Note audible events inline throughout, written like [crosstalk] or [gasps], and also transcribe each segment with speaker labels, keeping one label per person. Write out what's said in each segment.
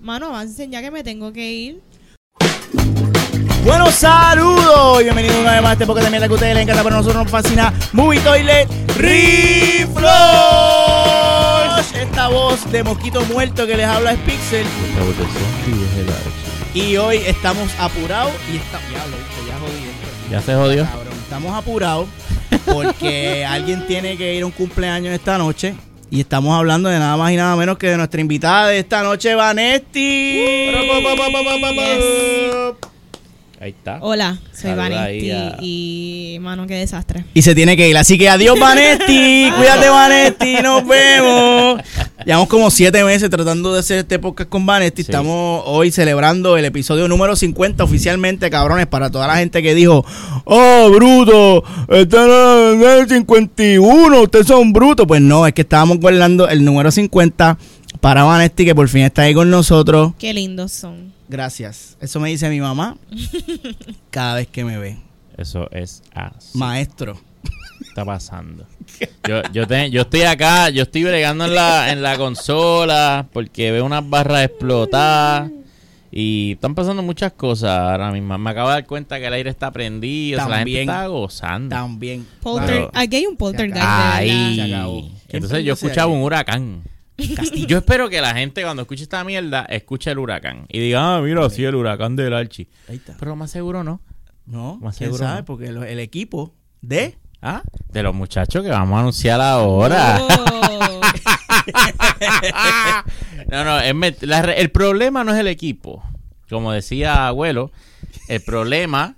Speaker 1: Mano, avancen ya que me tengo que ir.
Speaker 2: Buenos saludos. Bienvenidos una vez más a este podcast de mierda que a ustedes les encanta, pero a nosotros nos fascina. Movie Toilet Reflows. Esta voz de mosquito muerto que les habla es Pixel.
Speaker 3: La voz del zombie es el Arch.
Speaker 2: Y hoy estamos apurados y estamos. Ya lo viste, ya jodí esto.
Speaker 3: Ya se jodió.
Speaker 2: Cabrón, estamos apurados porque [laughs] alguien tiene que ir a un cumpleaños esta noche. Y estamos hablando de nada más y nada menos que de nuestra invitada de esta noche, Vanesti.
Speaker 1: Yes.
Speaker 3: Ahí
Speaker 2: Ah,
Speaker 3: está.
Speaker 1: Hola, soy
Speaker 3: Saluda
Speaker 1: Vanetti
Speaker 3: ahí a-
Speaker 1: y mano, qué desastre.
Speaker 2: Y se tiene que ir. Así que adiós, Vanesti. Cuídate, Vanesti. Nos vemos. Llevamos como siete meses tratando de hacer este podcast con Vanesti.
Speaker 3: Sí.
Speaker 2: Estamos hoy celebrando el episodio número 50 oficialmente, cabrones, para toda la gente que dijo: Oh, bruto, están en el 51. Ustedes son brutos. Pues no, es que estábamos guardando el número 50 para Vanesti, que por fin está ahí con nosotros.
Speaker 1: Qué lindos son.
Speaker 2: Gracias. Eso me dice mi mamá cada vez que me ve.
Speaker 3: Eso es así.
Speaker 2: Maestro.
Speaker 3: está pasando. Yo, yo, te- yo estoy acá, yo estoy bregando en la, en la consola porque veo unas barras explotadas. Y están pasando muchas cosas ahora mismo. Me acabo de dar cuenta que el aire está prendido. o sea, la gente
Speaker 2: También.
Speaker 3: está gozando.
Speaker 2: También.
Speaker 1: Polter,
Speaker 3: Pero-
Speaker 1: aquí hay un poltergeist. de verdad.
Speaker 3: Ay,
Speaker 2: Se acabó.
Speaker 3: entonces yo
Speaker 2: Siempre
Speaker 3: escuchaba
Speaker 2: dice
Speaker 3: un huracán. Yo espero que la gente cuando escuche esta mierda escuche el huracán y diga, ah, mira, sí, el huracán del Archi.
Speaker 2: Ahí está.
Speaker 3: Pero lo más seguro no.
Speaker 2: No,
Speaker 3: Más
Speaker 2: quién
Speaker 3: seguro
Speaker 2: sabe,
Speaker 3: no.
Speaker 2: porque lo- el equipo de
Speaker 3: ¿Ah? De los muchachos que vamos a anunciar
Speaker 1: [laughs]
Speaker 3: ahora.
Speaker 2: [laughs]
Speaker 1: Oh.
Speaker 3: No, no, es met- la re- el problema no es el equipo. Como decía abuelo, el problema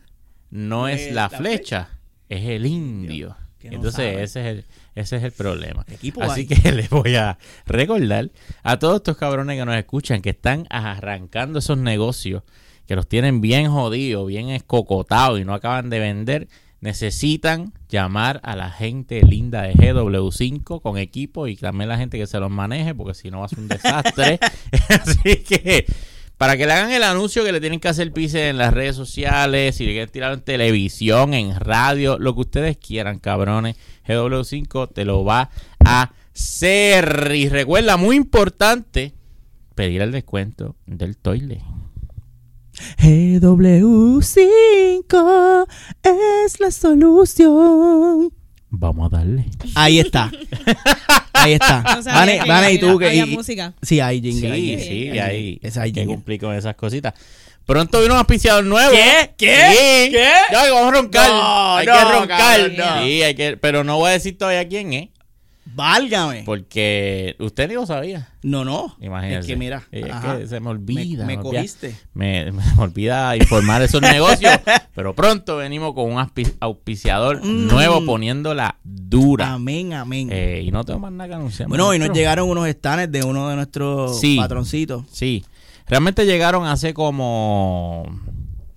Speaker 3: no es la flecha, es el indio.
Speaker 2: que no
Speaker 3: Entonces
Speaker 2: sabe.
Speaker 3: ese es el ese es el problema.
Speaker 2: Equipo
Speaker 3: Así
Speaker 2: hay.
Speaker 3: que [laughs] les voy a recordar a todos estos cabrones que nos escuchan que están arrancando esos negocios que los tienen bien jodidos, bien escocotados y no acaban de vender, necesitan llamar a la gente linda de GW5 con equipo y también la gente que se los maneje, porque si no va a ser un desastre. [laughs] Así que para que le hagan el anuncio que le tienen que hacer pise en las redes sociales, si le quieren tirar en televisión, en radio, lo que ustedes quieran, cabrones, GW5 te lo va a hacer. Y recuerda, muy importante, pedir el descuento del toile.
Speaker 2: GW5 es la solución.
Speaker 3: Vamos a darle.
Speaker 2: Ahí está. Ahí [laughs] está.
Speaker 1: No sabía
Speaker 2: Vane,
Speaker 1: que
Speaker 2: Vane, y
Speaker 1: había-
Speaker 2: tú que.
Speaker 1: había
Speaker 2: y- y-
Speaker 1: música.
Speaker 2: Sí, hay jingle. hay
Speaker 3: Sí,
Speaker 2: jingle,
Speaker 3: sí,
Speaker 2: hay
Speaker 3: ahí.
Speaker 2: jingle. Esa hay
Speaker 3: que
Speaker 2: jingle.
Speaker 3: cumplí con esas cositas. Pronto viene un auspiciador nuevo.
Speaker 2: ¿Qué? ¿Qué?
Speaker 3: Sí.
Speaker 2: ¿Qué?
Speaker 3: No, que vamos a roncar.
Speaker 2: No,
Speaker 3: hay
Speaker 2: no,
Speaker 3: que roncar.
Speaker 2: cabrón, no.
Speaker 3: Sí, hay que, pero no voy a decir todavía quién es,
Speaker 2: Válgame.
Speaker 3: porque usted ni lo sabía.
Speaker 2: No, no.
Speaker 3: Imagínese.
Speaker 2: Eh, Es que mira.
Speaker 3: Es
Speaker 2: ajá.
Speaker 3: que se me olvida.
Speaker 2: Me, me
Speaker 3: olvida.
Speaker 2: cogiste.
Speaker 3: Me, me olvida informar
Speaker 2: [laughs]
Speaker 3: esos negocios. Pero pronto venimos con un auspi- auspiciador
Speaker 2: Mm.
Speaker 3: nuevo poniéndola dura.
Speaker 2: Amén, amén.
Speaker 3: Eh, y no tengo más nada que anunciar.
Speaker 2: bueno, hoy nos
Speaker 3: maestro.
Speaker 2: llegaron unos stands de uno de nuestros
Speaker 3: Sí.
Speaker 2: patroncitos.
Speaker 3: Sí, realmente llegaron hace como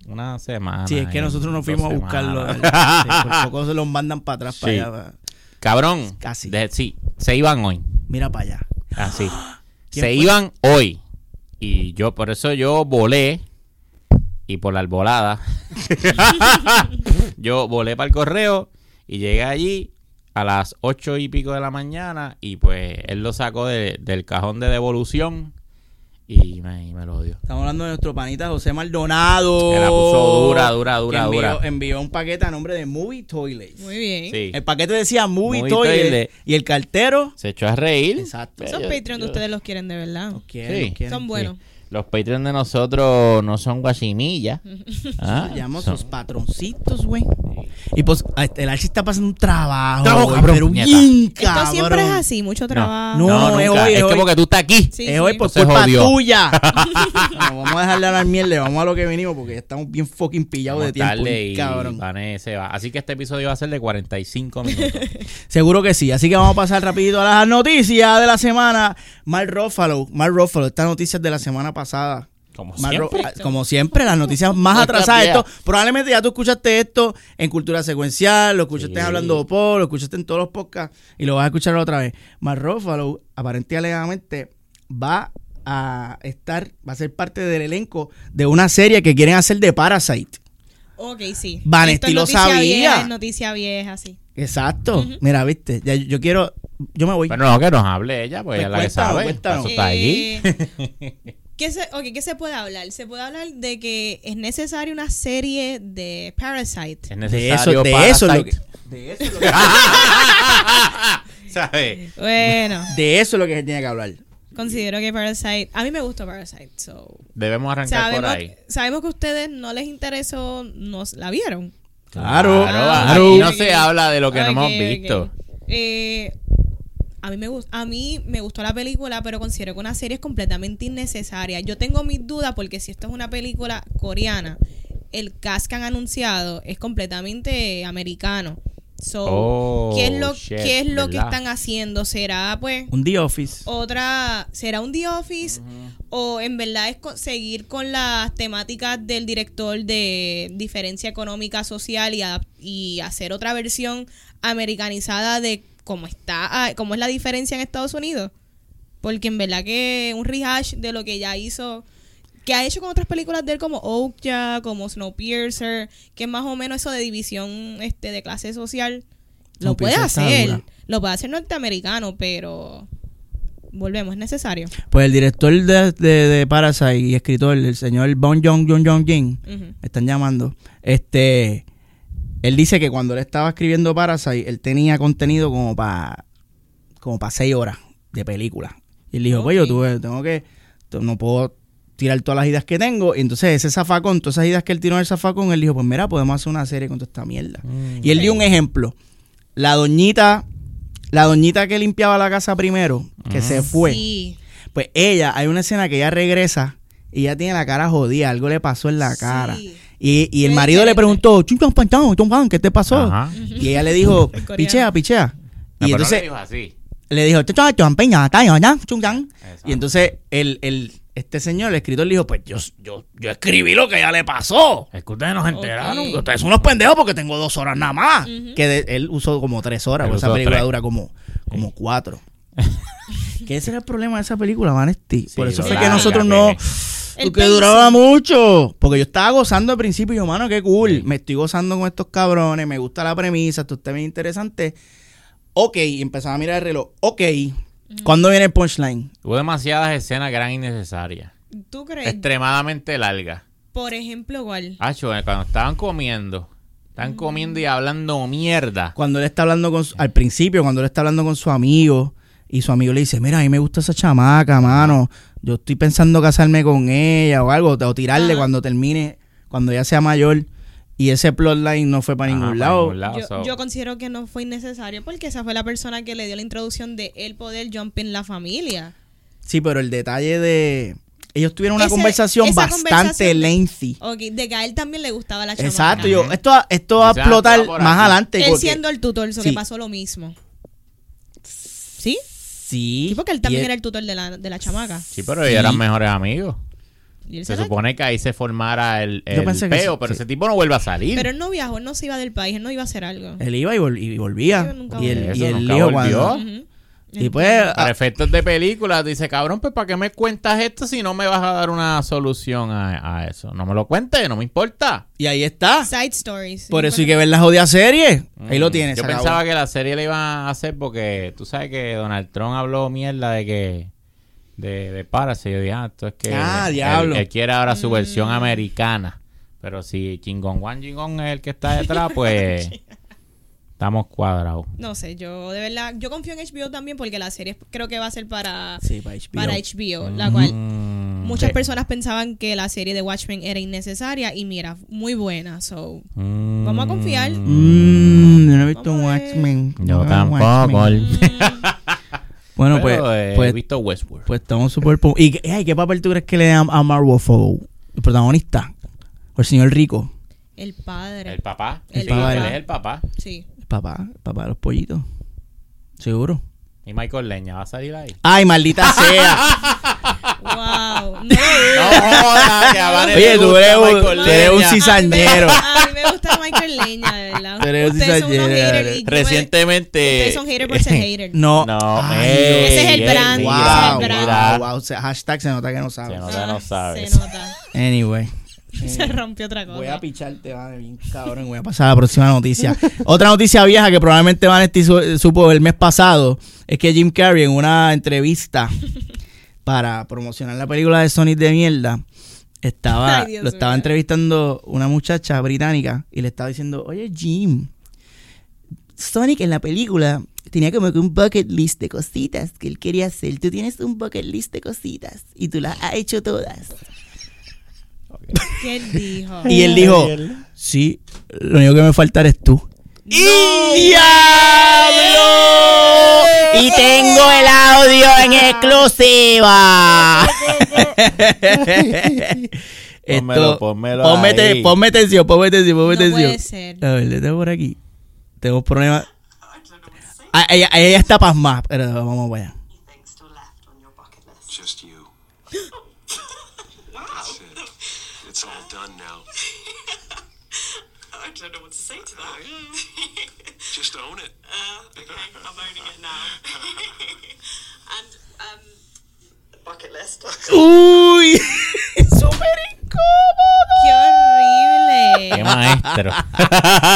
Speaker 3: una semana.
Speaker 2: Sí, es que
Speaker 3: eh,
Speaker 2: nosotros nos
Speaker 3: dos
Speaker 2: fuimos a buscarlo. [laughs]
Speaker 3: semanas.
Speaker 2: Sí, por poco se los mandan para atrás, para
Speaker 3: Sí.
Speaker 2: allá.
Speaker 3: [laughs] Cabrón,
Speaker 2: Casi.
Speaker 3: de- sí, se iban hoy.
Speaker 2: Mira para allá.
Speaker 3: Así. Se
Speaker 2: [gasps] ¿Quién fue?
Speaker 3: iban hoy. Y yo, por eso yo volé. Y por
Speaker 2: [laughs]
Speaker 3: la albolada. [laughs] yo volé para el correo. Y llegué allí a las ocho y pico de la mañana. Y pues él lo sacó de- del cajón de devolución. Y me, y me lo dio.
Speaker 2: Estamos hablando de nuestro panita José Maldonado.
Speaker 3: Que la puso dura, dura, dura,
Speaker 2: que envió,
Speaker 3: dura.
Speaker 2: Envió un paquete a nombre de Movie Toilets.
Speaker 1: Muy bien.
Speaker 3: Sí.
Speaker 2: El paquete decía Movie,
Speaker 3: Movie
Speaker 2: Toilet,
Speaker 3: Toilet.
Speaker 2: y el cartero.
Speaker 3: se echó a reír.
Speaker 2: Exacto.
Speaker 1: Esos
Speaker 3: Yo-
Speaker 1: Patreon de
Speaker 3: yo-
Speaker 1: ustedes los quieren de verdad.
Speaker 2: Los quieren,
Speaker 3: Sí.
Speaker 2: los quieren.
Speaker 1: Son
Speaker 3: Sí.
Speaker 1: buenos.
Speaker 3: Los Patreon de nosotros no son
Speaker 1: [laughs]
Speaker 3: guasimillas. Ah,
Speaker 2: Llamamos
Speaker 3: son-
Speaker 2: sus patroncitos, güey. Y pues a este, el Archie está pasando un trabajo.
Speaker 3: Trabajo,
Speaker 2: güey,
Speaker 3: cabrón,
Speaker 2: Pero
Speaker 3: puñeta.
Speaker 2: bien, cabrón.
Speaker 1: Esto siempre es así, mucho trabajo.
Speaker 2: No,
Speaker 3: No,
Speaker 2: es
Speaker 3: nunca.
Speaker 2: hoy, es
Speaker 3: es que
Speaker 2: hoy.
Speaker 3: porque tú estás aquí.
Speaker 1: Sí,
Speaker 2: es
Speaker 1: sí.
Speaker 2: hoy por
Speaker 3: Se
Speaker 2: culpa
Speaker 3: jodió. [laughs]
Speaker 2: tuya. No, vamos a dejarle hablar mierda. Vamos a lo que venimos porque ya estamos bien fucking pillados
Speaker 3: Vamos
Speaker 2: de tiempo.
Speaker 3: tarde y
Speaker 2: Cabrón.
Speaker 3: Vané se va. Así que este episodio va a ser de
Speaker 2: [laughs]
Speaker 3: 45 minutos.
Speaker 2: Seguro que sí. Así que vamos a pasar rapidito a las noticias de la semana. Mark Ruffalo, Mark Ruffalo, estas noticias de la semana pasada.
Speaker 3: Como
Speaker 2: Mark Ru-
Speaker 3: siempre.
Speaker 2: ah, como siempre, las noticias más
Speaker 3: Nuestra
Speaker 2: atrasadas.
Speaker 3: vieja.
Speaker 2: Esto, probablemente ya tú escuchaste esto en Cultura Secuencial, lo escuchaste
Speaker 3: Sí.
Speaker 2: en Hablando por, lo escuchaste en todos los podcasts y lo vas a escuchar otra vez. Mark Ruffalo, aparentemente y alegadamente, va a estar, va a ser parte del elenco de una serie que quieren hacer de Parasite.
Speaker 1: Ok, sí.
Speaker 2: Vanesti
Speaker 1: Esto es
Speaker 2: lo
Speaker 1: noticia
Speaker 2: sabía.
Speaker 1: Vieja, es noticia vieja, sí.
Speaker 2: Exacto. Mira, viste, ya, yo quiero, yo me voy.
Speaker 3: Pero no, que nos hable ella, pues
Speaker 2: Pues
Speaker 3: ella es la que
Speaker 2: cuéntanos, cuéntanos. [laughs]
Speaker 3: sabe. Eso está allí.
Speaker 1: Eh, ¿Qué se, ok, ¿qué se puede hablar? Se puede hablar de que es necesaria una serie de Parasite.
Speaker 3: Es
Speaker 2: De
Speaker 3: necesario
Speaker 2: eso, de
Speaker 3: para
Speaker 2: eso, es lo que,
Speaker 3: Titan.
Speaker 2: de, eso es
Speaker 3: [laughs]
Speaker 2: lo
Speaker 3: ¿Sabes?
Speaker 1: Bueno,
Speaker 2: que- de eso es lo que se tiene que hablar.
Speaker 1: considero que Parasite. A mí me gustó Parasite, so.
Speaker 3: Debemos arrancar por
Speaker 1: Sabemos,
Speaker 3: ahí.
Speaker 1: sabemos que a ustedes no les interesó, nos la vieron.
Speaker 2: Claro,
Speaker 1: claro.
Speaker 3: Aquí no se habla de lo que no
Speaker 1: Ok,
Speaker 3: hemos
Speaker 1: ok.
Speaker 3: visto.
Speaker 1: Eh, a mí, me gus- a mí me gustó la película, pero considero que una serie es completamente innecesaria. Yo tengo mis dudas porque si esto es una película coreana, el cast que han anunciado es completamente americano. So,
Speaker 3: Oh,
Speaker 1: ¿qué es lo,
Speaker 3: shit,
Speaker 1: qué es lo que
Speaker 3: ¿verdad?
Speaker 1: están haciendo? ¿Será pues
Speaker 2: Un The Office.
Speaker 1: otra, será un The Office o en verdad es co- seguir con las temáticas del director de diferencia económica social y, adap- y hacer otra versión americanizada de cómo está, ah, cómo es la diferencia en Estados Unidos? Porque en verdad que un rehash de lo que ya hizo, que ha hecho con otras películas de él como Okja, como Snowpiercer, que es más o menos eso de división este de clase social, lo puede
Speaker 2: Snowpiercer está
Speaker 1: hacer,
Speaker 2: dura.
Speaker 1: lo puede hacer norteamericano, pero volvemos, es necesario.
Speaker 2: Pues el director de, de, de Parasite y escritor, el señor Bon Jong Jong Jong Jin,
Speaker 1: Ujú.
Speaker 2: me están llamando. Este, él dice que cuando él estaba escribiendo Parasite, él tenía contenido como para como para seis horas de película. Y él dijo, pues yo
Speaker 1: Ok.
Speaker 2: tuve, tengo que, to- no puedo tirar todas las ideas que tengo. Y entonces ese zafacón, todas esas ideas que él tiró en el zafacón, él dijo, pues mira, podemos hacer una serie con toda esta mierda. Y él dio un ejemplo. La doñita, la doñita que limpiaba la casa primero, que se fue.
Speaker 1: Sí,
Speaker 2: Pues ella, hay una escena que ella regresa y ella tiene la cara jodida, algo le pasó en la
Speaker 1: Sí. Pues
Speaker 2: cara. Y, y el
Speaker 1: Qué
Speaker 2: marido le
Speaker 1: interesante.
Speaker 2: preguntó, "Chun, chun, pan, chun, chun, pan, ¿qué te pasó?
Speaker 3: Ajá.
Speaker 2: Y ella le dijo,
Speaker 1: Es coreano.
Speaker 2: pichea, pichea. Y
Speaker 3: No, pero no le
Speaker 2: entonces
Speaker 3: dijo así.
Speaker 2: le dijo, "Chun, chun, chun, pan, ya, ta, ya, ya, chun, chan".
Speaker 3: Exacto.
Speaker 2: y entonces el, el, este señor, el escritor, le dijo, pues yo, yo, yo escribí lo que ya le pasó.
Speaker 3: Es que ustedes nos enteraron.
Speaker 1: Ok.
Speaker 3: que ustedes-
Speaker 2: Ustedes son unos pendejos porque tengo dos horas nada más.
Speaker 1: Ujú.
Speaker 2: Que de- él usó como tres horas,
Speaker 3: Él
Speaker 2: porque esa
Speaker 3: usó
Speaker 2: película
Speaker 3: tres.
Speaker 2: dura como, como
Speaker 3: [laughs]
Speaker 2: cuatro. que ese era el problema de esa película, Vanesti. Por
Speaker 3: Sí,
Speaker 2: eso fue
Speaker 3: larga,
Speaker 2: que nosotros no.
Speaker 3: nene.
Speaker 1: El
Speaker 2: Porque
Speaker 1: pacing.
Speaker 2: duraba mucho. Porque yo estaba gozando al principio y yo, mano, qué cool. Me estoy gozando con estos cabrones. Me gusta la premisa. Esto está bien interesante. Ok, y empezaba a mirar el reloj. Ok, ¿cuándo viene el punchline?
Speaker 3: Hubo demasiadas escenas que eran innecesarias.
Speaker 1: ¿Tú crees?
Speaker 3: Extremadamente largas.
Speaker 1: Por ejemplo, ¿cuál?
Speaker 3: Hacho, eh, cuando estaban comiendo, estaban
Speaker 1: Mm.
Speaker 3: comiendo y hablando mierda.
Speaker 2: Cuando él está hablando con. su- al principio, cuando él está hablando con su amigo. Y su amigo le dice: Mira, a mí me gusta esa chamaca, mano. Yo estoy pensando casarme con ella o algo. O tirarle
Speaker 1: Ajá.
Speaker 2: cuando termine. Cuando ya sea mayor. Y ese plotline no fue para
Speaker 3: Ajá,
Speaker 2: ningún
Speaker 3: para
Speaker 2: lado.
Speaker 3: ningún lado, so-
Speaker 1: Yo, yo considero que no fue innecesario porque esa fue la persona que le dio la introducción de el poder jump en la familia.
Speaker 2: Sí, pero el detalle de. Ellos tuvieron una
Speaker 1: Ese-
Speaker 2: conversación
Speaker 1: esa
Speaker 2: bastante
Speaker 1: conversación- Oh,
Speaker 2: lengthy.
Speaker 1: Ok, de que a él también le gustaba la chamaca.
Speaker 2: Exacto,
Speaker 3: Ajá.
Speaker 2: yo, esto, va- esto va a
Speaker 3: Quizás
Speaker 2: explotar
Speaker 3: va por
Speaker 2: más
Speaker 3: aquí.
Speaker 2: adelante.
Speaker 1: Él
Speaker 2: porque-
Speaker 1: siendo el tutor, eso
Speaker 2: Sí.
Speaker 1: que pasó lo mismo. ¿Sí?
Speaker 2: Sí.
Speaker 1: Sí, porque él
Speaker 2: y
Speaker 1: también
Speaker 2: él-
Speaker 1: era el tutor de la, de la chamaca.
Speaker 3: Sí, pero ellos eran mejores amigos.
Speaker 1: Y él
Speaker 3: Se
Speaker 1: se la-
Speaker 3: supone que ahí se formara el,
Speaker 2: Yo
Speaker 3: el
Speaker 2: pensé que
Speaker 3: peo,
Speaker 2: sí,
Speaker 3: pero
Speaker 2: sí.
Speaker 3: ese tipo no vuelve a salir.
Speaker 1: Pero él no viajó, él no se iba del país, él no iba a hacer algo.
Speaker 2: Él iba y, vol- y volvía.
Speaker 1: Yo nunca
Speaker 2: Y
Speaker 1: volví.
Speaker 2: él, y
Speaker 3: Eso,
Speaker 2: él
Speaker 3: nunca
Speaker 2: dijo
Speaker 3: volvió.
Speaker 2: cuando-
Speaker 1: Ujú.
Speaker 2: Y pues.
Speaker 3: Para
Speaker 2: ah,
Speaker 3: efectos de película, dice, cabrón, pues ¿para qué me cuentas esto si no me vas a dar una solución a, a eso? No me lo cuentes, no me importa.
Speaker 2: y ahí está.
Speaker 1: Side stories.
Speaker 2: Por
Speaker 1: Y
Speaker 2: eso
Speaker 1: fue-
Speaker 2: hay que ver la jodida serie. Ahí lo
Speaker 3: Mm,
Speaker 2: tienes.
Speaker 3: Yo pensaba que la serie la iban a hacer porque tú sabes que Donald Trump habló mierda de que. de, de Parasite. Yo dije, ah, esto es que.
Speaker 2: Ah,
Speaker 3: él-
Speaker 2: diablo. Mm.
Speaker 3: Él, quiere ahora su versión americana. Pero si Chingón Juan Chingón es el que está
Speaker 2: [laughs]
Speaker 3: detrás, pues. estamos cuadrados.
Speaker 1: No sé, yo de verdad, yo confío en HBO también porque la serie creo que va a ser para,
Speaker 2: Sí, para HBO.
Speaker 1: para HBO, la cual
Speaker 3: Mm,
Speaker 1: muchas
Speaker 2: sí.
Speaker 1: personas pensaban que la serie de Watchmen era innecesaria y mira, muy buena,
Speaker 2: [laughs]
Speaker 1: so
Speaker 3: mm,
Speaker 1: vamos a confiar.
Speaker 2: Mm, yo no he visto
Speaker 1: Vamos
Speaker 2: un
Speaker 1: a ver.
Speaker 2: Watchmen.
Speaker 3: Yo
Speaker 2: No, un
Speaker 3: tampoco.
Speaker 2: Watchmen.
Speaker 1: Mm,
Speaker 2: Bueno, pues.
Speaker 3: Pero, eh,
Speaker 2: pues
Speaker 3: he visto Westworld.
Speaker 2: Pues estamos súper... po- ¿Y qué, ay, qué papel tú crees que le dan a Marvel Foe? ¿El protagonista? ¿O el señor rico?
Speaker 1: El padre.
Speaker 3: el papá.
Speaker 1: El
Speaker 3: sí,
Speaker 2: papá.
Speaker 3: él es el papá.
Speaker 1: sí.
Speaker 2: El papá, el papá de los pollitos. Seguro.
Speaker 3: Y Michael Leña va a salir ahí.
Speaker 2: [laughs]
Speaker 1: [laughs]
Speaker 2: ¡Ay, maldita sea!
Speaker 1: Wow. No lo dudo.
Speaker 3: No, joda, que a Vane le
Speaker 2: Oye, tú
Speaker 3: gusta
Speaker 2: eres un,
Speaker 3: Michael
Speaker 2: tú eres un
Speaker 3: Leña.
Speaker 1: [laughs]
Speaker 2: cizañero.
Speaker 1: A mí me gusta Michael Leña, de verdad.
Speaker 2: Tú eres un
Speaker 1: Ustedes son unos
Speaker 2: cizañero.
Speaker 1: haters y yo-
Speaker 3: Recientemente.
Speaker 1: Ustedes son haters por
Speaker 3: [laughs]
Speaker 1: ser haters.
Speaker 2: No.
Speaker 3: No,
Speaker 2: Ay,
Speaker 3: ey,
Speaker 1: Ese es el
Speaker 3: ey,
Speaker 1: brand,
Speaker 2: Wow,
Speaker 1: ese es el
Speaker 2: wow,
Speaker 1: brand.
Speaker 3: mira.
Speaker 2: wow, se- hashtag se nota que no sabes.
Speaker 3: Se nota.
Speaker 1: Ah,
Speaker 3: no sabes.
Speaker 1: Se nota. [laughs]
Speaker 2: Anyway.
Speaker 1: Se rompió otra cosa.
Speaker 2: Eh, Voy a picharte, madre, bien cabrón. Voy a pasar a la próxima noticia. [laughs] Otra noticia vieja que probablemente eh, Vanetti su- supo el mes pasado es que Jim Carrey en una entrevista para promocionar la película de Sonic de mierda,
Speaker 1: [laughs]
Speaker 2: estaba,
Speaker 1: Ay, Dios
Speaker 2: lo estaba
Speaker 1: mío.
Speaker 2: entrevistando una muchacha británica y le estaba diciendo, oye Jim, Sonic en la película tenía como que un bucket list de cositas que él quería hacer. Tú tienes un bucket list de cositas y tú las has hecho todas.
Speaker 1: ¿Qué él dijo?
Speaker 2: [laughs] Y él dijo, sí, lo único que me falta eres tú. ¡Y
Speaker 3: ¡Eh!
Speaker 2: diablo! Y tengo el audio
Speaker 3: [laughs]
Speaker 2: en [laughs] exclusiva.
Speaker 3: Pónmelo,
Speaker 2: Esto-
Speaker 3: pónmelo
Speaker 2: ponme, te-
Speaker 3: ahí.
Speaker 2: ponme atención, ponme atención, ponme
Speaker 1: No
Speaker 2: atención.
Speaker 1: puede ser.
Speaker 2: A ver, le tengo por aquí. Tengo problemas. Ah, ella, ella está pasmada, pero vamos para allá.
Speaker 4: Just you. That's it. It's all done now.
Speaker 5: I don't know what to say to that.
Speaker 4: Just own it.
Speaker 5: Uh, okay, I'm owning it now. [laughs] and um, bucket list.
Speaker 2: [laughs] ¡Uy! ¡Súper incómodo!
Speaker 1: ¡Qué
Speaker 3: ¡Qué
Speaker 2: [laughs]
Speaker 1: horrible! [laughs]
Speaker 3: maestro!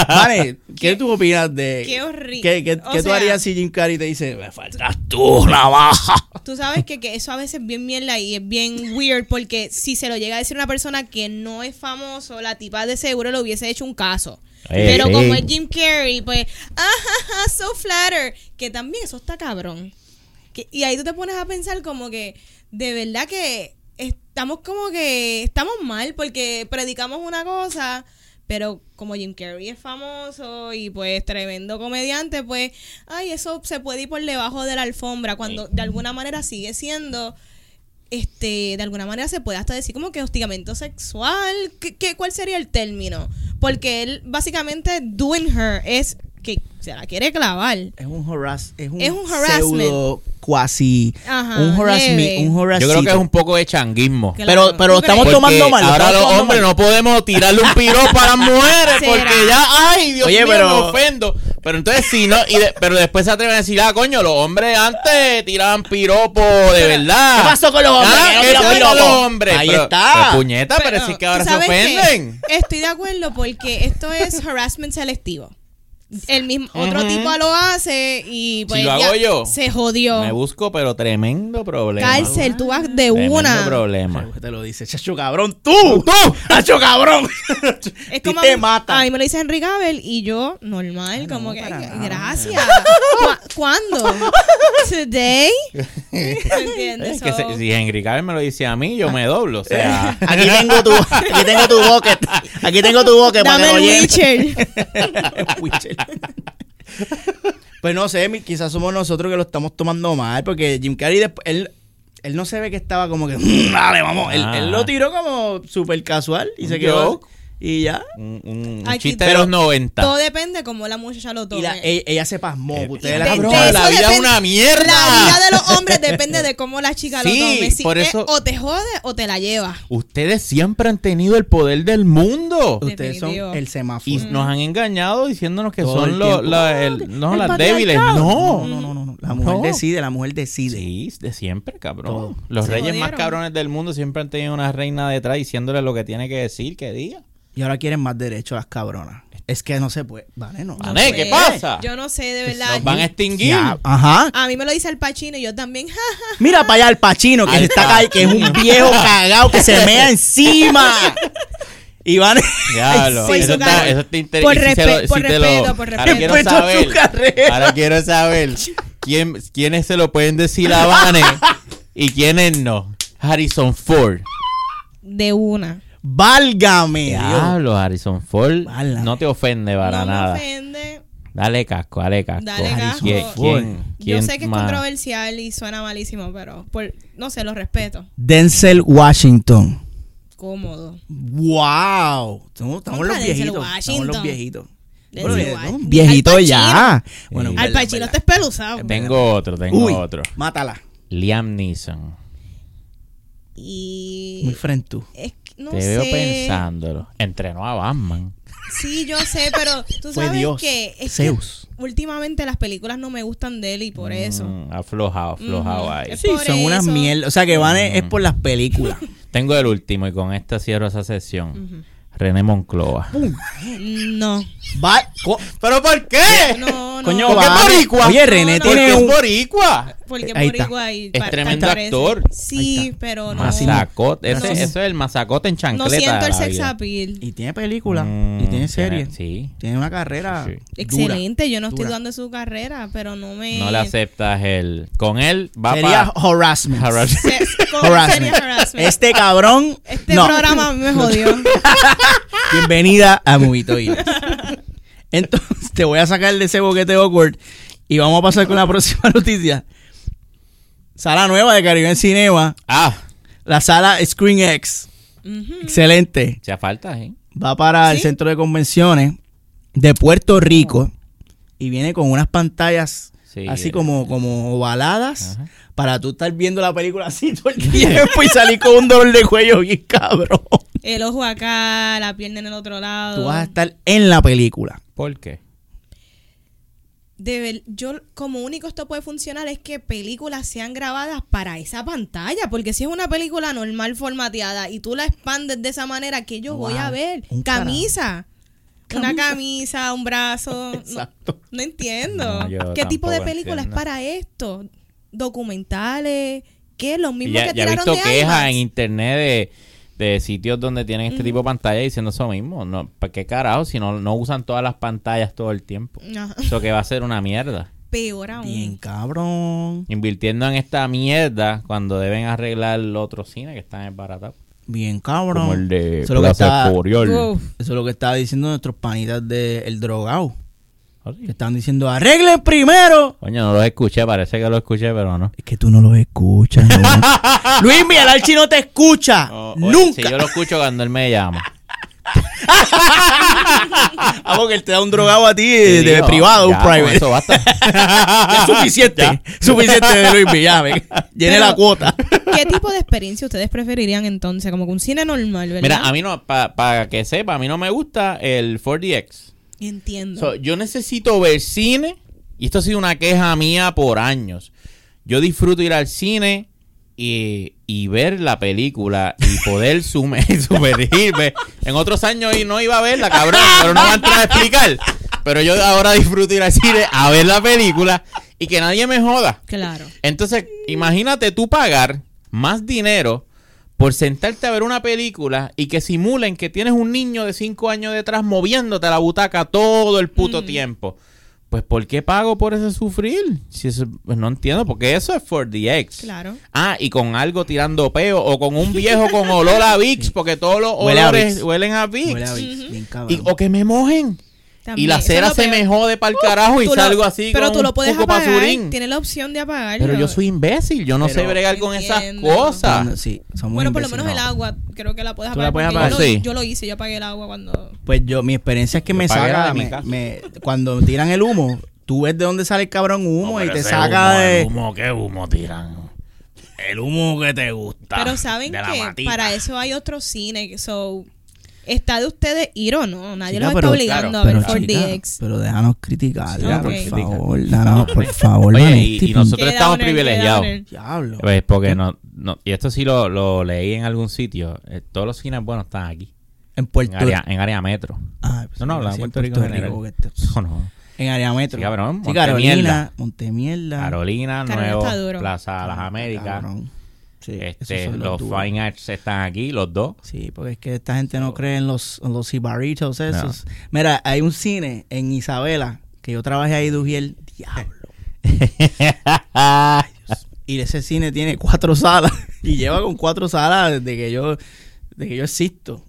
Speaker 2: Vale, ¿qué tú opinas de.
Speaker 1: Qué horrible.
Speaker 2: ¿Qué, qué-
Speaker 1: O
Speaker 2: qué tú
Speaker 1: sea-
Speaker 2: harías si Jim Carrey te dice, me faltas tú, navaja?
Speaker 1: Tú sabes que, que eso a veces es bien mierda y es bien weird porque si se lo llega a decir una persona que no es famoso, la tipa de seguro le hubiese hecho un caso.
Speaker 3: Eh,
Speaker 1: Pero
Speaker 3: sí.
Speaker 1: como es Jim Carrey, pues, [laughs] ajaja, so flatter, que también eso está cabrón. Que- y ahí tú te pones a pensar como que de verdad que estamos como que estamos mal porque predicamos una cosa, pero como Jim Carrey es famoso y pues tremendo comediante, pues ay, eso se puede ir por debajo de la alfombra cuando de alguna manera sigue siendo este, de alguna manera se puede hasta decir como que hostigamiento sexual, ¿Qué, qué, cuál sería el término? Porque él básicamente doing her es que se la quiere clavar.
Speaker 2: Es un harass, es un,
Speaker 1: Es un harassment.
Speaker 2: pseudo cuasi,
Speaker 1: Ajá,
Speaker 2: un
Speaker 1: leve.
Speaker 2: harassment, un harassment.
Speaker 3: Yo creo que es un poco de changuismo.
Speaker 1: Que
Speaker 2: Pero,
Speaker 1: Claro.
Speaker 2: pero
Speaker 1: ¿Tú
Speaker 2: lo
Speaker 1: crees?
Speaker 2: estamos
Speaker 3: Porque
Speaker 2: tomando mal. lo
Speaker 3: Ahora
Speaker 2: estamos
Speaker 3: los
Speaker 2: tomando
Speaker 3: hombres
Speaker 2: mal.
Speaker 3: no podemos tirarle un piropo a las mujeres
Speaker 1: ¿Será?
Speaker 3: porque ya, ay, Dios
Speaker 2: Oye,
Speaker 3: mío,
Speaker 2: pero-
Speaker 3: me ofendo. Pero entonces si no, y de- pero después se atreven a decir, ah, coño, los hombres antes tiraban piropo de
Speaker 2: ¿qué
Speaker 3: verdad.
Speaker 2: pasó con los hombres?
Speaker 3: Ah,
Speaker 2: Que no
Speaker 3: ¿Qué
Speaker 2: tiran
Speaker 3: pasó con los
Speaker 2: piropo.
Speaker 3: hombres?
Speaker 2: Ahí
Speaker 3: Pero-
Speaker 2: está.
Speaker 3: pero puñeta, pero,
Speaker 1: Pero,
Speaker 3: sí que
Speaker 1: ¿tú
Speaker 3: ahora se
Speaker 1: sabes qué?
Speaker 3: ofenden.
Speaker 1: Estoy de acuerdo porque esto es harassment selectivo. El mismo otro tipo lo hace y pues
Speaker 3: lo
Speaker 1: ya
Speaker 3: hago yo,
Speaker 1: se jodió.
Speaker 3: Me busco, pero tremendo problema.
Speaker 1: Cárcel, tú vas de
Speaker 3: Tremendo
Speaker 1: una.
Speaker 3: problema.
Speaker 2: Seguro que Te lo dice, chacho cabrón, tú, tú, chacho cabrón.
Speaker 1: [laughs] Es
Speaker 2: Y
Speaker 1: como a
Speaker 2: te
Speaker 1: mí-
Speaker 2: mata.
Speaker 1: A mí me lo dice Henry Gabel y yo, normal, como que,
Speaker 2: para
Speaker 1: ay,
Speaker 2: nada.
Speaker 1: gracias. ¿Cu-
Speaker 2: [laughs]
Speaker 1: ¿Cuándo?
Speaker 3: [laughs]
Speaker 1: ¿Today? ¿Me
Speaker 3: Es
Speaker 1: entiendes?
Speaker 3: que se-
Speaker 1: So,
Speaker 3: si Henry Cavill me lo dice a mí, yo me doblo.
Speaker 2: [laughs]
Speaker 3: O sea,
Speaker 2: Aquí
Speaker 1: [laughs]
Speaker 2: tengo tu, aquí tengo tu bucket, aquí tengo tu bucket para
Speaker 1: Dame
Speaker 2: que
Speaker 1: el
Speaker 2: lo llenes.
Speaker 1: Witcher.
Speaker 2: [laughs]
Speaker 3: [laughs]
Speaker 2: Witcher. pues no sé, mi- quizás somos nosotros que lo estamos tomando mal, porque Jim Carrey, desp- él, él no se ve que estaba como que, "Mm, dale, vamos. Él,
Speaker 3: Ah.
Speaker 2: él lo tiró como súper casual y
Speaker 3: Un
Speaker 2: se quedó.
Speaker 3: joke.
Speaker 2: Y ya.
Speaker 3: un, un- un
Speaker 1: Aquí
Speaker 3: chiste de
Speaker 1: todo-
Speaker 3: los 90.
Speaker 1: Todo depende cómo la muchacha lo
Speaker 2: Y
Speaker 1: tome.
Speaker 2: la- e- ella se
Speaker 3: Eh,
Speaker 2: pasmó. Ustedes la
Speaker 1: De-
Speaker 3: Cabrón,
Speaker 1: de
Speaker 3: la
Speaker 1: eso
Speaker 3: vida es
Speaker 1: depende-
Speaker 3: una mierda.
Speaker 1: La vida de los hombres depende de cómo la chica
Speaker 3: Sí,
Speaker 1: lo tome. Si
Speaker 3: por
Speaker 1: es
Speaker 3: eso-
Speaker 1: o te jode o te la lleva.
Speaker 3: Ustedes siempre han tenido el poder del mundo.
Speaker 2: Ustedes son
Speaker 1: Definitivo.
Speaker 2: el
Speaker 3: Y
Speaker 2: semáforo.
Speaker 3: nos han engañado diciéndonos que
Speaker 2: Todo el
Speaker 3: son los,
Speaker 2: tiempo.
Speaker 3: la- el- no,
Speaker 2: El
Speaker 3: las
Speaker 2: patriarcado. Mm.
Speaker 3: débiles.
Speaker 2: No,
Speaker 3: No.
Speaker 2: no, no, no, no. La mujer
Speaker 3: No.
Speaker 2: decide, la mujer decide.
Speaker 3: Sí, de siempre, cabrón.
Speaker 2: Todo.
Speaker 3: Los
Speaker 1: Se
Speaker 3: reyes más
Speaker 1: jodieron.
Speaker 3: cabrones del mundo siempre han tenido una reina detrás diciéndole lo que tiene que decir, que diga.
Speaker 2: Y ahora quieren más derechos las cabronas. Es que no se puede. Vale, no.
Speaker 3: Vale, Eh, ¿qué
Speaker 1: Pues,
Speaker 3: pasa?
Speaker 1: Yo no sé, de verdad.
Speaker 3: Nos van a extinguir.
Speaker 2: Ya, ajá.
Speaker 1: A mí me lo dice el Pachino y yo también. [laughs]
Speaker 2: Mira para allá el Pachino, que
Speaker 3: Al
Speaker 2: se está ca- que es un viejo cagado que se mea encima.
Speaker 3: [laughs]
Speaker 2: Y van [laughs]
Speaker 3: Diablo,
Speaker 1: Por
Speaker 3: eso,
Speaker 1: su cara-
Speaker 3: está, eso está inter-
Speaker 1: por
Speaker 3: y si se lo-
Speaker 1: respe- por
Speaker 3: si te lo-
Speaker 1: respeto, por
Speaker 3: Ahora
Speaker 1: respeto.
Speaker 3: quiero
Speaker 2: Respeto a su
Speaker 3: saber.
Speaker 2: carrera.
Speaker 3: Ahora quiero saber quién, quiénes se lo pueden decir a Vane y quiénes no. Harrison Ford.
Speaker 1: De una.
Speaker 2: Válgame. Dios.
Speaker 3: Diablo, Harrison Ford.
Speaker 2: Válame.
Speaker 3: No te ofende para
Speaker 1: no
Speaker 3: nada.
Speaker 1: me ofende.
Speaker 3: Dale casco, dale casco.
Speaker 1: Dale casco.
Speaker 3: ¿Quién-
Speaker 2: Ford.
Speaker 3: quién-
Speaker 1: Yo
Speaker 3: quién
Speaker 1: sé que es
Speaker 3: más?
Speaker 1: controversial y suena malísimo, pero por, no sé, lo respeto.
Speaker 2: Denzel Washington.
Speaker 1: Cómodo.
Speaker 2: Wow. Estamos, estamos los
Speaker 1: Contra Denzel
Speaker 2: viejitos. Estamos los
Speaker 1: Washington.
Speaker 2: viejitos.
Speaker 1: Denzel
Speaker 2: Bueno, bien,
Speaker 1: Washington.
Speaker 2: ¿no? Viejito
Speaker 1: Al Pacino.
Speaker 2: ya.
Speaker 3: Sí.
Speaker 1: Al
Speaker 2: verdad,
Speaker 1: Pachino
Speaker 2: verdad.
Speaker 1: está espeluzado.
Speaker 3: Tengo otro, tengo
Speaker 2: Uy,
Speaker 3: otro.
Speaker 2: mátala.
Speaker 3: Liam Neeson.
Speaker 1: Y
Speaker 2: Muy frente tú.
Speaker 1: es que no
Speaker 3: te
Speaker 1: sé.
Speaker 3: veo pensándolo. Entrenó a Batman.
Speaker 1: Sí, yo sé,
Speaker 3: [laughs]
Speaker 1: pero tú
Speaker 2: Fue
Speaker 1: sabes
Speaker 2: Dios.
Speaker 1: que es que
Speaker 2: Zeus.
Speaker 1: últimamente las películas no me gustan de él y por eso. Mm,
Speaker 3: Mm, aflojado, aflojado
Speaker 1: Ujú.
Speaker 3: ahí.
Speaker 1: Es
Speaker 2: Sí,
Speaker 1: por
Speaker 2: son unas
Speaker 1: eso.
Speaker 2: mierdas. O sea, que van
Speaker 3: Mm.
Speaker 2: es, es por las películas.
Speaker 3: Tengo el último y con esta cierro esa sesión. René Moncloa.
Speaker 1: No.
Speaker 2: Va- co-
Speaker 3: ¿Pero por qué?
Speaker 1: No, no, no.
Speaker 2: Coño,
Speaker 1: no,
Speaker 3: Porque es
Speaker 2: vale.
Speaker 3: boricua.
Speaker 2: Oye, René
Speaker 1: No, no,
Speaker 2: tiene
Speaker 3: Porque es
Speaker 2: un...
Speaker 3: boricua.
Speaker 1: porque
Speaker 2: ahí
Speaker 1: ahí
Speaker 2: está.
Speaker 3: Es tremendo actor.
Speaker 2: Ahí
Speaker 1: Sí,
Speaker 2: está.
Speaker 1: pero no.
Speaker 3: Mazacote. Ese-
Speaker 1: No.
Speaker 3: Eso es el mazacote en
Speaker 1: No
Speaker 3: chancleta.
Speaker 1: siento el
Speaker 3: de la
Speaker 1: sex
Speaker 3: vida.
Speaker 1: appeal.
Speaker 2: Y tiene película.
Speaker 3: Mm,
Speaker 2: y tiene serie.
Speaker 3: tiene- sí.
Speaker 2: Tiene una carrera
Speaker 3: Sí, sí.
Speaker 2: dura.
Speaker 1: Excelente, yo no estoy
Speaker 2: dura.
Speaker 1: dudando de su carrera, pero no me.
Speaker 3: No le aceptas el... Con él va
Speaker 2: Sería
Speaker 3: para... [laughs]
Speaker 2: harassment.
Speaker 1: [laughs] Se-
Speaker 2: [laughs]
Speaker 1: con-
Speaker 2: Harassment.
Speaker 1: sería harassment. Este,
Speaker 2: Este cabrón. no.
Speaker 1: programa a mí me jodió.
Speaker 2: [laughs] Bienvenida a Movito [laughs] Entonces, te voy a sacar de ese boquete awkward y vamos a pasar con la próxima [laughs] noticia. Sala nueva de Caribe en Cinema,
Speaker 3: Ah,
Speaker 2: la sala Screen X.
Speaker 1: Ujú.
Speaker 2: Excelente.
Speaker 3: se falta, ¿eh?
Speaker 2: Va para el
Speaker 1: ¿Sí?
Speaker 2: centro de convenciones de Puerto Rico y viene con unas pantallas
Speaker 3: Sí,
Speaker 2: así
Speaker 3: eh.
Speaker 2: como, como ovaladas
Speaker 3: Ajá.
Speaker 2: para tú estar viendo la película así todo
Speaker 3: [laughs]
Speaker 2: el tiempo y salir con un dolor de cuello bien cabrón.
Speaker 1: El ojo acá, la pierna en el otro lado.
Speaker 2: Tú vas a estar en la película.
Speaker 3: ¿Por qué?
Speaker 1: De ver- yo como único esto puede funcionar es que películas sean grabadas para esa pantalla, porque si es una película normal formateada y tú la expandes de esa manera, que yo voy a
Speaker 2: Wow,
Speaker 1: ver?
Speaker 2: un
Speaker 1: Camisa. Una camisa, un brazo. No,
Speaker 2: Exacto.
Speaker 1: no entiendo.
Speaker 3: No, yo
Speaker 1: ¿Qué tipo de
Speaker 3: tampoco
Speaker 1: película
Speaker 3: entiendo.
Speaker 1: es para esto? Documentales, ¿qué? Los
Speaker 3: Y
Speaker 1: mismos
Speaker 3: ya,
Speaker 1: que
Speaker 3: ya he
Speaker 1: tiraron
Speaker 3: visto
Speaker 1: de
Speaker 3: quejas
Speaker 1: Animals.
Speaker 3: en internet de, de sitios donde tienen este tipo de pantallas diciendo eso mismo. No, ¿Para qué carajo si no, no usan todas las pantallas todo
Speaker 1: [laughs]
Speaker 3: el tiempo?
Speaker 1: Ajá.
Speaker 3: Eso que va a ser una mierda.
Speaker 1: Peor aún.
Speaker 2: Bien cabrón.
Speaker 3: Invirtiendo en esta mierda cuando deben arreglar el otro cine que están embaratados.
Speaker 2: Bien cabrón.
Speaker 3: de
Speaker 2: eso, es lo que está, eso
Speaker 3: Escorial.
Speaker 1: Uf.
Speaker 2: es lo que estaba diciendo nuestros panitas del El Drogao.
Speaker 3: Ah,
Speaker 2: Que
Speaker 3: sí.
Speaker 2: estaban diciendo, arreglen primero.
Speaker 3: Coño, no los escuché, parece que los escuché, pero no.
Speaker 2: Es que tú no los escuchas. no. [laughs] Luis Miguel Archi no te escucha.
Speaker 3: No, oye,
Speaker 2: Ah, Nunca.
Speaker 3: Si yo lo escucho cuando él me llama.
Speaker 2: Ah, porque él te da un drogado a ti [laughs] de,
Speaker 3: Y
Speaker 2: de
Speaker 3: digo,
Speaker 2: privado, un
Speaker 3: ya, con
Speaker 2: private.
Speaker 3: Eso basta.
Speaker 2: Ya [laughs] es
Speaker 3: [laughs]
Speaker 2: suficiente. Suficiente de Luis Miguel. ya, ven. Llene
Speaker 1: Pero-
Speaker 2: la cuota.
Speaker 1: ¿Qué tipo de experiencia ustedes preferirían entonces? Como que un cine normal, ¿verdad?
Speaker 3: Mira, a mí no, para que sepa, a mí no me gusta el 4DX.
Speaker 1: Entiendo.
Speaker 3: So, yo necesito ver cine, y esto ha sido una queja mía por años. Yo disfruto ir al cine y, y ver la película y poder [laughs] sume- sumergirme. En otros años y no iba a verla, cabrón, pero no me han a explicar. Pero yo ahora disfruto ir al cine a ver la película y que nadie me joda.
Speaker 1: claro.
Speaker 3: Entonces, imagínate tú pagar más dinero por sentarte a ver una película y que simulen que tienes un niño de 5 años detrás moviéndote a la butaca todo el
Speaker 1: Mm.
Speaker 3: puto tiempo. Pues, ¿por qué pago por ese sufrir? Si eso- pues, no entiendo, porque eso es 4DX.
Speaker 1: Claro.
Speaker 3: Ah, y con algo tirando peo o con un viejo con olor a Vicks, porque todos los
Speaker 2: Huele a
Speaker 3: olores
Speaker 2: Vicks.
Speaker 3: huelen a Vicks.
Speaker 2: Huele a Vicks, bien cabrón.
Speaker 3: Y- o que me mojen.
Speaker 1: También.
Speaker 3: Y la
Speaker 1: Eso
Speaker 3: cera
Speaker 1: es lo
Speaker 3: se
Speaker 1: peor.
Speaker 3: me jode para el carajo y
Speaker 1: Tú lo-
Speaker 3: salgo así
Speaker 1: Pero
Speaker 3: con
Speaker 1: tú
Speaker 3: un
Speaker 1: lo puedes
Speaker 3: poco
Speaker 1: apagar.
Speaker 3: pasurín.
Speaker 1: Tienes la opción de apagarlo.
Speaker 3: Pero yo soy imbécil, yo no sé
Speaker 2: Pero-
Speaker 3: bregar con esas
Speaker 1: Entiendo.
Speaker 3: cosas.
Speaker 2: No, sí, somos
Speaker 1: Bueno, por lo
Speaker 2: imbéciles.
Speaker 1: menos el agua, creo que la puedes
Speaker 2: Tú la
Speaker 1: apagar.
Speaker 2: puedes
Speaker 1: porque Yo,
Speaker 2: apagar,
Speaker 1: lo,
Speaker 3: sí.
Speaker 1: yo lo hice, yo apagué el agua cuando.
Speaker 2: Pues yo, mi experiencia es que me
Speaker 3: pagué la
Speaker 2: saca,
Speaker 3: de mi
Speaker 2: me-
Speaker 3: casa.
Speaker 2: me- cuando tiran el humo, tú ves de dónde sale el cabrón humo y te
Speaker 3: ese
Speaker 2: saca
Speaker 3: humo,
Speaker 2: de...
Speaker 3: el humo, ¿qué humo tiran? El humo que te gusta.
Speaker 1: Pero saben
Speaker 3: de la
Speaker 1: que
Speaker 3: matita.
Speaker 1: para eso hay otros cines. So, está de ustedes ir o no. Nadie
Speaker 2: Chica,
Speaker 1: los
Speaker 2: pero-
Speaker 1: está obligando
Speaker 2: Pero,
Speaker 1: a ver
Speaker 2: chica,
Speaker 1: 4DX.
Speaker 2: pero déjanos criticarla,
Speaker 1: Sí,
Speaker 2: por
Speaker 1: ok.
Speaker 2: favor. Déjanos, por favor,
Speaker 3: Oye,
Speaker 2: Vanetti,
Speaker 3: y, y
Speaker 2: pin-
Speaker 3: nosotros
Speaker 1: Qué
Speaker 3: estamos
Speaker 1: downer, qué
Speaker 3: privilegiados.
Speaker 1: downer.
Speaker 2: Diablo.
Speaker 3: Pues, porque no, no- y esto sí lo, lo leí en algún sitio. eh, todos los cines buenos están aquí,
Speaker 2: En
Speaker 3: en
Speaker 2: Puerto
Speaker 3: área, en área metro. [laughs]
Speaker 2: Ah, pues,
Speaker 3: No, no, hablaba
Speaker 2: sí,
Speaker 3: de Puerto Rico en general.
Speaker 2: porque este-
Speaker 3: No, no.
Speaker 2: En área metro.
Speaker 3: Sí, cabrón,
Speaker 2: Sí, Carolina,
Speaker 3: Montemierda.
Speaker 2: Montemierda.
Speaker 3: Carolina,
Speaker 1: Carolina está
Speaker 3: Nuevo,
Speaker 1: duro.
Speaker 3: Plaza de las
Speaker 2: Cabrón,
Speaker 3: Américas.
Speaker 2: cabrón. Sí,
Speaker 3: Este,
Speaker 2: esos son
Speaker 3: los
Speaker 2: duros.
Speaker 3: Fine Arts están aquí, los [laughs] dos.
Speaker 2: Sí, porque es que esta gente no cree en los, en los cibaritos esos. Mira, hay un cine en Isabela, que yo trabajé ahí, Dugiel. Diablo. Y ese cine tiene cuatro salas. [laughs] Y lleva con cuatro salas desde que yo, desde que yo existo.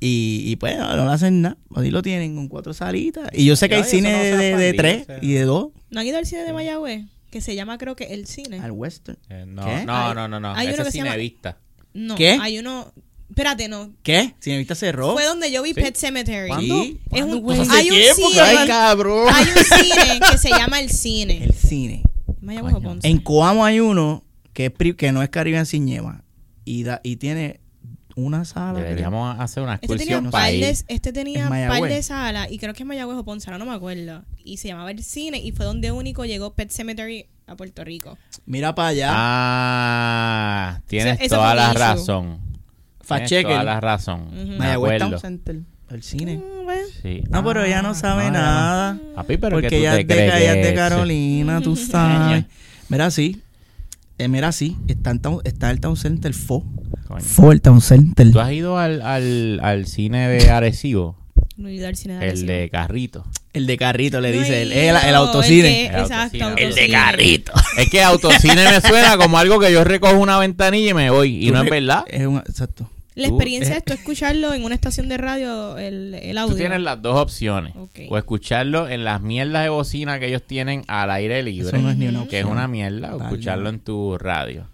Speaker 2: Y, y pues no, no le hacen nada. Así lo tienen con cuatro salitas. Y yo sé que hay
Speaker 3: Ay, eso
Speaker 2: cine
Speaker 3: no se
Speaker 2: de,
Speaker 3: ha
Speaker 2: de- de
Speaker 3: expandido,
Speaker 2: tres
Speaker 3: o sea.
Speaker 2: y de dos.
Speaker 1: ¿No han ido al cine de Mayagüez? Que se llama, creo que El Cine.
Speaker 2: Al western.
Speaker 3: Eh, no,
Speaker 2: ¿Qué?
Speaker 3: no, no, no, no.
Speaker 1: Hay
Speaker 3: Ese
Speaker 1: uno
Speaker 3: es
Speaker 1: que se llama-
Speaker 3: Cinevista.
Speaker 1: No,
Speaker 2: ¿Qué?
Speaker 1: hay uno. Espérate, no.
Speaker 2: ¿Qué? Cinevista cerró.
Speaker 1: Fue donde yo vi
Speaker 3: Sí.
Speaker 1: Pet Cemetery.
Speaker 2: ¿Cuándo?
Speaker 1: Sí. Es
Speaker 2: ¿Cuándo,
Speaker 1: un,
Speaker 2: güey? Hace
Speaker 1: hay un
Speaker 2: tiempo que-
Speaker 1: cine.
Speaker 2: Ay,
Speaker 3: cabrón.
Speaker 1: Hay
Speaker 3: [laughs]
Speaker 1: un cine que se llama El Cine.
Speaker 2: El cine.
Speaker 1: Mayagüez o
Speaker 3: Coño.
Speaker 1: Ponce.
Speaker 2: En Coamo hay uno que, es pri- que no es Caribbean Cinema. Y, da, y tiene una
Speaker 1: Ah,
Speaker 2: sala.
Speaker 3: Deberíamos hacer una
Speaker 1: Este tenía,
Speaker 3: excursión
Speaker 1: un
Speaker 3: para
Speaker 1: par
Speaker 3: ir.
Speaker 1: de, este tenía
Speaker 2: En
Speaker 1: par de
Speaker 2: Mayagüez.
Speaker 1: salas y creo que es Mayagüez o Ponce, ahora no me acuerdo. Y se llamaba El Cine y fue donde único llegó Pet Cemetery a Puerto Rico.
Speaker 2: Mira para allá.
Speaker 3: Ah, tienes
Speaker 1: Eso- eso
Speaker 3: toda
Speaker 1: fue
Speaker 3: la
Speaker 1: mi issue.
Speaker 3: razón.
Speaker 2: Fact
Speaker 3: Tienes
Speaker 2: checker.
Speaker 3: toda la razón.
Speaker 1: Ujú.
Speaker 3: Me
Speaker 2: Mayagüez Town
Speaker 3: acuerdo.
Speaker 2: Center. el
Speaker 3: Ah,
Speaker 2: cine.
Speaker 1: Mm, bueno.
Speaker 3: Sí.
Speaker 2: No, pero ella no sabe
Speaker 3: no, ella no.
Speaker 2: nada.
Speaker 3: Papi, Ah. pero
Speaker 2: Porque
Speaker 3: que tú
Speaker 2: ella
Speaker 3: te
Speaker 2: es, de,
Speaker 3: crees
Speaker 2: ella es de
Speaker 3: que-
Speaker 2: Carolina, tú sabes. Mira, sí. Eh, mira, sí. Está, en town- está el Town Center, el FO.
Speaker 3: Coño.
Speaker 2: FO, el Town Center.
Speaker 3: ¿Tú has ido al, al, al cine de Arecibo?
Speaker 1: No he ido al cine de
Speaker 3: El
Speaker 1: Arecibo.
Speaker 3: de carrito.
Speaker 2: El de carrito, le
Speaker 1: No
Speaker 2: dice.
Speaker 1: he
Speaker 2: El,
Speaker 1: ido,
Speaker 2: el, el autocine.
Speaker 1: el
Speaker 3: El
Speaker 1: Eh, exacto,
Speaker 3: autocine. El de
Speaker 1: autocine.
Speaker 2: carrito.
Speaker 3: Es que autocine me suena como algo que yo recojo una ventanilla y me voy. Y no es verdad.
Speaker 2: Es un- exacto.
Speaker 1: La
Speaker 3: Tú- eh.
Speaker 1: experiencia es tú escucharlo en una estación de radio, el, el audio.
Speaker 3: Tú tienes las dos opciones.
Speaker 1: Ok.
Speaker 3: O escucharlo en las mierdas de bocina que ellos tienen al aire libre.
Speaker 2: Eso no es ni una
Speaker 3: Que es
Speaker 2: opción.
Speaker 3: una mierda. O
Speaker 2: Vale.
Speaker 3: escucharlo en tu radio.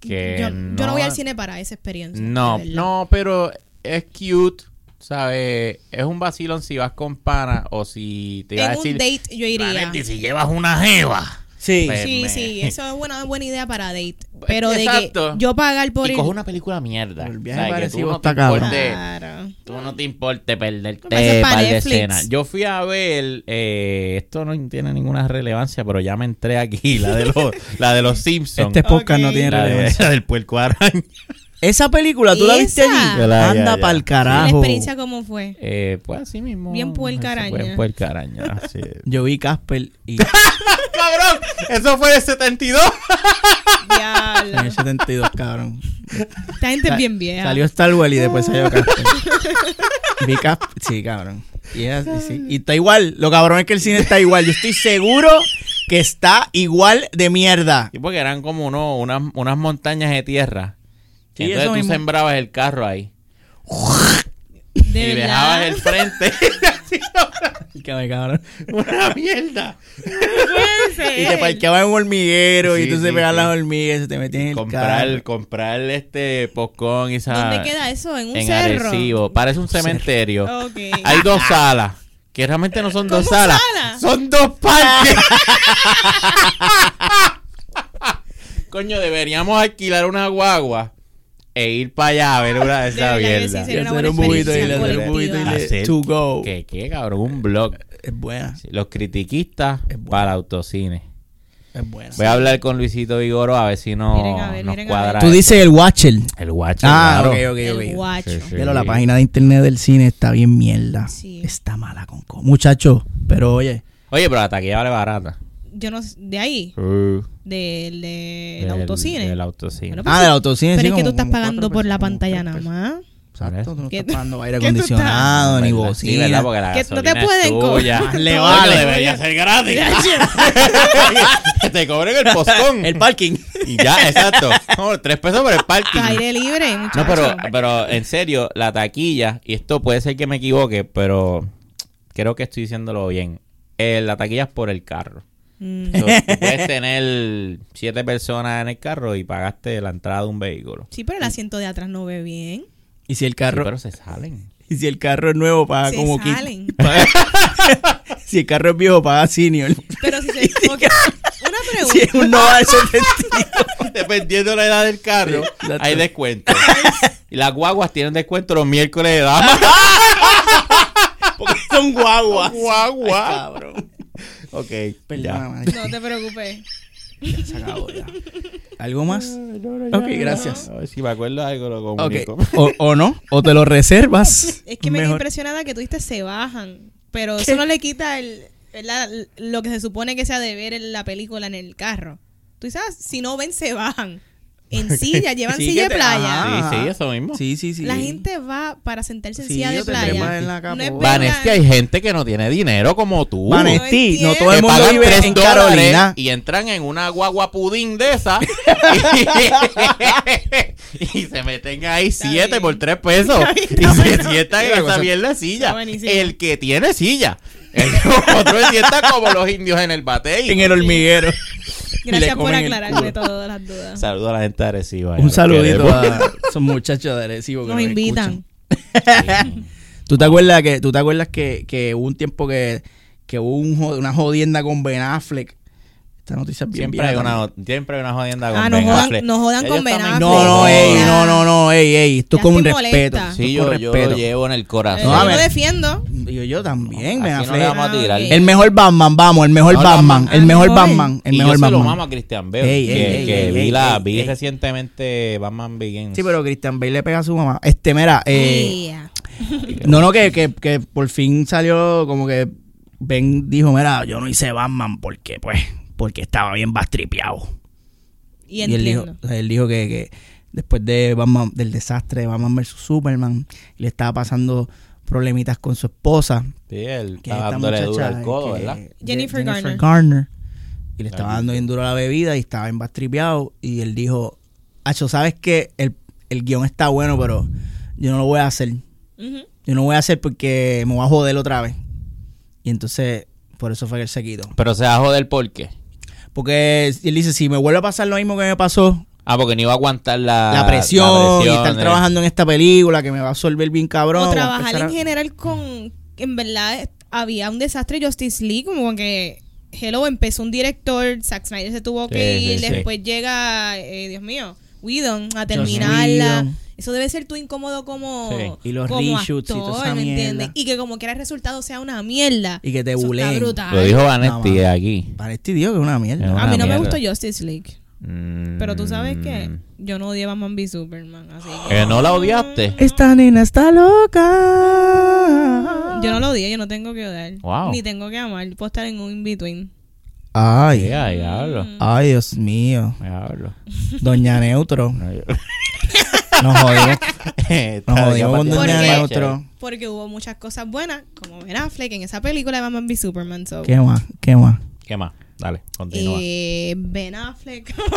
Speaker 3: Que
Speaker 1: yo, yo no... voy al cine para esa experiencia.
Speaker 3: No,
Speaker 1: de verdad.
Speaker 3: no, pero es cute. ¿Sabes? Es un vacilón si vas con pana o si te iba a
Speaker 1: En
Speaker 3: decir...
Speaker 1: un date yo iría.
Speaker 3: "Vanetti, si llevas una jeva.
Speaker 2: Sí.
Speaker 3: Pues,
Speaker 1: Sí,
Speaker 3: me-
Speaker 1: sí, eso es una buena idea para
Speaker 3: [laughs]
Speaker 1: date. Pero de
Speaker 3: Exacto.
Speaker 1: que yo pagar por Ah.
Speaker 3: y
Speaker 1: ir-
Speaker 3: coge una película mierda.
Speaker 2: El viaje
Speaker 3: O sea, que
Speaker 2: parecido
Speaker 3: tú no
Speaker 2: está
Speaker 3: te
Speaker 2: cabrón.
Speaker 3: importe-
Speaker 1: Claro.
Speaker 3: Tú no te importe
Speaker 1: Parece
Speaker 3: perderte
Speaker 1: pa'
Speaker 3: par de
Speaker 1: Netflix.
Speaker 3: escenas. Yo fui a ver, eh, esto no tiene ninguna relevancia, pero ya me entré aquí, [laughs] la de los, la de los Simpsons.
Speaker 2: Este podcast no
Speaker 1: Ok.
Speaker 2: tiene
Speaker 3: la, de-
Speaker 2: relevancia.
Speaker 3: la del puerco araña.
Speaker 2: Esa película, ¿tú la viste
Speaker 1: Esa.
Speaker 2: allí?
Speaker 3: Yo la vi
Speaker 2: Anda
Speaker 3: allá.
Speaker 2: pa'l
Speaker 1: ¿La
Speaker 2: carajo.
Speaker 1: experiencia cómo fue?
Speaker 3: Eh, pues así mismo.
Speaker 1: Bien puerca
Speaker 3: Eso fue
Speaker 1: araña.
Speaker 3: puerca araña,
Speaker 2: [laughs]
Speaker 3: así es.
Speaker 2: Yo vi Casper [laughs] y
Speaker 3: ¡Cabrón! Eso fue el 72.
Speaker 2: en
Speaker 1: Diablo.
Speaker 2: el 72, cabrón.
Speaker 1: Esta gente es bien vieja.
Speaker 2: Salió Star Wars y después [laughs] salió Casper. vi Casper, sí, cabrón. Y, es así, sí. Y está igual. Lo cabrón es que el cine está igual. Yo estoy seguro que está igual de
Speaker 3: [laughs]
Speaker 2: mierda.
Speaker 3: Y porque eran como uno, unas, unas montañas de tierra.
Speaker 2: Sí,
Speaker 3: Entonces
Speaker 2: eso
Speaker 3: tú
Speaker 2: mismo.
Speaker 3: sembrabas el carro ahí.
Speaker 1: De
Speaker 3: Y
Speaker 1: verdad.
Speaker 3: dejabas el
Speaker 1: [laughs]
Speaker 3: frente.
Speaker 2: [laughs] cabrón.
Speaker 3: Una mierda.
Speaker 1: Fíjense.
Speaker 2: [laughs] Y te parqueaba en un hormiguero y
Speaker 3: Sí,
Speaker 2: tú se
Speaker 3: sí,
Speaker 2: pegas
Speaker 3: sí.
Speaker 2: las hormigas, se te metían en el
Speaker 3: comprar,
Speaker 2: carro.
Speaker 3: comprar este popcorn y esa.
Speaker 1: ¿Dónde queda eso? ¿En un
Speaker 3: en
Speaker 1: cerro?
Speaker 3: Arecibo. Parece un cementerio.
Speaker 1: Ok.
Speaker 3: Hay dos salas. Que realmente no son dos
Speaker 1: ¿Cómo
Speaker 3: salas.
Speaker 1: salas?
Speaker 3: Son dos parques. [laughs] Coño, deberíamos alquilar una guagua e ir para allá a ver una de esas
Speaker 1: verdad que sí,
Speaker 3: mierdas.
Speaker 1: sería una
Speaker 2: Hacer un
Speaker 1: buena
Speaker 2: bubito y le-
Speaker 1: experiencia
Speaker 2: hacer un bubito y le-
Speaker 1: colectiva.
Speaker 3: Hacer-
Speaker 2: to go.
Speaker 3: ¿Qué, qué, cabrón? Un blog.
Speaker 2: Es buena,
Speaker 3: Sí, Los critiquistas
Speaker 2: Es bueno.
Speaker 3: para el autocine.
Speaker 2: es buena.
Speaker 3: Voy a hablar con Luisito Vigoro a ver si no,
Speaker 1: Miren a ver,
Speaker 3: nos
Speaker 1: miren a
Speaker 3: cuadra.
Speaker 1: ver.
Speaker 2: Tú
Speaker 3: esto.
Speaker 2: dices el Watcher.
Speaker 3: El watch.
Speaker 2: Ah, ok, ok, ok.
Speaker 1: El guacho.
Speaker 3: Sí, sí.
Speaker 2: Pero la página de internet del cine está bien mierda.
Speaker 1: Sí.
Speaker 2: Está mala con co. Muchachos, pero oye,
Speaker 3: Oye, pero la taquilla vale barata.
Speaker 1: Yo no sé, de ahí, del de,
Speaker 3: Del-
Speaker 1: autocine.
Speaker 3: Del autocine.
Speaker 1: Bueno, pues
Speaker 2: Ah, del autocine,
Speaker 1: Pero
Speaker 2: sí,
Speaker 1: es que
Speaker 2: como-
Speaker 1: tú estás
Speaker 2: como cuatro
Speaker 1: pagando por la
Speaker 2: pesos, como
Speaker 1: pantalla
Speaker 2: tres
Speaker 1: nada
Speaker 2: pesos.
Speaker 1: más.
Speaker 2: Exacto, tú no
Speaker 1: ¿Qué
Speaker 2: estás
Speaker 1: tú- [laughs]
Speaker 2: pagando aire
Speaker 1: qué tú estás-
Speaker 2: acondicionado, ni
Speaker 3: Ah, ¿Verdad? Sí,
Speaker 2: bocina.
Speaker 3: ¿verdad?
Speaker 2: [laughs]
Speaker 3: Porque la
Speaker 1: Que no te
Speaker 3: gasolina es
Speaker 1: pueden co-
Speaker 3: tuya. [laughs]
Speaker 1: Más
Speaker 2: le
Speaker 3: Coño,
Speaker 2: vale.
Speaker 3: Debería
Speaker 1: [laughs]
Speaker 3: ser gratis. [laughs] que te cobren el postón.
Speaker 2: el parking.
Speaker 3: Y ya, exacto. No, tres pesos por el parking.
Speaker 1: Aire libre, muchacho.
Speaker 3: No, pero, pero en serio, la taquilla, y esto puede ser que me equivoque, pero creo que estoy diciéndolo bien. Eh, la taquilla es por el carro.
Speaker 1: Mm, [laughs]
Speaker 3: So, tú puedes tener siete personas en el carro y pagaste la entrada de un vehículo.
Speaker 1: Sí, pero el asiento de atrás no ve bien.
Speaker 2: [laughs] Y si el
Speaker 3: Sí,
Speaker 2: carro,
Speaker 3: pero se salen.
Speaker 2: y si el carro es nuevo, paga
Speaker 1: se
Speaker 2: Ah, como kit.
Speaker 1: salen.
Speaker 2: [laughs] Si el carro es viejo,
Speaker 1: [laughs]
Speaker 2: paga senior.
Speaker 1: Pero si se... ok, Una pregunta.
Speaker 2: Si es un Nova del
Speaker 1: [laughs]
Speaker 2: 72.
Speaker 3: [laughs] Dependiendo de la edad del carro,
Speaker 2: Sí, exacto.
Speaker 3: hay descuento. [laughs] Y las guaguas tienen descuento los miércoles de dama.
Speaker 2: Porque son guaguas.
Speaker 3: Guagua.
Speaker 2: Ay, cabrón.
Speaker 3: ok, ya.
Speaker 2: Perdóname.
Speaker 1: No te preocupes.
Speaker 2: Ya se acabó ya. ¿Algo más?
Speaker 1: Ah,
Speaker 3: ya,
Speaker 2: Ok, gracias.
Speaker 3: A ver si me acuerdo algo, lo
Speaker 2: Ok.
Speaker 3: comunico.
Speaker 2: O, o no, o te lo reservas.
Speaker 1: [laughs] Es que me quedé
Speaker 2: Mejor.
Speaker 1: impresionada que tuviste se bajan. Pero eso no le quita el, ¿verdad? lo que se supone que sea de ver en la película en el carro. Tú sabes, si no ven, se bajan. En silla, llevan
Speaker 2: Sí,
Speaker 1: silla de
Speaker 2: que te-
Speaker 1: playa.
Speaker 2: ajá.
Speaker 3: Sí, sí, eso mismo.
Speaker 2: Sí, sí, sí.
Speaker 1: La gente va para sentarse en
Speaker 2: Sí,
Speaker 1: silla de
Speaker 2: yo te
Speaker 1: playa.
Speaker 2: trepas en
Speaker 1: no es
Speaker 2: la capote.
Speaker 1: verdad.
Speaker 3: Vanesti, hay gente que no tiene dinero como tú.
Speaker 1: Vanesti,
Speaker 2: Vanesti, Uh. no,
Speaker 1: entiendo.
Speaker 2: todo el
Speaker 3: que
Speaker 2: mundo
Speaker 3: pagan
Speaker 2: vive
Speaker 3: tres
Speaker 2: en
Speaker 3: dólares
Speaker 2: Carolina.
Speaker 3: Y entran en una guagua pudín de
Speaker 2: [laughs]
Speaker 3: esa. y se meten ahí siete
Speaker 1: bien.
Speaker 3: por
Speaker 2: [laughs]
Speaker 3: tres pesos. Y se sientan en esa mierda de
Speaker 1: Está
Speaker 3: silla.
Speaker 1: buenísimo.
Speaker 3: El que tiene silla. El otro se sienta como los indios en el batey.
Speaker 2: En el hormiguero. Y
Speaker 1: [laughs]
Speaker 2: le
Speaker 1: Gracias por
Speaker 2: comen el
Speaker 1: aclararme
Speaker 2: culo.
Speaker 1: todas las dudas.
Speaker 3: Saludo a la gente de Arecibo.
Speaker 2: Un saludito
Speaker 3: [laughs]
Speaker 2: a [laughs] esos muchachos de Arecibo que
Speaker 1: Nos invitan.
Speaker 2: escuchan. ¿Tú te acuerdas que, tú te acuerdas que, que hubo un tiempo que, que hubo un jo- una jodienda con Ben Affleck? Esta noticia es bien
Speaker 3: Siempre
Speaker 2: vieja
Speaker 3: hay,
Speaker 2: también.
Speaker 3: una, siempre hay una jodienda con
Speaker 1: Ah, no
Speaker 3: Ben
Speaker 1: jodan-
Speaker 3: Affleck.
Speaker 1: no jodan
Speaker 3: Ya
Speaker 1: con
Speaker 3: ellos
Speaker 1: Ben
Speaker 3: también-
Speaker 2: No, no,
Speaker 1: Ah,
Speaker 2: ey,
Speaker 1: ya.
Speaker 2: no, no, no, ey, ey. Esto
Speaker 1: Ya
Speaker 2: es con
Speaker 1: estoy
Speaker 2: respeto.
Speaker 1: molesta.
Speaker 2: esto es
Speaker 3: Sí,
Speaker 2: con
Speaker 3: yo, yo
Speaker 2: respeto.
Speaker 3: lo llevo en el corazón.
Speaker 1: Eh, Yo
Speaker 2: a
Speaker 1: lo
Speaker 2: ver.
Speaker 1: defiendo.
Speaker 2: Yo, yo también, Ben
Speaker 3: Aquí no
Speaker 2: Affleck.
Speaker 3: le vamos a tirar.
Speaker 1: Ah, ok.
Speaker 2: El mejor Batman, vamos, el mejor
Speaker 3: No, el
Speaker 2: Batman,
Speaker 3: Batman.
Speaker 2: el mejor
Speaker 1: Ah,
Speaker 2: Batman, el
Speaker 3: y
Speaker 2: mejor
Speaker 3: yo se lo
Speaker 2: Batman.
Speaker 3: mamo a Christian Bale.
Speaker 2: Ey,
Speaker 3: que
Speaker 2: ey,
Speaker 3: que
Speaker 2: ey,
Speaker 3: vi,
Speaker 2: ey,
Speaker 3: la,
Speaker 2: ey,
Speaker 3: vi
Speaker 2: ey.
Speaker 3: recientemente Batman Begins.
Speaker 2: Sí, pero Christian Bale le pega a su mamá. Este, mira, eh,
Speaker 1: Yeah.
Speaker 2: No, no, que, que, que por fin salió como que Ben dijo, mira, yo no hice Batman porque, pues, porque estaba bien bastripeado.
Speaker 1: Y
Speaker 2: él
Speaker 1: entiendo.
Speaker 2: dijo, él dijo que, que después de Batman, del desastre de Batman vs. Superman, le estaba pasando problemitas con su esposa.
Speaker 3: Sí, él
Speaker 2: Que
Speaker 3: está
Speaker 2: esta
Speaker 3: dándole duro
Speaker 2: muchacha,
Speaker 3: al codo,
Speaker 2: que-
Speaker 3: ¿verdad?
Speaker 1: Jennifer Garner.
Speaker 2: Y le estaba dando bien duro a la bebida y estaba embastripeado. Y él dijo, Acho, ¿sabes que El, el guión está bueno, pero yo no lo voy a hacer.
Speaker 1: Ujú.
Speaker 2: Yo no voy a hacer porque me voy a joder otra vez. Y entonces, por eso fue que él se quitó.
Speaker 3: Pero se va a joder por qué.
Speaker 2: Porque él dice, si me vuelve a pasar lo mismo que me pasó,
Speaker 3: Ah, porque no iba a aguantar Ah, la,
Speaker 2: la presión,
Speaker 3: la presión,
Speaker 2: y estar
Speaker 3: eh.
Speaker 2: trabajando en esta película que me va a absorber bien cabrón.
Speaker 1: o
Speaker 2: voy a
Speaker 1: trabajar
Speaker 2: empezar a-
Speaker 1: en general con en verdad eh, había un desastre Justice League como que Hello empezó un director Zack Snyder se tuvo que
Speaker 3: Sí,
Speaker 1: ir
Speaker 3: sí, sí.
Speaker 1: después llega eh, Dios mío Whedon a
Speaker 2: Joss
Speaker 1: terminarla
Speaker 2: Whedon.
Speaker 1: eso debe ser tú incómodo como
Speaker 3: Sí.
Speaker 2: Y los
Speaker 1: como
Speaker 2: reshoots y toda
Speaker 1: actor,
Speaker 2: esa
Speaker 1: ¿me
Speaker 2: mierda.
Speaker 1: entiendes? y que como que el resultado sea una mierda
Speaker 2: Y que te
Speaker 1: Eso está
Speaker 2: buleen.
Speaker 1: brutal.
Speaker 3: Lo dijo
Speaker 2: No,
Speaker 3: Vanetti
Speaker 2: mano.
Speaker 3: aquí.
Speaker 2: Para este tío que es una mierda.
Speaker 3: Es una
Speaker 1: a mí no me
Speaker 3: mierda.
Speaker 1: gustó Justice League
Speaker 3: Mm.
Speaker 1: pero tú sabes que yo no odiaba a Man v Superman así que
Speaker 3: ¿Que no la odiaste?
Speaker 2: Esta nena está loca.
Speaker 1: yo no lo odié yo no tengo que odiar
Speaker 3: Wow.
Speaker 1: ni tengo que amar puedo estar en un in between
Speaker 2: Ay,
Speaker 3: Ya, diablo.
Speaker 2: ay, Dios mío.
Speaker 3: Diablo.
Speaker 2: Doña Neutro.
Speaker 3: No,
Speaker 2: [laughs]
Speaker 3: yo-
Speaker 2: Nos jodimos.
Speaker 3: Esta
Speaker 2: Nos
Speaker 3: de
Speaker 2: jodimos con Doña
Speaker 3: Capatía
Speaker 1: Porque-
Speaker 3: Pacha.
Speaker 2: Neutro.
Speaker 1: Porque hubo muchas cosas buenas, como Ben Affleck en esa película de Batman v Superman. So.
Speaker 2: ¿Qué más? ¿Qué más?
Speaker 3: ¿Qué más? Dale, continúa. [laughs]
Speaker 1: Eh, ben Affleck.
Speaker 2: [laughs]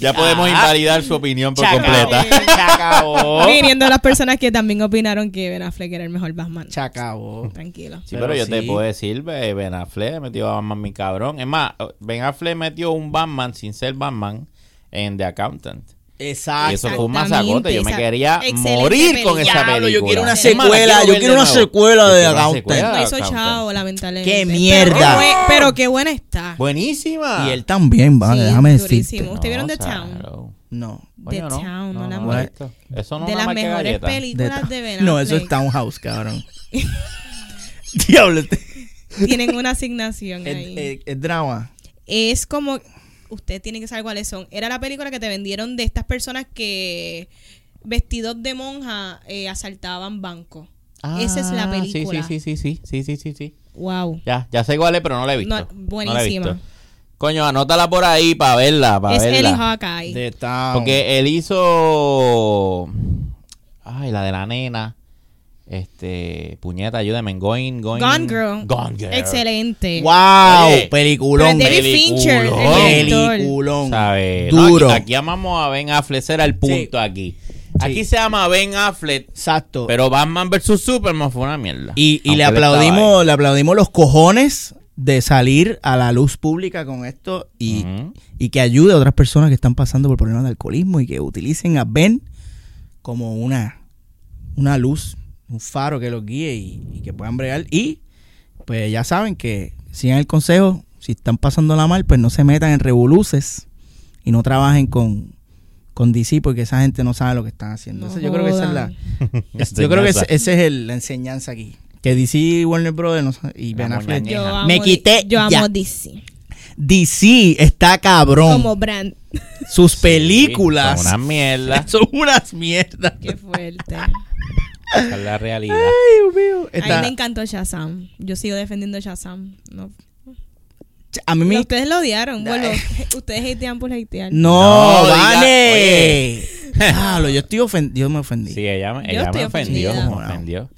Speaker 3: ya podemos invalidar su opinión por
Speaker 2: eh,
Speaker 3: completa. Oh.
Speaker 2: Chacabó.
Speaker 1: Viniendo las personas que también opinaron que Ben Affleck era el mejor Batman.
Speaker 2: Chacabó.
Speaker 1: Tranquilo.
Speaker 3: Sí, pero, yo
Speaker 2: sí.
Speaker 3: te puedo decir, eh, Ben Affleck metió a Batman, mi cabrón. Es más, Ben Affleck metió un Batman sin ser Batman en The Accountant. Y eso
Speaker 2: Exacto.
Speaker 3: fue un masacote. Yo me
Speaker 1: Exactamente,
Speaker 3: quería
Speaker 1: excelente
Speaker 3: morir con
Speaker 1: película.
Speaker 3: esa
Speaker 2: Diablo,
Speaker 3: película.
Speaker 2: yo quiero una
Speaker 3: Es más, la
Speaker 2: secuela, yo
Speaker 3: ver
Speaker 2: quiero
Speaker 3: de
Speaker 2: una
Speaker 3: nuevo.
Speaker 2: secuela
Speaker 3: Yo
Speaker 2: de
Speaker 3: quiero una
Speaker 2: Accountant.
Speaker 3: secuela de
Speaker 1: No hizo
Speaker 3: Accountant.
Speaker 1: chao, eh. lamentablemente.
Speaker 2: ¡Qué
Speaker 1: Pero
Speaker 2: mierda!
Speaker 1: qué bue- Pero qué buena está.
Speaker 3: Buenísima.
Speaker 2: Y él también, vale,
Speaker 1: Sí,
Speaker 2: déjame
Speaker 1: durísimo.
Speaker 2: decirte.
Speaker 1: ¿Ustedes vieron The Town?
Speaker 3: claro.
Speaker 2: No.
Speaker 1: The
Speaker 3: Coño,
Speaker 1: Town, no la
Speaker 2: no,
Speaker 1: mejor-
Speaker 3: esto- Eso no
Speaker 1: de
Speaker 3: nada
Speaker 1: las
Speaker 3: más que
Speaker 1: mejores
Speaker 3: galleta.
Speaker 1: películas de,
Speaker 2: ta-
Speaker 1: Ben Affleck.
Speaker 2: no, eso es Townhouse, cabrón. Diablo, este-
Speaker 1: Tienen una
Speaker 3: [laughs]
Speaker 1: asignación
Speaker 2: es,
Speaker 1: ahí.
Speaker 2: es- es drama.
Speaker 1: es como usted tiene que saber cuáles son. Era la película que te vendieron de estas personas que vestidos de monja eh, asaltaban banco. Esa es la
Speaker 3: Ah, sí,
Speaker 1: película.
Speaker 3: Sí, sí, sí, sí, sí, sí, sí, sí.
Speaker 1: Wow.
Speaker 3: Ya, ya sé cuál es, pero no la he visto.
Speaker 1: No,
Speaker 3: No la he visto.
Speaker 1: buenísima.
Speaker 3: Coño, anótala por ahí para verla, para
Speaker 1: es Eli
Speaker 3: verla.
Speaker 1: Hawkeye.
Speaker 2: De Town.
Speaker 3: Porque él hizo Ay, la de la nena. Este, puñeta, ayúdame, going, going.
Speaker 1: Gone Girl.
Speaker 3: Gone Girl.
Speaker 1: Excelente.
Speaker 2: ¡Wow!
Speaker 3: Oye.
Speaker 1: Pero es
Speaker 2: peliculón.
Speaker 1: David
Speaker 3: peliculón.
Speaker 1: Fincher, el director.
Speaker 2: Peliculón.
Speaker 3: ¿Sabe? No,
Speaker 2: Duro.
Speaker 3: aquí, aquí amamos a Ben Affleck, ese era el punto aquí. Aquí se ama Ben Affleck,
Speaker 2: Exacto.
Speaker 3: pero Batman vs Superman fue una mierda.
Speaker 2: y y
Speaker 3: Aunque
Speaker 2: le
Speaker 3: él estaba ahí.
Speaker 2: aplaudimos, le aplaudimos los cojones de salir a la luz pública con esto y, [laughs]
Speaker 3: Ujú.
Speaker 2: y que ayude a otras personas que están pasando por problemas de alcoholismo y que utilicen a Ben como una, una luz, un faro que los guíe y, y que puedan bregar. Y pues ya saben que sigan el consejo, si están pasándola mal, pues no se metan en revoluces y no trabajen con, con DC porque esa gente no sabe lo que están haciendo.
Speaker 1: No
Speaker 2: Esa- yo creo que esa es la...
Speaker 1: jodan.
Speaker 2: Es-
Speaker 3: Este,
Speaker 2: Yo creo que ese,
Speaker 3: Enseñanza.
Speaker 2: ese es el- la enseñanza aquí. Que DC y Warner Brothers no sabe- y
Speaker 3: La
Speaker 2: Ben Affleck.
Speaker 3: muñeña.
Speaker 1: Yo
Speaker 3: Ajá.
Speaker 1: amo
Speaker 2: Me
Speaker 1: Di-
Speaker 2: quité
Speaker 1: Yo amo
Speaker 2: ya.
Speaker 1: DC.
Speaker 2: DC está cabrón.
Speaker 1: Como brand.
Speaker 2: Sus películas
Speaker 3: Sí, son
Speaker 2: [laughs]
Speaker 3: una mierda.
Speaker 2: son unas mierdas.
Speaker 1: Qué fuerte.
Speaker 3: Esa es la
Speaker 2: [laughs]
Speaker 3: realidad.
Speaker 2: Ay, Dios mío. Está-
Speaker 1: A mí me encantó Shazam. Yo sigo defendiendo Shazam. No.
Speaker 2: a mí me-
Speaker 1: Ustedes lo odiaron. Vuelvo. Ustedes hatean por hatear.
Speaker 2: No,
Speaker 3: No, diga-
Speaker 2: vale.
Speaker 3: oye.
Speaker 2: [laughs] Diablo, yo estoy ofendido. Yo me ofendí.
Speaker 3: Sí, ella, me-
Speaker 1: Yo
Speaker 3: ella
Speaker 1: estoy
Speaker 3: me ofendió.
Speaker 1: ofendida.
Speaker 3: Me ofendió.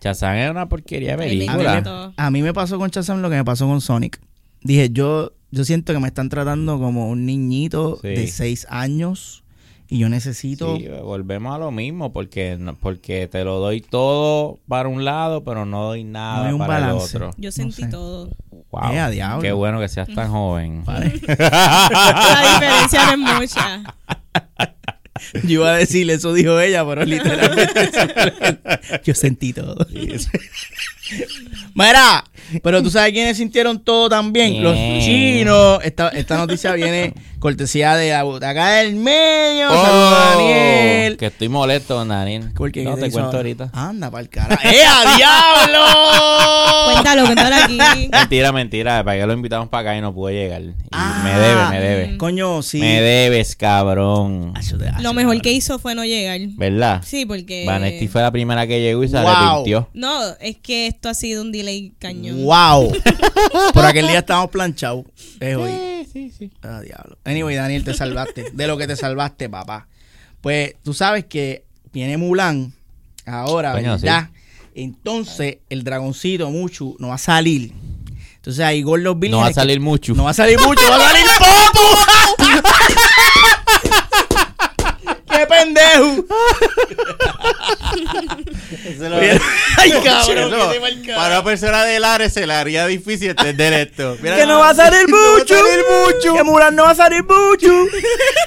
Speaker 3: Chazán es una porquería de
Speaker 1: Ay, me
Speaker 2: A mí, me,
Speaker 1: encanta.
Speaker 3: película.
Speaker 2: a mí me pasó con Shazam lo que me pasó con Sonic. Dije, yo, yo siento que me están tratando como un niñito
Speaker 3: Sí.
Speaker 2: de seis años y yo necesito...
Speaker 3: Sí, volvemos a lo mismo porque, no- porque te lo doy todo para un lado, pero no doy
Speaker 2: No
Speaker 3: nada
Speaker 2: hay un
Speaker 3: para
Speaker 2: balance.
Speaker 3: el otro.
Speaker 1: Yo sentí
Speaker 2: sé.
Speaker 1: todo.
Speaker 3: Wow,
Speaker 2: Eh, a diablo.
Speaker 3: Qué bueno que seas
Speaker 2: [laughs]
Speaker 3: tan joven. [laughs]
Speaker 1: La diferencia no es mucha.
Speaker 2: Yo iba a decir, eso dijo ella, pero
Speaker 3: [laughs]
Speaker 2: literalmente eso fue lo que- yo sentí todo. Mira, Pero tú sabes quiénes sintieron todo también. Los
Speaker 3: Bien.
Speaker 2: chinos. Esta, esta noticia viene cortesía de la butaca del medio.
Speaker 3: Oh,
Speaker 2: Saludos, Daniel.
Speaker 3: Que estoy molesto, don Daniel.
Speaker 2: ¿Por qué?
Speaker 3: No
Speaker 2: ¿Qué
Speaker 3: te
Speaker 2: hizo?
Speaker 3: cuento ahorita.
Speaker 2: Anda para el carajo. [laughs] ¡Eh, a
Speaker 1: [laughs]
Speaker 2: diablo!
Speaker 1: Cuéntalo, cuéntalo aquí.
Speaker 3: Mentira, mentira. Para que lo invitamos para acá y no pude llegar. Y
Speaker 2: Ah,
Speaker 3: [laughs] me debe, me debe.
Speaker 2: Coño, sí.
Speaker 3: Me debes, cabrón.
Speaker 2: Acho, te- acho,
Speaker 1: Lo mejor
Speaker 2: cabrón.
Speaker 1: que hizo fue no llegar.
Speaker 3: ¿Verdad?
Speaker 1: Sí, porque...
Speaker 3: Vanetti fue la primera que llegó y se
Speaker 2: Wow.
Speaker 3: arrepintió.
Speaker 1: No, es que esto ha sido un delay cañón.
Speaker 2: ¡Wow! [laughs] Por aquel día estábamos planchados. Es hoy. Sí, sí, sí. Ah, diablo. Anyway, Daniel, te salvaste. De lo que te salvaste, papá. Pues tú sabes que viene Mulan ahora,
Speaker 3: Coño,
Speaker 2: ¿verdad? Entonces, el dragoncito Muchu no va a salir. Entonces, ahí Gordos
Speaker 3: No va a salir mucho.
Speaker 2: No va a salir mucho, va a salir poco. [laughs] ¡Qué [laughs] pendejo!
Speaker 1: [laughs]
Speaker 2: ¡Ay, cabrón!
Speaker 3: Eso,
Speaker 2: que te va el carajo.
Speaker 3: para una persona de Lares se le haría difícil
Speaker 1: [laughs]
Speaker 3: entender esto. Mira,
Speaker 2: que no va a salir
Speaker 3: no va a
Speaker 2: mucho.
Speaker 3: salir mucho.
Speaker 2: Que Mulan no va a salir mucho.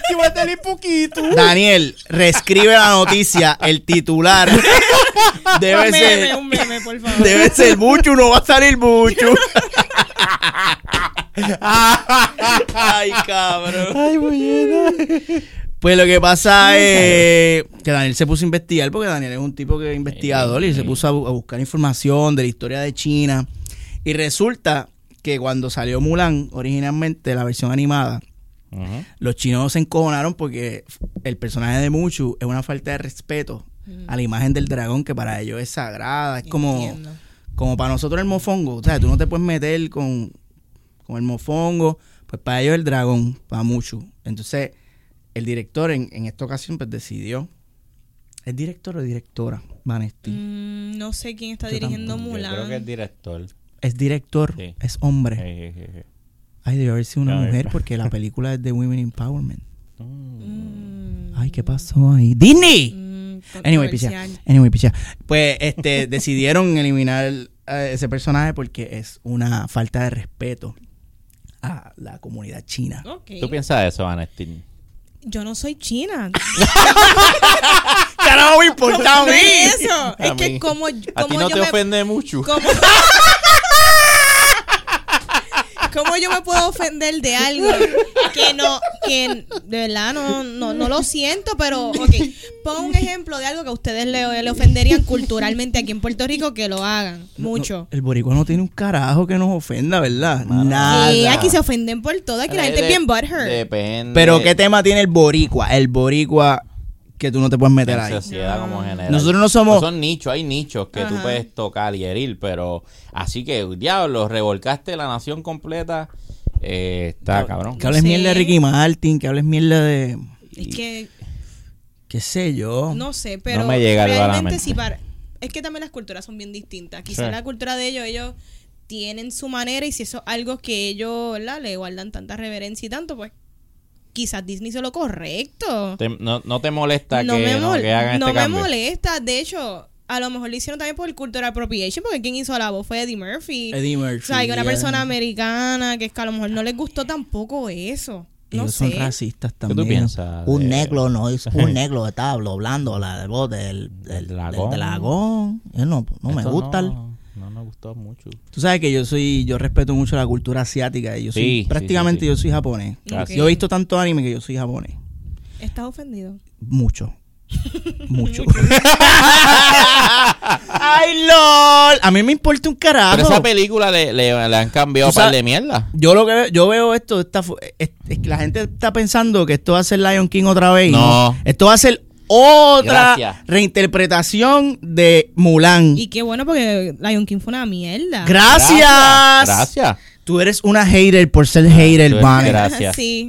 Speaker 3: Que va a salir poquito.
Speaker 2: Daniel, reescribe la noticia. El titular debe
Speaker 1: un meme,
Speaker 2: ser.
Speaker 1: un meme, por favor.
Speaker 2: Debe ser mucho, no va a salir mucho. Ay, cabrón.
Speaker 3: Ay, bullena.
Speaker 2: Pues lo que pasa es que Daniel se puso a investigar, porque Daniel es un tipo que es investigador y se puso a, bu- a buscar información de la historia de China. Y resulta que cuando salió Mulan, originalmente la versión animada, los chinos se encojonaron porque el personaje de Mushu es una falta de respeto
Speaker 1: Mm,
Speaker 2: a la imagen del dragón que para ellos es sagrada. Ah, Es como,
Speaker 1: Entiendo.
Speaker 2: como para nosotros el mofongo. O sea, tú no te puedes meter con, con el mofongo. Pues para ellos el dragón, para Mushu. Entonces, el director en, en esta ocasión pues decidió. ¿Es director o directora? Vanesti.
Speaker 1: Mm, no sé quién está
Speaker 2: Yo
Speaker 1: dirigiendo Mulan.
Speaker 3: creo que el director.
Speaker 2: Es director,
Speaker 3: Sí.
Speaker 2: es hombre.
Speaker 3: Eh, eh, eh.
Speaker 2: Ay, debe haber sido una
Speaker 3: A ver,
Speaker 2: mujer
Speaker 3: pa-
Speaker 2: porque la película es de
Speaker 1: [laughs]
Speaker 2: Women Empowerment.
Speaker 3: eh.
Speaker 1: Mm,
Speaker 2: Ay, ¿qué pasó ahí? ¡Disney!
Speaker 1: mm,
Speaker 2: Anyway, pichea.
Speaker 1: controversial.
Speaker 2: Anyway, pichea. Pues este, [laughs] decidieron eliminar a ese personaje porque es una falta de respeto a la comunidad china.
Speaker 1: Ok.
Speaker 3: ¿Tú piensas eso, Vanestin?
Speaker 1: Yo no soy china.
Speaker 2: ¡Carajo, me importa
Speaker 1: No es eso. Es
Speaker 3: A mí.
Speaker 1: que como,
Speaker 3: A ti
Speaker 1: como
Speaker 3: no
Speaker 1: yo
Speaker 3: te
Speaker 1: me-
Speaker 3: ofende mucho.
Speaker 1: ¿Cómo? ¿Cómo yo me puedo ofender de algo que no, que de verdad no, no, no lo siento, pero ok, pon un ejemplo de algo que a ustedes le, le ofenderían culturalmente aquí en Puerto Rico que lo hagan mucho.
Speaker 2: el boricua no tiene un carajo que nos ofenda, ¿verdad? Nada.
Speaker 1: Sí, aquí se ofenden por todo, aquí la gente es bien butthurt.
Speaker 3: Depende.
Speaker 2: Pero ¿qué tema tiene el boricua? El boricua que tú no te puedes meter
Speaker 3: En
Speaker 2: ahí.
Speaker 3: sociedad como general. Pues
Speaker 2: Nosotros no somos-
Speaker 3: Son nichos, hay nichos que tú
Speaker 1: Ah. Ajá.
Speaker 3: puedes tocar y herir, pero. Así que, diablo, revolcaste la nación completa. Eh, está cabrón.
Speaker 2: Que hables
Speaker 1: Sí.
Speaker 2: mierda de Ricky Martin, que hables mierda de...
Speaker 1: Es que
Speaker 2: qué sé yo.
Speaker 1: no sé, pero
Speaker 3: me llega algo a la
Speaker 1: realmente
Speaker 3: mente.
Speaker 1: si para es que también las culturas son bien distintas. Quizás
Speaker 3: Sí.
Speaker 1: la cultura de ellos ellos tienen su manera y si eso es algo que ellos ¿verdad? le guardan tanta reverencia y tanto, pues quizás Disney hizo lo correcto.
Speaker 3: Te- no, no te molesta
Speaker 1: no
Speaker 3: que,
Speaker 1: me,
Speaker 3: no,
Speaker 1: mol-
Speaker 3: que hagan
Speaker 1: no
Speaker 3: este
Speaker 1: me
Speaker 3: cambio.
Speaker 1: molesta, de hecho, a lo mejor lo hicieron también por cultural appropriation, porque quien hizo la voz fue Eddie Murphy.
Speaker 2: Eddie Murphy,
Speaker 1: O sea, que una
Speaker 2: yeah.
Speaker 1: persona americana que es que a lo mejor no les gustó tampoco eso. No
Speaker 2: Ellos
Speaker 1: sé.
Speaker 2: son racistas
Speaker 3: tú
Speaker 2: también.
Speaker 3: piensas
Speaker 2: Un
Speaker 3: de-
Speaker 2: negro no
Speaker 3: [laughs]
Speaker 2: es un negro está hablando la voz del, del, del
Speaker 3: Del dragón.
Speaker 2: dragón. Yo no, no me
Speaker 3: Esto
Speaker 2: gusta. el-
Speaker 3: No, no me gustó mucho. [laughs]
Speaker 2: Tú sabes que yo soy, yo respeto mucho la cultura asiática. y Yo soy,
Speaker 3: Sí, sí,
Speaker 2: prácticamente
Speaker 3: sí, sí.
Speaker 2: yo soy japonés.
Speaker 1: Ok.
Speaker 2: Yo he visto tanto anime que yo soy japonés.
Speaker 1: ¿Estás ofendido?
Speaker 2: Mucho.
Speaker 1: [laughs]
Speaker 2: Mucho. ¡Ay, LOL! A mí me importa un carajo.
Speaker 3: Pero esa película le, le, le han cambiado
Speaker 2: Tú
Speaker 3: par
Speaker 2: sabes-
Speaker 3: de mierda.
Speaker 2: Yo lo que veo- yo veo esto esta fu- es, es que la gente está pensando que esto va a ser Lion King otra vez. y
Speaker 3: No.
Speaker 2: Esto va a ser otra
Speaker 3: Gracias.
Speaker 2: reinterpretación de Mulan.
Speaker 1: Y qué bueno porque Lion King fue una mierda.
Speaker 2: Gracias.
Speaker 3: Gracias.
Speaker 2: Tú eres una hater por ser hater,
Speaker 3: Tú eres
Speaker 2: Vane.
Speaker 3: gra-
Speaker 1: [laughs]
Speaker 3: Gracias.
Speaker 1: Sí.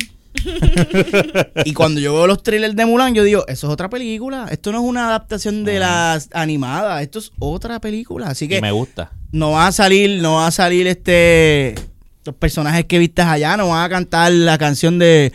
Speaker 2: Y cuando yo veo los trailers de Mulan, yo digo, eso es otra película. Esto no es una adaptación de las animadas. Esto es otra película. Así
Speaker 3: Y
Speaker 2: que
Speaker 3: me gusta.
Speaker 2: no va a salir, no va a salir este los personajes que vistes allá no van a cantar la canción de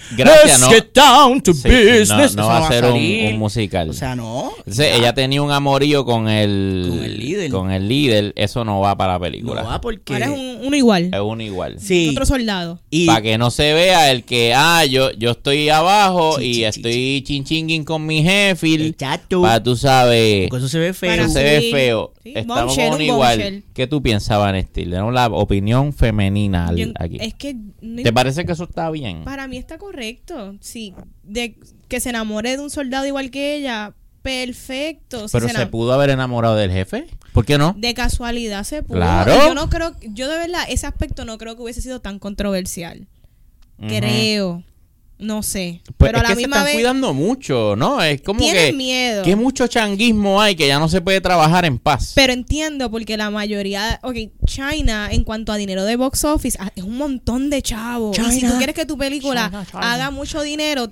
Speaker 2: Let's
Speaker 3: Gracias, no.
Speaker 2: get down to
Speaker 3: Sí,
Speaker 2: business.
Speaker 3: no-
Speaker 2: Eso
Speaker 3: no, va a ser un,
Speaker 2: salir.
Speaker 3: un musical.
Speaker 2: O sea, no.
Speaker 3: Entonces, ella tenía un amorío con el,
Speaker 2: Con el líder.
Speaker 3: con el líder. Eso no va para la película.
Speaker 2: No va porque.
Speaker 1: Ahora es un- uno igual.
Speaker 3: Es uno igual.
Speaker 2: Sí.
Speaker 1: Otro soldado.
Speaker 2: Y
Speaker 3: Para que no se vea el que, ah, yo, yo estoy abajo
Speaker 2: Chin,
Speaker 3: y
Speaker 2: chin,
Speaker 3: estoy chinchinguin con mi jefe.
Speaker 2: Exacto.
Speaker 3: Para tú sabes.
Speaker 2: Porque eso se ve feo.
Speaker 1: Para-
Speaker 3: Eso se ve
Speaker 1: Sí.
Speaker 3: feo.
Speaker 1: Sí,
Speaker 3: Estamos
Speaker 1: bombshell,
Speaker 3: con
Speaker 1: un
Speaker 3: uno igual.
Speaker 1: bombshell.
Speaker 3: ¿Qué tú piensas, en Steele? Damos la opinión femenina al-
Speaker 1: Yo-
Speaker 3: aquí.
Speaker 1: Es que no
Speaker 3: ¿Te parece que eso está bien?
Speaker 1: Para mí está correcto. Sí, de que se enamore de un soldado igual que ella, perfecto. Si
Speaker 3: Pero
Speaker 1: se
Speaker 3: se
Speaker 1: enam-
Speaker 3: pudo haber enamorado del jefe. ¿Por qué no?
Speaker 1: De casualidad se pudo.
Speaker 3: Claro.
Speaker 1: Y Yo no creo, yo de verdad ese aspecto no creo que hubiese sido tan controversial. Creo, no sé.
Speaker 3: Pues
Speaker 1: Pero a
Speaker 3: es
Speaker 1: la
Speaker 3: que se
Speaker 1: misma
Speaker 3: están
Speaker 1: vez
Speaker 3: cuidando mucho, ¿no? Es como
Speaker 1: tienen
Speaker 3: que
Speaker 1: miedo.
Speaker 3: que mucho changuismo hay que ya no se puede trabajar en paz.
Speaker 1: Pero entiendo porque la mayoría, ok, China en cuanto a dinero de box office ah, es un montón de chavos. Y si tú quieres que tu película haga mucho dinero,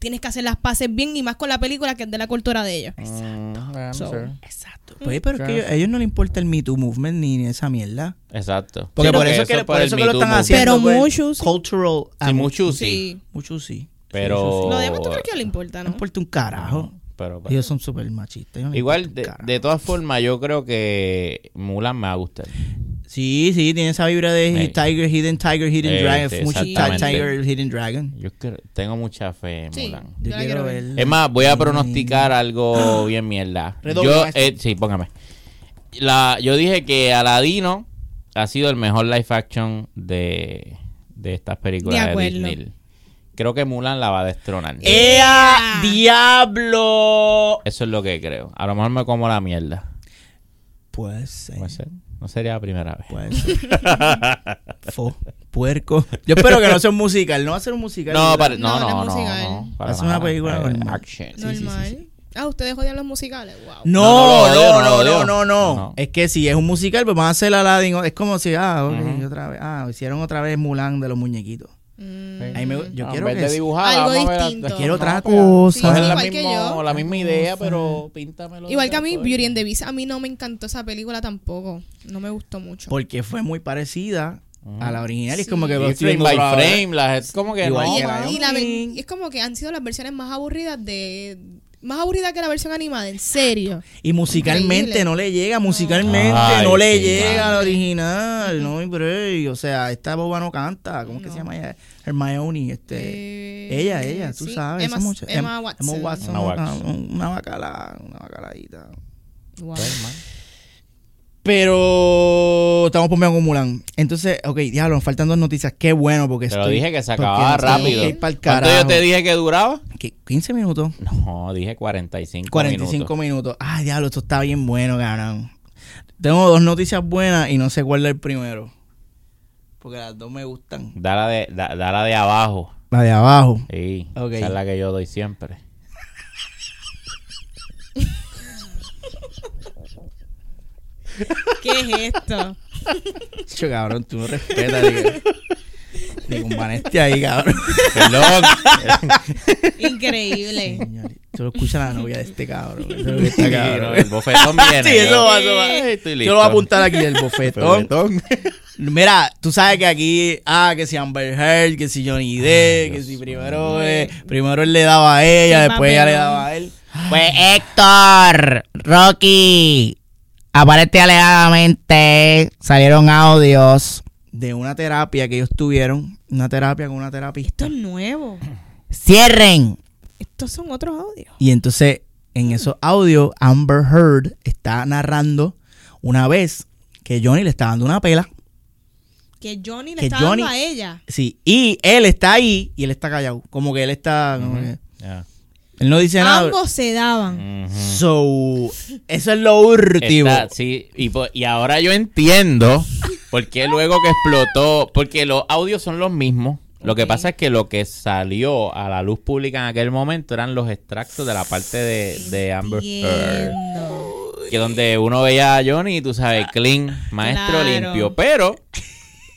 Speaker 1: tienes que hacer las paces bien y más con la película que es de la cultura de ellos.
Speaker 3: Ah, Exacto.
Speaker 1: So, Mm,
Speaker 2: Exacto. Pues, pero es que ellos- a ellos no les importa el Me Too Movement ni, ni esa mierda.
Speaker 3: Exacto.
Speaker 2: Porque
Speaker 3: Sí,
Speaker 2: por eso, que,
Speaker 3: es
Speaker 2: por
Speaker 3: el
Speaker 2: eso que
Speaker 3: Me
Speaker 2: lo
Speaker 3: Too
Speaker 2: están
Speaker 3: movement.
Speaker 2: haciendo.
Speaker 1: Pero
Speaker 2: pues,
Speaker 1: muchos sí.
Speaker 2: Cultural.
Speaker 3: Sí,
Speaker 2: ah,
Speaker 3: mucho sí.
Speaker 1: sí.
Speaker 2: Muchos sí. Oh,
Speaker 3: Pero.
Speaker 1: Lo demás, ¿tú crees que le importa,
Speaker 2: No
Speaker 1: no?
Speaker 2: importa un carajo.
Speaker 3: Pero-
Speaker 2: Ellos son súper machistas. ellos no les
Speaker 3: Igual,
Speaker 2: importa un
Speaker 3: de,
Speaker 2: carajo.
Speaker 3: de todas formas, yo creo que Mulan me va a gustar.
Speaker 2: Sí, sí, tiene esa vibra de
Speaker 3: Ey.
Speaker 2: Tiger, Hidden Tiger, Hidden
Speaker 3: Ey,
Speaker 2: Dragon.
Speaker 3: sí,
Speaker 2: Mucho ti-
Speaker 3: Este, exactamente.
Speaker 2: Tiger, Hidden Dragon.
Speaker 3: Yo creo- tengo mucha fe en
Speaker 1: Sí.
Speaker 3: Mulan.
Speaker 1: Yo
Speaker 2: Yo
Speaker 1: la
Speaker 2: quiero
Speaker 1: quiero ver.
Speaker 2: verla.
Speaker 3: Es más, voy a pronosticar algo bien mierda.
Speaker 2: Redoble,
Speaker 3: Yo,
Speaker 2: maestro.
Speaker 3: eh, sí, póngame. La, yo dije que Aladino ha sido el mejor live action de, de estas
Speaker 1: De
Speaker 3: películas de,
Speaker 1: acuerdo.
Speaker 3: Disney. Creo que Mulan la va a destronar.
Speaker 2: ¡Ea, diablo!
Speaker 3: Eso es lo que creo. A lo mejor me como la mierda.
Speaker 2: Puede ser.
Speaker 3: Puede ser. No sería la primera vez. [laughs]
Speaker 2: Puede ser. Fo, puerco. Yo espero que no sea un musical. No va a ser un musical.
Speaker 3: No,
Speaker 2: ¿verdad?
Speaker 3: para-
Speaker 1: No,
Speaker 3: no,
Speaker 1: no es
Speaker 3: no, no,
Speaker 1: musical.
Speaker 3: no, para
Speaker 2: Es una
Speaker 3: nada.
Speaker 2: película
Speaker 3: Eh,
Speaker 2: normal.
Speaker 3: action.
Speaker 2: sí, sí,
Speaker 1: Normal. Ah, ustedes odian los musicales. Wow.
Speaker 2: No,
Speaker 3: No, no lo
Speaker 2: no,
Speaker 3: odio, no
Speaker 2: no,
Speaker 3: lo odio.
Speaker 2: no, no, no.
Speaker 3: No.
Speaker 2: Es que si es un musical, pues van a hacer Aladdin. Es como si, ah, ok, otra vez. Ah, hicieron otra vez Mulan de los muñequitos.
Speaker 1: Mm.
Speaker 2: A mí me- yo
Speaker 3: Ah, en
Speaker 2: quiero
Speaker 3: vez
Speaker 2: que
Speaker 3: de
Speaker 2: es-
Speaker 3: dibujada,
Speaker 1: Algo
Speaker 3: vamos a ver la-
Speaker 1: distinto.
Speaker 3: la-
Speaker 2: Quiero
Speaker 3: no,
Speaker 2: otra
Speaker 3: pero-
Speaker 2: cosa.
Speaker 3: Sí, es la,
Speaker 1: Igual que
Speaker 3: mismo-
Speaker 1: yo.
Speaker 3: la misma idea, pero píntamelo.
Speaker 1: Igual que a mí,
Speaker 3: después.
Speaker 1: Beauty and the Beast, a mí no me encantó esa película tampoco. No me gustó mucho.
Speaker 2: Porque fue muy parecida a la original. Y es como que
Speaker 3: Y
Speaker 2: estoy
Speaker 3: frame
Speaker 2: viendo
Speaker 3: by
Speaker 2: otra vez.
Speaker 3: frame, las, es como que
Speaker 2: Igual
Speaker 3: no.
Speaker 1: Y-
Speaker 2: que la
Speaker 1: y
Speaker 2: Lion
Speaker 1: la ver-
Speaker 2: King.
Speaker 1: y es como que han sido las versiones más aburridas de... Más aburrida que la versión animada, en serio.
Speaker 2: Y musicalmente
Speaker 1: Increíble.
Speaker 2: no le llega, musicalmente
Speaker 3: Ay,
Speaker 2: no le
Speaker 3: sí,
Speaker 2: llega al
Speaker 1: madre.
Speaker 2: original. No hay break. O sea, esta boba no canta. ¿Cómo es que se llama ella? Hermione. Este,
Speaker 1: Eh,
Speaker 2: ella, ella, tú
Speaker 1: sí,
Speaker 2: sabes.
Speaker 1: Emma,
Speaker 2: esa mucha-
Speaker 1: Emma
Speaker 2: Em-
Speaker 1: Watson.
Speaker 2: Emma Watson,
Speaker 3: Emma
Speaker 2: una,
Speaker 3: Watson.
Speaker 2: una bacala, una bacaladita.
Speaker 1: Wow.
Speaker 2: Pues, Pero estamos pompeando con Mulan. Entonces, ok, diablo, nos faltan dos noticias. Qué bueno, porque
Speaker 3: Te lo
Speaker 2: estoy-
Speaker 3: dije que se
Speaker 2: porque
Speaker 3: acababa
Speaker 2: nos tenemos que
Speaker 3: rápido.
Speaker 2: ir pa'l
Speaker 3: ¿Cuánto
Speaker 2: carajo.
Speaker 3: yo te dije que duraba?
Speaker 2: ¿Qué? 15 minutos.
Speaker 3: No, dije 45,
Speaker 2: 45
Speaker 3: minutos.
Speaker 2: minutos. Ay, diablo, esto está bien bueno, cabrón. Tengo dos noticias buenas y no sé cuál es el primero. Porque las dos me gustan.
Speaker 3: Dala de, da- dala de abajo.
Speaker 2: La de abajo.
Speaker 3: Sí,
Speaker 2: Ok.
Speaker 3: esa es la que yo
Speaker 2: [laughs]
Speaker 3: doy siempre.
Speaker 1: ¿Qué es
Speaker 2: [laughs]
Speaker 1: esto?
Speaker 2: Che, cabrón, tú no respetas. digo. Digo, un baneste ahí, cabrón.
Speaker 3: Perdón.
Speaker 1: Increíble.
Speaker 2: Señores, Tú lo escuchas a la novia de este [laughs] cabrón. Eso es lo que
Speaker 3: Sí,
Speaker 2: está, cabrón.
Speaker 3: no, el bofetón viene.
Speaker 2: Sí, eso va, eso va.
Speaker 3: Ay, estoy
Speaker 2: Yo
Speaker 3: listo.
Speaker 2: lo voy a apuntar aquí, el bofetón.
Speaker 3: Bofetón.
Speaker 2: Mira, tú sabes que aquí, ah, que si Amber Heard, que si Johnny Depp, que si primero, eh, primero él le daba a ella,
Speaker 1: Qué
Speaker 2: después ella le
Speaker 1: papelón.
Speaker 2: daba a él.
Speaker 6: Pues Héctor, Rocky, aparente alegadamente salieron audios.
Speaker 2: de una terapia que ellos tuvieron, una terapia con una
Speaker 1: Esto
Speaker 2: terapista.
Speaker 1: es nuevo.
Speaker 6: Cierren.
Speaker 1: Estos son otros audios.
Speaker 2: Y entonces, en esos audios, Amber Heard está narrando una vez que Johnny le está dando una pela.
Speaker 1: Que Johnny le
Speaker 2: Que
Speaker 1: está
Speaker 2: Johnny-
Speaker 1: dando a ella.
Speaker 2: Sí, y él está ahí y él está callado. Como que él está. como que-
Speaker 3: Ya.
Speaker 2: él no dice nada.
Speaker 1: Ambos se daban.
Speaker 2: So, eso es lo último.
Speaker 3: Está- sí, y, po- y ahora yo entiendo por qué luego que explotó, porque los audios son los mismos. Lo que
Speaker 1: Ok.
Speaker 3: pasa es que lo que salió a la luz pública en aquel momento eran los extractos de la parte de, de Amber Heard.
Speaker 1: Entiendo.
Speaker 3: Que donde uno veía a Johnny, tú sabes, clean, maestro
Speaker 1: Claro.
Speaker 3: limpio. Pero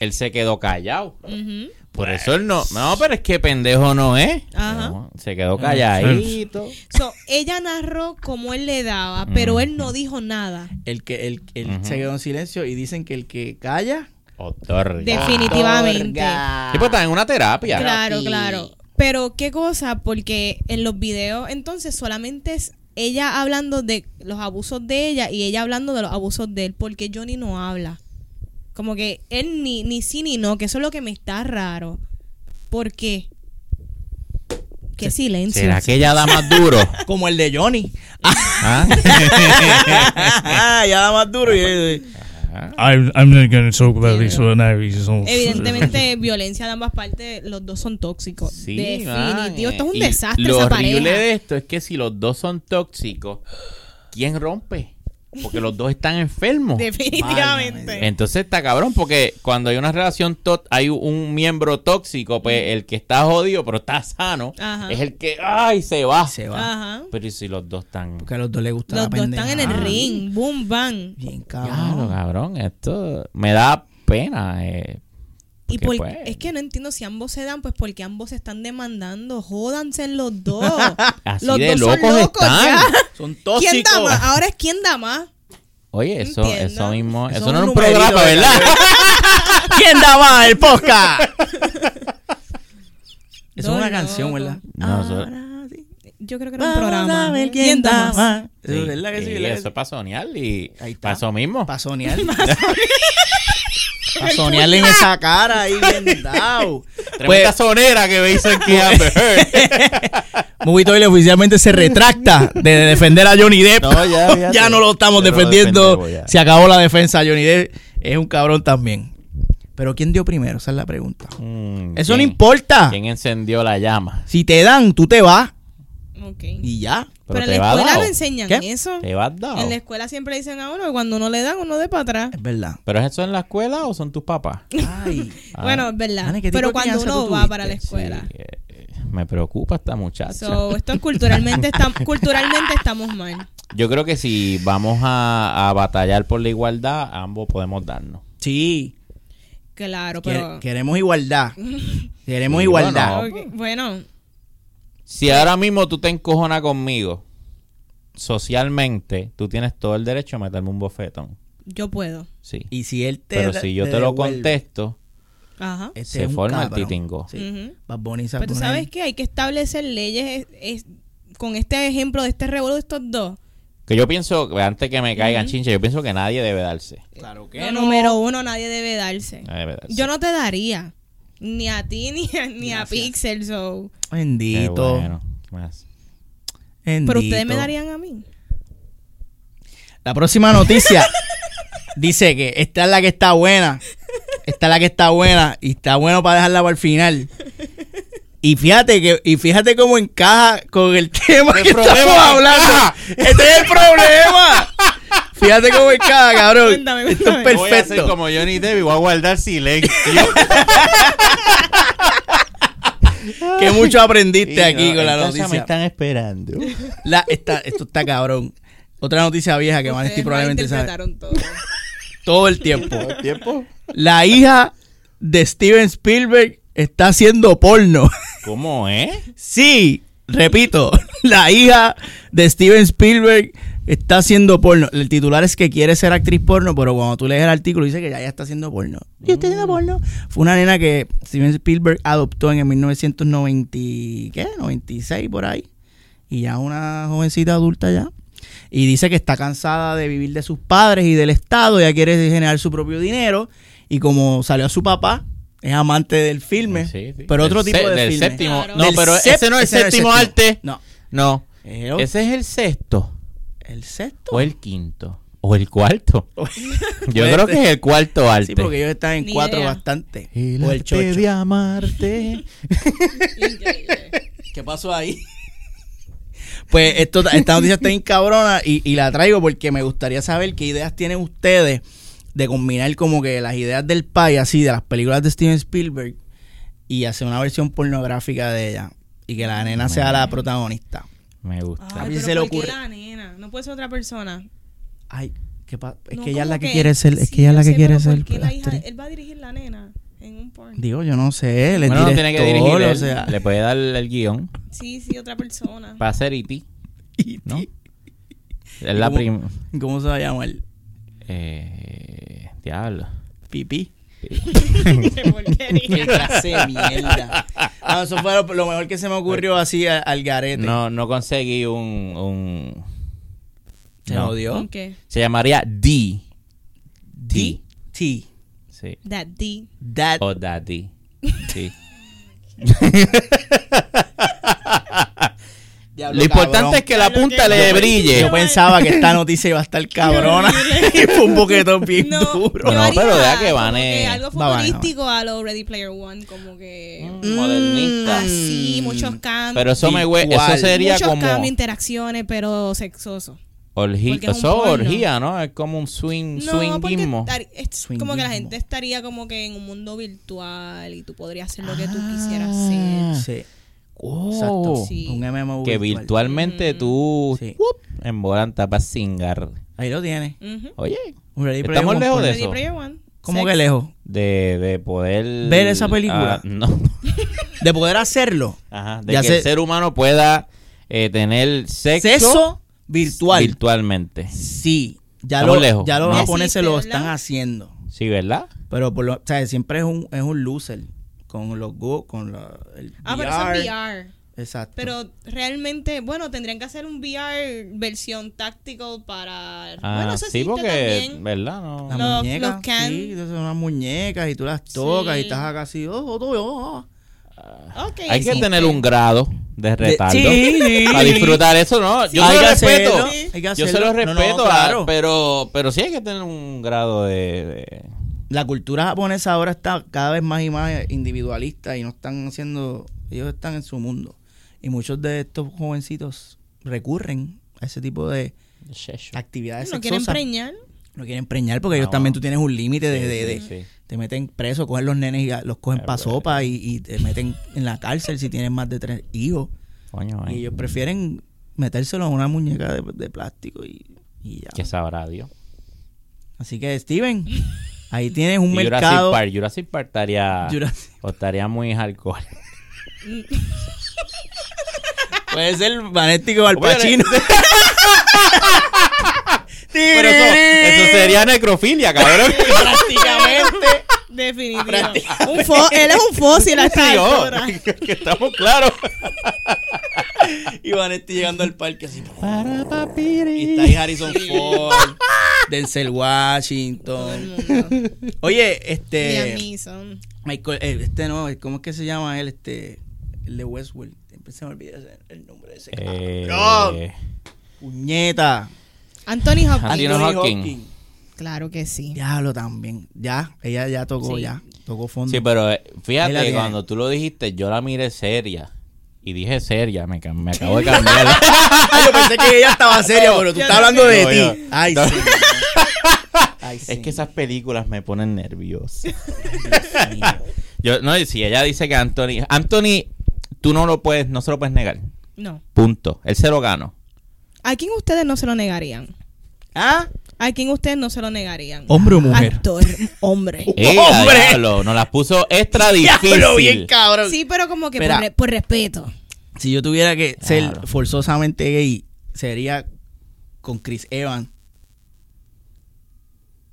Speaker 3: él se quedó callado.
Speaker 1: Ujú.
Speaker 3: Por eso él no. No, pero es que pendejo no es.
Speaker 1: Ajá.
Speaker 3: No, se quedó calladito.
Speaker 1: So, ella narró cómo él le
Speaker 2: Mm.
Speaker 1: daba, pero él no dijo nada.
Speaker 2: El que el, el se quedó en silencio y dicen que el que calla
Speaker 3: Otorga.
Speaker 1: Definitivamente.
Speaker 3: Sí, pues, está en una terapia.
Speaker 1: Claro,
Speaker 6: y-
Speaker 1: claro. Pero qué cosa, porque en los videos entonces solamente es ella hablando de los abusos de ella y ella hablando de los abusos de él, porque Johnny no habla. Como que él ni, ni sí ni no, que eso es lo que me está raro. ¿Por qué? Qué silencio.
Speaker 3: ¿Será que ella da más duro?
Speaker 2: [laughs] Como el de Johnny.
Speaker 3: ¿Ah?
Speaker 2: ya da más duro. y-
Speaker 7: I'm, I'm not going to talk about this one. I just don't-
Speaker 1: Evidentemente,
Speaker 3: [laughs]
Speaker 1: violencia de ambas partes, los dos son tóxicos.
Speaker 3: Sí, man,
Speaker 1: Definitivo, esto es
Speaker 3: eh,
Speaker 1: un
Speaker 3: y
Speaker 1: desastre
Speaker 3: Lo
Speaker 1: esa
Speaker 3: horrible
Speaker 1: pareja.
Speaker 3: de esto es que si los dos son tóxicos, ¿quién rompe? Porque los dos están enfermos.
Speaker 1: Definitivamente.
Speaker 3: Entonces está cabrón, porque cuando hay una relación, tó- hay un miembro tóxico, pues el que está jodido pero está sano,
Speaker 1: Ajá.
Speaker 3: es el que, ay, se va.
Speaker 2: Se va.
Speaker 1: Ajá.
Speaker 3: Pero ¿y si los dos están...
Speaker 2: Porque a los dos les gusta
Speaker 1: Ah. Los
Speaker 2: la
Speaker 1: dos están en el
Speaker 2: pendejada.
Speaker 1: ring. Boom, bang.
Speaker 2: Bien,
Speaker 3: Claro,
Speaker 2: cabrón.
Speaker 3: cabrón, esto me da pena. eh,
Speaker 1: Y
Speaker 3: porque,
Speaker 1: por,
Speaker 3: pues,
Speaker 1: es que no entiendo si ambos se dan, pues porque ambos se están demandando. Jódanse los dos.
Speaker 3: Así
Speaker 1: los
Speaker 3: de
Speaker 1: dos son
Speaker 3: locos están.
Speaker 1: ya.
Speaker 2: Son tóxicos.
Speaker 1: ¿Quién da más? Ahora es quién da más.
Speaker 3: Oye, eso,
Speaker 1: Entiendo.
Speaker 3: eso mismo, eso,
Speaker 2: es
Speaker 3: no
Speaker 2: un
Speaker 3: era un
Speaker 2: numerito,
Speaker 3: programa,
Speaker 2: ¿verdad?
Speaker 3: ¿verdad? [laughs]
Speaker 6: ¿Quién da más el podcast?
Speaker 2: Eso es
Speaker 1: Dos
Speaker 2: una canción,
Speaker 1: locos.
Speaker 2: ¿verdad?
Speaker 3: No, eso-
Speaker 1: Yo creo que era un programa. ¿Quién da más?
Speaker 2: Eso es verdad que sí,
Speaker 3: y
Speaker 2: ¿verdad que
Speaker 3: eso
Speaker 2: sí?
Speaker 3: es para soñar y
Speaker 2: Ahí está.
Speaker 3: para eso mismo.
Speaker 2: [laughs] Pa'
Speaker 3: [laughs]
Speaker 2: sonear. Pa' sonearle en esa cara ahí bien dao.
Speaker 3: Tremenda
Speaker 2: Pues-
Speaker 3: sonera que me hizo
Speaker 2: [laughs]
Speaker 3: aquí Amber Heard.
Speaker 2: Movie Toilet oficialmente se retracta de defender a Johnny Depp.
Speaker 3: No, ya, fíjate.
Speaker 2: [laughs] Ya no lo estamos
Speaker 3: Ya no lo
Speaker 2: defendiendo.
Speaker 3: defendemos, ya.
Speaker 2: se acabó la defensa. Johnny Depp es un cabrón también. Pero ¿quién dio primero? Esa es la pregunta.
Speaker 3: Mm,
Speaker 2: Eso no
Speaker 3: ¿quién-
Speaker 2: importa.
Speaker 3: ¿Quién encendió la llama?
Speaker 2: Si te dan, tú te vas
Speaker 1: Ok.
Speaker 2: y ya.
Speaker 1: Pero en
Speaker 3: te
Speaker 1: la
Speaker 3: va
Speaker 1: escuela
Speaker 3: dado.
Speaker 1: no enseñan
Speaker 2: ¿Qué?
Speaker 1: eso.
Speaker 3: Te vas dado.
Speaker 1: En la escuela siempre dicen a uno que cuando no le dan, uno de para atrás.
Speaker 2: Es verdad.
Speaker 3: ¿Pero es eso en la escuela o son tus papás?
Speaker 2: Ay.
Speaker 3: [laughs] Ah.
Speaker 1: Bueno, es verdad.
Speaker 2: Dani, ¿qué tipo
Speaker 1: Pero
Speaker 2: de
Speaker 1: cuando
Speaker 2: crianza
Speaker 1: uno
Speaker 2: tú
Speaker 1: va
Speaker 2: tuviste?
Speaker 1: para la escuela.
Speaker 3: Sí, eh, eh, me preocupa esta muchacha.
Speaker 1: So, esto es culturalmente, estamos culturalmente estamos mal.
Speaker 3: Yo creo que si vamos a, a batallar por la igualdad, ambos podemos darnos.
Speaker 2: Sí.
Speaker 1: Claro,
Speaker 2: que-
Speaker 1: pero.
Speaker 2: queremos
Speaker 3: [laughs]
Speaker 2: igualdad. Queremos
Speaker 3: Sí,
Speaker 2: igualdad.
Speaker 3: bueno.
Speaker 1: Ok, Bueno,
Speaker 3: Si ahora mismo tú te encojonas conmigo, socialmente, tú tienes todo el derecho a meterme un bofetón.
Speaker 1: yo puedo.
Speaker 3: Sí.
Speaker 2: Y si él te
Speaker 3: Pero si yo te, lo
Speaker 2: devuelve,
Speaker 3: contesto,
Speaker 1: Ajá.
Speaker 2: este
Speaker 3: se
Speaker 2: es un
Speaker 3: forma el
Speaker 2: cabrón.
Speaker 3: titingo.
Speaker 2: Sí.
Speaker 1: Ujú.
Speaker 2: Bad Bunny se
Speaker 1: Pero tú
Speaker 2: pone-
Speaker 1: sabes que hay que establecer leyes es- es- con este ejemplo de este revuelo de estos dos.
Speaker 3: que yo pienso, que antes que me caigan chinches, yo pienso que nadie debe darse.
Speaker 2: Claro que
Speaker 1: Lo
Speaker 2: no.
Speaker 1: Número uno, nadie debe darse.
Speaker 2: Ah,
Speaker 3: Nadie debe darse.
Speaker 1: Eh, Yo no te daría. Ni a ti, ni a, ni a Pixel. so.
Speaker 3: Qué
Speaker 2: Bendito.
Speaker 3: bueno. ¿Qué más?
Speaker 2: bendito.
Speaker 1: Pero ustedes me darían a mí.
Speaker 2: La próxima noticia dice que esta es la que está buena. Esta es la que está buena. Y está bueno para dejarla para el final. Y fíjate que, y fíjate cómo encaja con el tema que estamos
Speaker 3: problema
Speaker 2: hablando. Este es el problema. Fíjate cómo encaja, cabrón.
Speaker 1: Cuéntame,
Speaker 2: Esto es
Speaker 1: cuéntame.
Speaker 3: Voy a hacer
Speaker 2: perfecto.
Speaker 3: como Johnny Depp y voy a guardar [laughs] silencio.
Speaker 2: Que mucho aprendiste
Speaker 3: Sí,
Speaker 2: aquí
Speaker 3: no, este
Speaker 2: con la
Speaker 3: en casa
Speaker 2: noticia.
Speaker 3: Me están esperando.
Speaker 2: La- esta- esto está cabrón. Otra noticia vieja que Vanesti
Speaker 1: Ustedes
Speaker 2: probablemente sabe.
Speaker 1: malinterpretaron
Speaker 2: [laughs]
Speaker 1: todo.
Speaker 2: Todo el tiempo.
Speaker 3: tiempo?
Speaker 2: La hija de Steven Spielberg está haciendo porno.
Speaker 3: ¿Cómo es?
Speaker 2: Sí, repito, la hija de Steven Spielberg está haciendo porno. El titular es que quiere ser actriz porno, pero cuando tú lees el artículo dice que ya, ya está haciendo porno. ¿Y está haciendo porno? Fue una nena que Steven Spielberg adoptó en el 1990, y- ¿qué? 96 por ahí. Y ya una jovencita adulta ya. Y dice que está cansada de vivir de sus padres y del Estado, ya quiere generar su propio dinero. Y como salió a su papá, es amante del filme,
Speaker 3: Sí, sí.
Speaker 2: pero otro
Speaker 3: Del
Speaker 2: tipo
Speaker 3: se-
Speaker 2: de
Speaker 3: del
Speaker 2: filme.
Speaker 3: séptimo.
Speaker 1: Claro.
Speaker 3: No,
Speaker 2: Del
Speaker 3: pero
Speaker 2: sep-
Speaker 3: ese no es
Speaker 2: ese no
Speaker 3: el
Speaker 2: es el séptimo.
Speaker 3: séptimo arte.
Speaker 2: No.
Speaker 3: No.
Speaker 2: El-
Speaker 3: Ese es el sexto.
Speaker 2: ¿El sexto?
Speaker 3: O el quinto. O el
Speaker 2: [laughs]
Speaker 3: cuarto. Yo
Speaker 2: Puede ser.
Speaker 3: creo que es el cuarto arte.
Speaker 2: Sí, porque ellos están en
Speaker 1: Ni
Speaker 2: cuatro
Speaker 1: idea.
Speaker 2: bastante.
Speaker 3: El
Speaker 2: o el
Speaker 3: arte
Speaker 2: chocho.
Speaker 1: [laughs]
Speaker 3: de amarte.
Speaker 2: ¿Qué pasó ahí? [laughs] Pues esto, esta noticia está bien cabrona y, y la traigo porque me gustaría saber qué ideas tienen ustedes de combinar como que las ideas del país, así, de las películas de Steven Spielberg y hacer una versión pornográfica de ella y que la nena sea la protagonista.
Speaker 3: Me gusta.
Speaker 1: Ay,
Speaker 2: mí
Speaker 1: pero
Speaker 2: se le
Speaker 1: ¿por qué
Speaker 2: ocurre.
Speaker 1: la nena? No puede ser otra persona.
Speaker 2: Ay, qué pa- es
Speaker 1: No,
Speaker 2: que ella es
Speaker 1: como
Speaker 2: la que, quiere ser, es
Speaker 1: sí,
Speaker 2: que ella es
Speaker 1: yo
Speaker 2: la que
Speaker 1: sé,
Speaker 2: quiere
Speaker 1: pero ¿por
Speaker 2: ser
Speaker 1: qué la hija-
Speaker 2: actriz.
Speaker 1: Él va a dirigir la nena en un porno.
Speaker 2: Digo, yo no sé, él es
Speaker 3: Bueno, no
Speaker 2: director,
Speaker 3: tiene que dirigir.
Speaker 2: o
Speaker 3: él.
Speaker 2: sea,
Speaker 3: Le puede dar el guión
Speaker 1: Sí, sí, otra persona.
Speaker 3: para
Speaker 2: [laughs]
Speaker 3: hacer IT. ¿No? Es
Speaker 2: E ¿Y
Speaker 3: la
Speaker 2: cómo-
Speaker 3: prim...
Speaker 2: ¿Cómo se va a llamar?
Speaker 3: Eh, diablo.
Speaker 2: Pipí. porquería.
Speaker 1: [laughs] Qué porquería.
Speaker 2: [laughs] Qué clase de mierda. No, eso fue lo, lo mejor que se me ocurrió así a- al garete.
Speaker 3: No, no conseguí un. un
Speaker 2: Se
Speaker 3: no.
Speaker 2: odió.
Speaker 1: Ok.
Speaker 3: Se llamaría D.
Speaker 2: D. T.
Speaker 3: Sí.
Speaker 1: That D.
Speaker 2: That.
Speaker 3: O Daddy.
Speaker 2: [laughs]
Speaker 3: Sí.
Speaker 2: Diablo,
Speaker 3: Lo
Speaker 2: cabrón.
Speaker 3: importante es que la
Speaker 1: Diablo,
Speaker 3: punta
Speaker 1: qué
Speaker 3: le
Speaker 1: bueno.
Speaker 3: brille.
Speaker 2: Yo pensaba que esta noticia iba a estar cabrona. [laughs] y fue un boquetón bien
Speaker 1: No,
Speaker 2: duro.
Speaker 1: yo
Speaker 3: No,
Speaker 1: haría
Speaker 3: pero deja que
Speaker 1: como
Speaker 3: Vane-
Speaker 1: algo
Speaker 2: Va, Vane,
Speaker 1: futbolístico a lo Ready Player One, como que
Speaker 2: Mm,
Speaker 3: Modernista.
Speaker 1: Mm, así, muchos cambios.
Speaker 3: Mm. Pero eso me hue- Eso
Speaker 2: Igual.
Speaker 3: sería
Speaker 1: muchos
Speaker 3: como
Speaker 1: cambios, interacciones, pero sexoso.
Speaker 3: orgía.
Speaker 1: porque es un
Speaker 3: Eso
Speaker 1: porno.
Speaker 3: orgía, ¿no? Es como un swing,
Speaker 1: No, porque
Speaker 3: swingismo.
Speaker 1: tar- es como que la
Speaker 2: Swingismo.
Speaker 1: gente estaría como que en un mundo virtual y tú podrías hacer lo que tú quisieras
Speaker 3: Ah.
Speaker 1: hacer.
Speaker 2: Sí.
Speaker 3: Oh,
Speaker 2: Exacto.
Speaker 1: Sí. Mm.
Speaker 2: Un MMO
Speaker 3: Que virtualmente tú
Speaker 2: Sí.
Speaker 3: ¡wup! en volanta para singar.
Speaker 2: Ahí lo tiene.
Speaker 1: Ujú.
Speaker 3: Oye,
Speaker 2: Un Ready Player
Speaker 3: Estamos
Speaker 2: One
Speaker 3: lejos
Speaker 2: por-
Speaker 3: de-
Speaker 1: Ready
Speaker 3: Eso.
Speaker 1: Player One.
Speaker 2: ¿Cómo
Speaker 1: sex-
Speaker 2: que lejos?
Speaker 3: de, de poder
Speaker 2: Ver esa película.
Speaker 3: Ah, no.
Speaker 2: De poder hacerlo.
Speaker 3: Ajá, de
Speaker 2: Ya
Speaker 3: que
Speaker 2: sé.
Speaker 3: el ser humano pueda eh, tener sexo,
Speaker 2: Sexo virtual.
Speaker 3: virtualmente.
Speaker 2: Sí. Ya,
Speaker 3: Estamos
Speaker 2: lo,
Speaker 3: lejos.
Speaker 2: ya los
Speaker 3: No.
Speaker 2: japoneses lo
Speaker 1: Existe, ¿verdad?
Speaker 2: están haciendo.
Speaker 3: Sí, ¿verdad?
Speaker 2: Pero por lo, o sea, siempre es un, es un loser con los go, con la, el
Speaker 1: Ah, pero eso es VR.
Speaker 2: Exacto.
Speaker 1: Pero realmente, bueno, tendrían que hacer un VR versión táctico para...
Speaker 3: Ah,
Speaker 1: bueno, eso
Speaker 3: sí,
Speaker 1: existe
Speaker 3: porque,
Speaker 1: también.
Speaker 3: ¿verdad? No.
Speaker 2: las
Speaker 1: los-
Speaker 2: muñecas,
Speaker 1: los can-
Speaker 2: sí, son unas muñecas y tú las tocas
Speaker 1: Sí.
Speaker 2: y estás acá así, oh, oh, oh, oh.
Speaker 1: Ok,
Speaker 3: Hay que
Speaker 1: sí.
Speaker 3: tener un grado de retardo
Speaker 2: sí, sí.
Speaker 3: para disfrutar eso, ¿no? Yo
Speaker 2: Hay
Speaker 3: se lo
Speaker 2: que
Speaker 3: respeto.
Speaker 2: hacerlo, hay que
Speaker 3: Yo se
Speaker 2: hacerlo. No,
Speaker 3: lo
Speaker 2: no,
Speaker 3: respeto,
Speaker 2: claro.
Speaker 3: ah, pero, pero sí hay que tener un grado de...
Speaker 2: La cultura japonesa ahora está cada vez más y más individualista y no están haciendo, ellos están en su mundo. Y muchos de estos jovencitos recurren a ese tipo de
Speaker 3: de sexo.
Speaker 2: actividades
Speaker 1: No quieren
Speaker 2: sexosas.
Speaker 1: preñar.
Speaker 2: No quieren preñar porque ellos
Speaker 3: Ah,
Speaker 2: también
Speaker 3: wow.
Speaker 2: tú tienes un límite de,
Speaker 3: Sí,
Speaker 2: de-
Speaker 3: sí, Ah, pues,
Speaker 2: de-
Speaker 3: sí.
Speaker 2: te meten preso, cogen los nenes y a- los cogen
Speaker 3: Es
Speaker 2: pa'
Speaker 3: verdad.
Speaker 2: sopa y, y te meten en la cárcel si tienes más de tres hijos.
Speaker 3: Coño,
Speaker 2: Y
Speaker 3: eh, ay,
Speaker 2: ellos prefieren metérselo a una muñeca de, de plástico y, y ya.
Speaker 3: que sabrá Dios.
Speaker 2: Así que, Steven, ahí tienes un
Speaker 3: Y [laughs] Jurassic
Speaker 2: mercado.
Speaker 3: Park, Jurassic Park estaría,
Speaker 2: Jurassic-
Speaker 3: o estaría muy hardcore.
Speaker 2: [laughs] Puede ser Vanéstico al
Speaker 3: Oye,
Speaker 2: Pacino. [laughs]
Speaker 3: Pero eso, eso sería necrofilia, [laughs] cabrón.
Speaker 2: prácticamente.
Speaker 1: [laughs] Definitivamente. Un fo- él es un fósil a esta
Speaker 3: [laughs]
Speaker 1: altura.
Speaker 3: Dios, que estamos claros.
Speaker 2: Y Vanetti llegando al parque [laughs] así. Y está ahí Harrison Ford, Denzel Washington. Oye,
Speaker 1: Y a
Speaker 2: este.
Speaker 1: mí son.
Speaker 2: Michael, eh, este no, ¿cómo es que se llama él? Este, el de Westworld. Siempre se me olvida ese- el nombre de ese
Speaker 3: Eh,
Speaker 2: cabrón. Puñeta.
Speaker 1: Anthony Hopkins.
Speaker 3: Anthony Hopkins.
Speaker 1: Claro que sí.
Speaker 2: Diablo también. Ya, ella ya tocó,
Speaker 1: Sí.
Speaker 2: ya. Tocó fondo.
Speaker 3: sí, pero eh,
Speaker 2: Ahí la
Speaker 3: fíjate,
Speaker 2: tiene.
Speaker 3: cuando tú lo dijiste, yo la miré seria. Y dije seria, me, ca- me acabo de cambiar. [laughs]
Speaker 2: Ah, yo pensé que ella estaba seria, pero tú
Speaker 1: yo
Speaker 2: estás
Speaker 1: [laughs] no
Speaker 2: hablando de
Speaker 3: No, yo-
Speaker 2: ti. Ay,
Speaker 3: no. [laughs]
Speaker 2: sí. Ay, sí.
Speaker 3: Es que esas películas me ponen nervioso. Yo, no, y si ella dice que Anthony, Anthony, tú no lo puedes, no se lo puedes negar.
Speaker 1: No.
Speaker 3: Punto. Él se lo ganó.
Speaker 1: ¿A quién ustedes no se lo negarían?
Speaker 2: ¿Ah?
Speaker 1: ¿A quién ustedes no se lo negarían?
Speaker 2: Hombre o mujer.
Speaker 1: Actor, hombre.
Speaker 3: ¡Eh,
Speaker 2: ¡Oh, ¡Hombre!
Speaker 3: diablo! Nos las puso extra difícil.
Speaker 2: [laughs] Diablo, bien cabrón.
Speaker 1: Sí, pero como que por,
Speaker 2: Espera.
Speaker 1: re- por respeto.
Speaker 2: Si yo tuviera que ser
Speaker 3: Claro.
Speaker 2: forzosamente gay, sería con Chris Evans.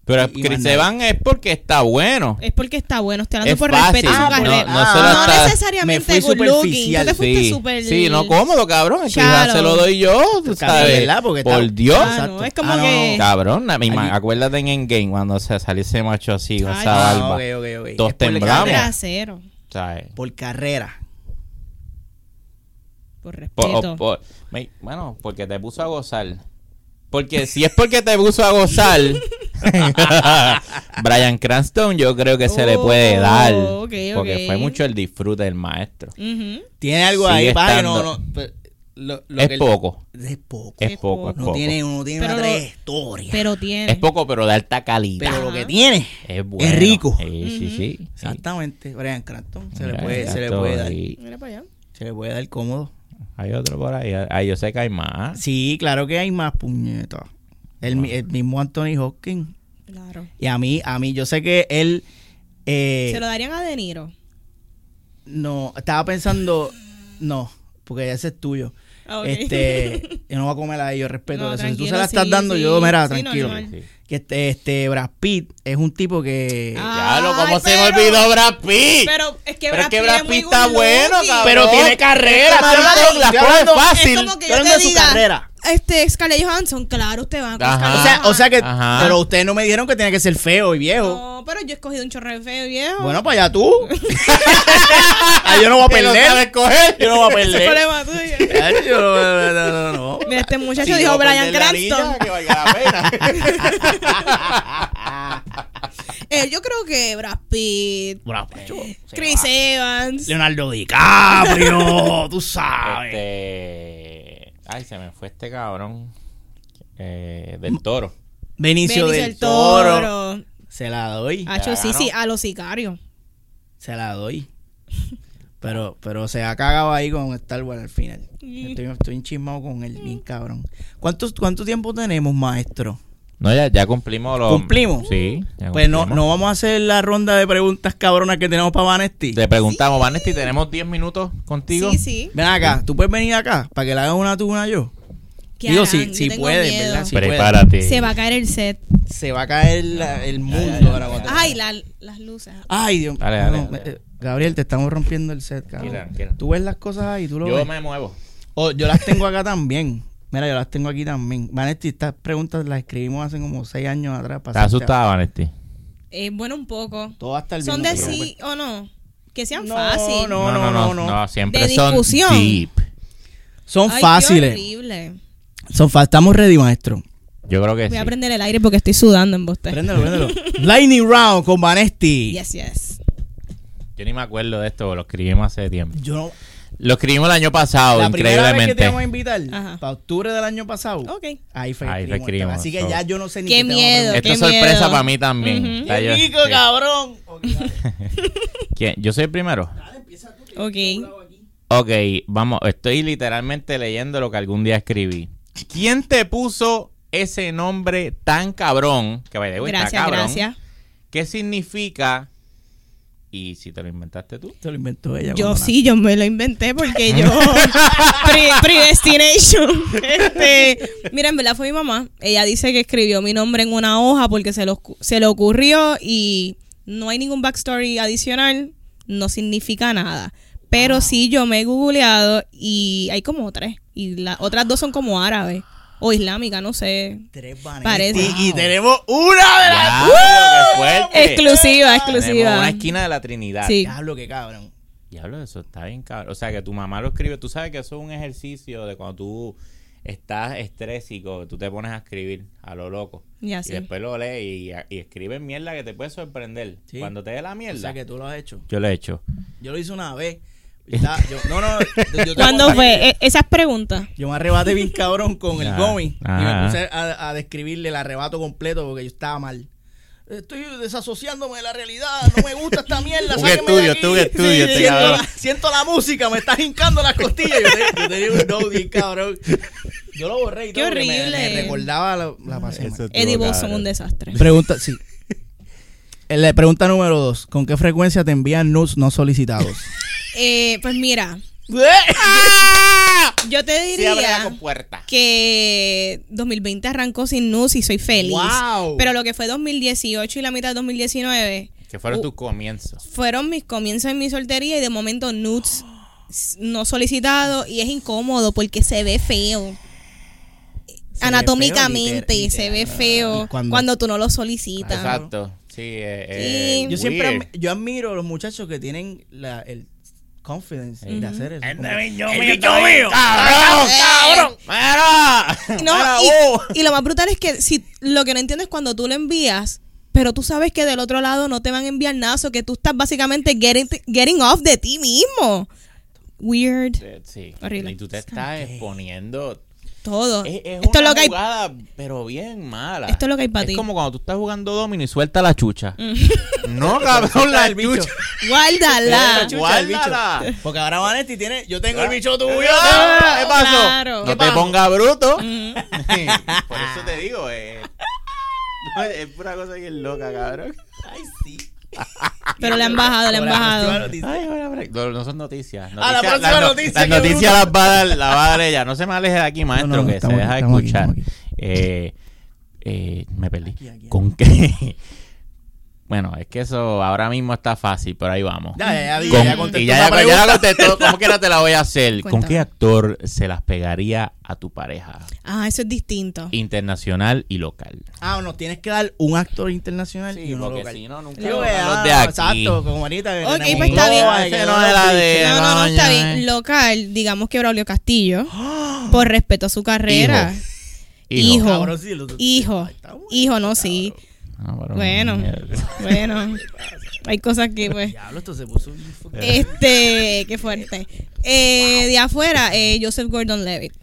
Speaker 3: Pero
Speaker 2: Y- y
Speaker 3: Chris
Speaker 2: mandar.
Speaker 3: Evans es porque está bueno.
Speaker 1: Es porque está bueno. Estoy hablando
Speaker 3: Es
Speaker 1: por
Speaker 3: fácil.
Speaker 1: respeto a su
Speaker 3: Ah,
Speaker 1: carrera.
Speaker 3: no- no
Speaker 2: se la está-
Speaker 1: necesariamente
Speaker 2: me fui
Speaker 1: good looking. Tú
Speaker 2: superficial,
Speaker 1: te fuiste Ah,
Speaker 3: Sí,
Speaker 1: súper...
Speaker 3: sí, no cómodo, cabrón. Es que ya
Speaker 1: shallow.
Speaker 3: se lo doy yo, tú sabes.
Speaker 2: ¿verdad? Porque
Speaker 3: Por
Speaker 2: está-
Speaker 3: Dios.
Speaker 1: Ah, no, es como que-
Speaker 3: Cabrón, la misma-
Speaker 2: Allí-
Speaker 3: acuérdate en Endgame cuando se salió ese macho así con
Speaker 1: Ay,
Speaker 3: esa
Speaker 1: no,
Speaker 3: barba.
Speaker 2: Ah, ok, ok, ok.
Speaker 3: Todos
Speaker 2: Es por la
Speaker 3: temblamos.
Speaker 1: Era
Speaker 2: carrera.
Speaker 1: cero.
Speaker 3: ¿sabes?
Speaker 2: Por carrera.
Speaker 1: Por
Speaker 3: Por- o-
Speaker 1: respeto.
Speaker 3: por- me- bueno, porque te puso a gozar. Porque si es porque te puso a
Speaker 1: [laughs]
Speaker 3: gozar, [laughs] Brian Cranston yo creo que se le puede
Speaker 1: Oh,
Speaker 3: dar.
Speaker 1: ok, ok.
Speaker 3: Porque fue mucho el disfrute del maestro.
Speaker 1: Ujú.
Speaker 2: Tiene algo
Speaker 3: Sigue
Speaker 2: ahí, padre. No,
Speaker 3: estando.
Speaker 2: no, pero lo- lo
Speaker 3: es
Speaker 2: que-
Speaker 3: poco.
Speaker 2: Es poco.
Speaker 3: Es poco, es
Speaker 2: no
Speaker 3: poco.
Speaker 2: tiene, no tiene
Speaker 1: Pero
Speaker 2: una
Speaker 1: lo-
Speaker 2: trayectoria. Pero,
Speaker 1: Pero tiene.
Speaker 3: Es poco, pero de alta calidad.
Speaker 2: lo que tiene.
Speaker 3: es, bueno.
Speaker 2: rico.
Speaker 3: Sí, sí, sí.
Speaker 2: Exactamente. Brian Cranston. Se le
Speaker 3: Mira,
Speaker 2: puede, se le
Speaker 3: gato,
Speaker 2: puede dar.
Speaker 3: y
Speaker 1: Mira para allá.
Speaker 2: Se le puede dar cómodo.
Speaker 3: Hay otro por ahí. Ah, yo sé que hay más.
Speaker 2: Sí, claro que hay más puñetas. El, mi- el mismo Anthony Hopkins.
Speaker 1: Claro.
Speaker 2: Y a mí, a mí, yo sé que él. eh,
Speaker 1: Se lo darían a De Niro.
Speaker 2: No, estaba pensando. No, porque ese es tuyo.
Speaker 1: Ok. [laughs]
Speaker 2: Este, yo no voy a comer a ellos, respeto
Speaker 1: No,
Speaker 2: eso. Si tú se
Speaker 1: tranquilo,
Speaker 2: la estás
Speaker 1: sí,
Speaker 2: dando,
Speaker 1: sí,
Speaker 2: yo, mira,
Speaker 1: sí,
Speaker 2: tranquilo.
Speaker 1: normal.
Speaker 3: Sí.
Speaker 2: Que este, este, Brad Pitt es un tipo que.
Speaker 1: Ah,
Speaker 3: Ya lo como
Speaker 1: Ay,
Speaker 3: se me
Speaker 1: pero-
Speaker 3: olvidó Brad Pitt.
Speaker 1: Pero es que
Speaker 3: Pero es
Speaker 1: Brad
Speaker 3: que
Speaker 1: Pitt
Speaker 3: Brad
Speaker 1: es muy
Speaker 3: Pitt está
Speaker 1: good
Speaker 3: bueno,
Speaker 1: looking.
Speaker 3: cabrón.
Speaker 2: pero
Speaker 3: Este
Speaker 2: tiene carrera,
Speaker 3: Estoy
Speaker 2: estoy
Speaker 3: hablando-
Speaker 2: hablando-
Speaker 3: la
Speaker 2: estoy
Speaker 3: pone
Speaker 2: hablando-
Speaker 3: fácil.
Speaker 1: Es como que
Speaker 2: Yo
Speaker 1: yo
Speaker 2: hablo de
Speaker 1: te
Speaker 2: su
Speaker 1: diga,
Speaker 2: carrera.
Speaker 1: este Scarlett Johansson, claro, usted va a
Speaker 3: Ajá.
Speaker 2: O sea, o sea que.
Speaker 3: Ajá.
Speaker 2: Pero ustedes no me dijeron que tiene que ser feo y viejo.
Speaker 1: no, pero yo he escogido un chorro de feo viejo.
Speaker 2: Bueno, pues allá tú. [laughs] Ah, yo no voy a
Speaker 3: Que lo sabe
Speaker 2: perder.
Speaker 3: escoger.
Speaker 2: Yo no voy
Speaker 1: ese
Speaker 2: a
Speaker 1: es
Speaker 2: perder.
Speaker 1: problema
Speaker 2: [laughs]
Speaker 1: tuyo.
Speaker 2: Ay, yo no- no, no, no.
Speaker 1: Mira, este
Speaker 3: Si
Speaker 1: muchacho
Speaker 3: no
Speaker 1: dijo
Speaker 3: perder
Speaker 1: Brian
Speaker 3: la anilla,
Speaker 1: Cranston.
Speaker 3: que valga la [laughs] pena.
Speaker 1: Eh, yo creo que Brad Pitt,
Speaker 2: Bueno, pues, yo- se
Speaker 1: Chris
Speaker 2: va.
Speaker 1: Evans.
Speaker 2: Leonardo DiCaprio, tú sabes.
Speaker 3: Este... Ay, se me fue este cabrón. Eh, del toro.
Speaker 1: Benicio
Speaker 2: Benicio, del
Speaker 1: del
Speaker 2: Toro.
Speaker 1: Toro.
Speaker 2: Se la doy.
Speaker 1: Hacho,
Speaker 3: Ya
Speaker 1: sí,
Speaker 3: ganó.
Speaker 1: sí, a los sicarios.
Speaker 2: Se la doy. Pero, pero se ha cagado ahí con Star Wars al final. Estoy, estoy enchismado con él, bien cabrón. ¿Cuánto, cuánto tiempo tenemos, maestro?
Speaker 3: No, ya, ya cumplimos los...
Speaker 2: ¿Cumplimos?
Speaker 3: Sí. ya
Speaker 2: Pues no,
Speaker 3: cumplimos.
Speaker 2: no vamos a hacer la ronda de preguntas cabronas que tenemos para Vanesti.
Speaker 3: Te preguntamos, Vanesti, ¿tenemos 10 minutos contigo?
Speaker 1: Sí, sí.
Speaker 2: Ven acá, tú puedes venir acá para que le hagas una tú, una yo.
Speaker 1: ¿Qué
Speaker 2: Digo,
Speaker 1: harán?
Speaker 2: si-
Speaker 1: Yo
Speaker 2: si
Speaker 1: tengo
Speaker 2: pueden,
Speaker 1: miedo.
Speaker 2: ¿verdad? Sí.
Speaker 3: Prepárate.
Speaker 1: Se va a caer el set.
Speaker 2: Se va a caer la- el mundo ahora cuando-
Speaker 1: Ay, la- las luces.
Speaker 2: Ay, Dios
Speaker 3: Dale, dale,
Speaker 2: no,
Speaker 3: dale.
Speaker 2: eh, Gabriel, te estamos rompiendo el set, cabrón.
Speaker 3: Tranquila, tranquila.
Speaker 2: Tú ves las cosas ahí, tú lo
Speaker 3: Yo
Speaker 2: ves.
Speaker 3: me muevo.
Speaker 2: Oh, yo las tengo acá también. Mira, yo las tengo aquí también. Vanetti, estas preguntas las escribimos hace como seis años atrás. para
Speaker 3: ¿Estás
Speaker 2: hacerte-
Speaker 3: asustada, Vanesti?
Speaker 1: Eh, bueno, un poco.
Speaker 2: Todo va a estar bien.
Speaker 1: Son
Speaker 2: no
Speaker 1: de
Speaker 2: te
Speaker 1: sí
Speaker 2: preocupes.
Speaker 1: o no. Que sean
Speaker 2: No,
Speaker 1: fácil.
Speaker 2: no.
Speaker 3: siempre
Speaker 1: De
Speaker 3: son
Speaker 1: discusión.
Speaker 3: deep.
Speaker 2: Son
Speaker 1: Ay, qué
Speaker 2: fáciles.
Speaker 1: horrible.
Speaker 2: Son fa- Estamos ready, maestro.
Speaker 3: Yo creo que
Speaker 1: Voy a
Speaker 3: sí.
Speaker 1: prender el aire porque estoy sudando en boste.
Speaker 2: Préndelo,
Speaker 1: [laughs]
Speaker 2: préndelo. Lightning Round con Vanesti.
Speaker 1: Yes, yes.
Speaker 3: Yo ni me acuerdo de esto, lo escribimos hace tiempo.
Speaker 2: Yo no-
Speaker 3: Lo escribimos el año pasado,
Speaker 2: la primera vez que te
Speaker 3: Oh, increíblemente.
Speaker 2: vamos a invitar,
Speaker 1: Ajá.
Speaker 2: para octubre del año pasado,
Speaker 1: Ok.
Speaker 2: ahí fue. que
Speaker 3: Ahí fue
Speaker 2: escribimos
Speaker 3: que escribimos,
Speaker 2: esto. Así que
Speaker 3: so.
Speaker 2: ya yo no sé ni
Speaker 1: Qué
Speaker 2: te vamos a
Speaker 1: miedo,
Speaker 2: preguntar.
Speaker 3: Esto
Speaker 1: Qué
Speaker 3: es sorpresa
Speaker 1: miedo.
Speaker 3: para mí también.
Speaker 1: Ujú.
Speaker 3: Ya yo,
Speaker 2: Rico,
Speaker 3: sí.
Speaker 2: cabrón. Ok, dale.
Speaker 3: ¿Quién? ¿Yo soy el primero?
Speaker 1: Ok.
Speaker 3: Ok, vamos, estoy literalmente leyendo lo que algún día escribí. ¿Quién te puso ese nombre tan cabrón? Que vaya,
Speaker 1: Gracias,
Speaker 3: cabrón.
Speaker 1: gracias.
Speaker 3: ¿Qué significa? Y si te lo inventaste tú.
Speaker 2: Esto lo inventó ella.
Speaker 1: Yo
Speaker 2: cuando
Speaker 1: sí, yo me lo inventé
Speaker 3: [laughs]
Speaker 1: porque yo. Pre- predestination. Este, mira, en verdad fue mi mamá. Ella dice que escribió mi nombre en una hoja porque se, lo, ocu- se le ocurrió y no hay ningún backstory adicional. No significa nada.
Speaker 3: Ah.
Speaker 1: Pero sí, yo me he googleado y hay como tres. Y las otras dos son como árabes o islámicas, no sé.
Speaker 2: Tres Vanetti.
Speaker 1: Parece.
Speaker 2: Y tenemos una de las.
Speaker 3: Ya, Ah, qué fuerte.
Speaker 1: Exclusiva,
Speaker 3: Tenemos una
Speaker 1: exclusiva.
Speaker 3: esquina de la Trinidad.
Speaker 1: Sí.
Speaker 2: Diablo, qué cabrón.
Speaker 3: Diablo, eso está bien cabrón. O sea, que tu mamá lo escribe. Tú sabes que eso es un ejercicio de cuando tú estás estrésico, que tú te pones a escribir a lo loco.
Speaker 1: Ya
Speaker 3: y
Speaker 1: sí.
Speaker 3: después lo lees y, y escribes mierda que te puede sorprender.
Speaker 2: Sí.
Speaker 3: Cuando te dé la
Speaker 2: O
Speaker 3: mierda.
Speaker 2: sea que tú lo has hecho.
Speaker 3: Yo lo he hecho.
Speaker 2: Yo lo hice una
Speaker 3: [laughs]
Speaker 2: vez. Está- yo- no, no. yo- yo te
Speaker 1: ¿Cuándo
Speaker 2: conté.
Speaker 1: fue? E- esas preguntas.
Speaker 2: Yo me arrebaté bien cabrón con el
Speaker 3: Ah,
Speaker 2: gomi. Y me
Speaker 3: ah.
Speaker 2: puse a, a describirle el arrebato completo porque yo estaba mal. Estoy desasociándome de la realidad. No me gusta esta mierda.
Speaker 3: [laughs] Un
Speaker 2: sáquenme de
Speaker 3: estudio,
Speaker 2: aquí.
Speaker 3: tú un estudio, este
Speaker 2: siento,
Speaker 3: cabrón.
Speaker 2: la, siento la música, me está hincando las costillas. Yo, te- yo tenía un no bien cabrón. Yo lo borré y
Speaker 1: Qué
Speaker 2: todo, porque me- Me,
Speaker 1: horrible.
Speaker 2: recordaba la, la pasión.
Speaker 1: Eddie Ball son un desastre.
Speaker 2: Pregunta, sí. Eh, La pregunta número dos. ¿Con qué frecuencia te envían nudes
Speaker 1: [laughs]
Speaker 2: no solicitados?
Speaker 1: Eh, pues mira, yo te
Speaker 3: Sí, abre
Speaker 1: diría
Speaker 3: la compuerta.
Speaker 1: que 2020 arrancó sin news y soy feliz.
Speaker 2: Wow.
Speaker 1: Pero lo que fue 2018 y la mitad de 2019
Speaker 3: Que fueron
Speaker 1: Uh.
Speaker 3: tus comienzos.
Speaker 1: fueron mis comienzos en mi soltería y de momento nudes no solicitado y es incómodo porque se ve feo. Anatómicamente
Speaker 2: liter-
Speaker 1: se ve
Speaker 2: literal.
Speaker 1: feo
Speaker 2: Y cuando-
Speaker 1: cuando, tú no lo solicitas.
Speaker 3: Exacto. Sí, eh, eh,
Speaker 1: Sí.
Speaker 2: Yo siempre
Speaker 3: weird.
Speaker 2: admi- yo admiro a los muchachos que tienen la, el confidence de hacer eso. Como-
Speaker 3: ¡Cabrón! ¡Cabrón!
Speaker 1: No,
Speaker 3: Mira,
Speaker 1: y,
Speaker 3: uh.
Speaker 1: y lo más brutal es que si lo que no entiendo es cuando tú lo envías, pero tú sabes que del otro lado no te van a enviar nada, o que tú estás básicamente getting, getting off de ti mismo. Weird,
Speaker 3: Eh, Sí.
Speaker 1: Horrible.
Speaker 3: Y tú te estás exponiendo.
Speaker 1: todo.
Speaker 3: Es, es
Speaker 1: esto, es
Speaker 3: una
Speaker 1: lo que hay,
Speaker 3: jugada, pero bien mala.
Speaker 1: esto es lo que hay para
Speaker 3: Es
Speaker 1: ti.
Speaker 3: como cuando tú estás jugando domino y suelta la chucha.
Speaker 1: Mm.
Speaker 3: [laughs] no, cabrón, la
Speaker 2: el bicho.
Speaker 3: chucha. [laughs]
Speaker 1: Guárdala.
Speaker 2: Chucha, el bicho.
Speaker 3: Guárdala.
Speaker 2: Porque ahora Vanetti tiene, yo tengo el bicho tuyo.
Speaker 3: [laughs] Ah, ¿Qué pasó?
Speaker 1: Claro.
Speaker 3: No
Speaker 1: ¿Qué
Speaker 3: te
Speaker 2: pasó?
Speaker 3: ponga bruto. Por [laughs] eso te digo, eh. no, es pura cosa bien loca, cabrón.
Speaker 2: Ay, sí.
Speaker 1: Pero le han bajado, le han bajado.
Speaker 3: Ay, hola, break. no, no son noticias.
Speaker 2: Ah, la
Speaker 3: Noticias-
Speaker 2: próxima
Speaker 3: las no-
Speaker 2: noticia,
Speaker 3: Las
Speaker 2: qué
Speaker 3: noticias
Speaker 2: bruto.
Speaker 3: las va a dar, las va a dar ella. No se me aleje de aquí, maestro,
Speaker 2: No, no,
Speaker 3: que se
Speaker 2: estamos aquí,
Speaker 3: deja
Speaker 2: estamos aquí,
Speaker 3: escuchar.
Speaker 2: estamos
Speaker 3: Eh, eh, me perdí. ¿Con qué? bueno, es que eso ahora mismo está fácil, pero ahí vamos.
Speaker 2: Ya, ya, ya,
Speaker 3: Con-
Speaker 2: ya contestó
Speaker 3: y ya,
Speaker 2: la
Speaker 3: ya- ya
Speaker 2: pregunta.
Speaker 3: la contestó. ¿Cómo que no te la voy a hacer? ¿Con
Speaker 1: Cuéntame.
Speaker 3: qué actor se las pegaría a tu pareja?
Speaker 1: Ah, eso es distinto.
Speaker 3: Internacional y local.
Speaker 2: Ah, nos tienes que dar un actor internacional y uno local.
Speaker 3: no, nunca
Speaker 2: Yo, ah, Exacto, como ahorita.
Speaker 1: Ok,
Speaker 2: tenemos
Speaker 1: pues está
Speaker 2: dos,
Speaker 1: bien.
Speaker 2: hay que
Speaker 3: Ese no
Speaker 2: darle
Speaker 3: es la
Speaker 2: clic.
Speaker 3: de-
Speaker 1: No, no, no, está
Speaker 3: doña, eh.
Speaker 1: bien. Local, digamos que Braulio
Speaker 3: [gasps]
Speaker 1: Castillo, por respeto a su carrera.
Speaker 3: Hijo.
Speaker 1: Hijo.
Speaker 2: Cabrón, sí, lo-
Speaker 1: Hijo.
Speaker 2: Está bueno,
Speaker 1: Hijo, no, sí.
Speaker 3: Ah, pero-
Speaker 1: Bueno, bueno. Hay cosas que, pues.
Speaker 2: Diablo, esto se puso bien fucking-
Speaker 1: Este, qué fuerte. Eh, De afuera, eh, Joseph Gordon Levitt.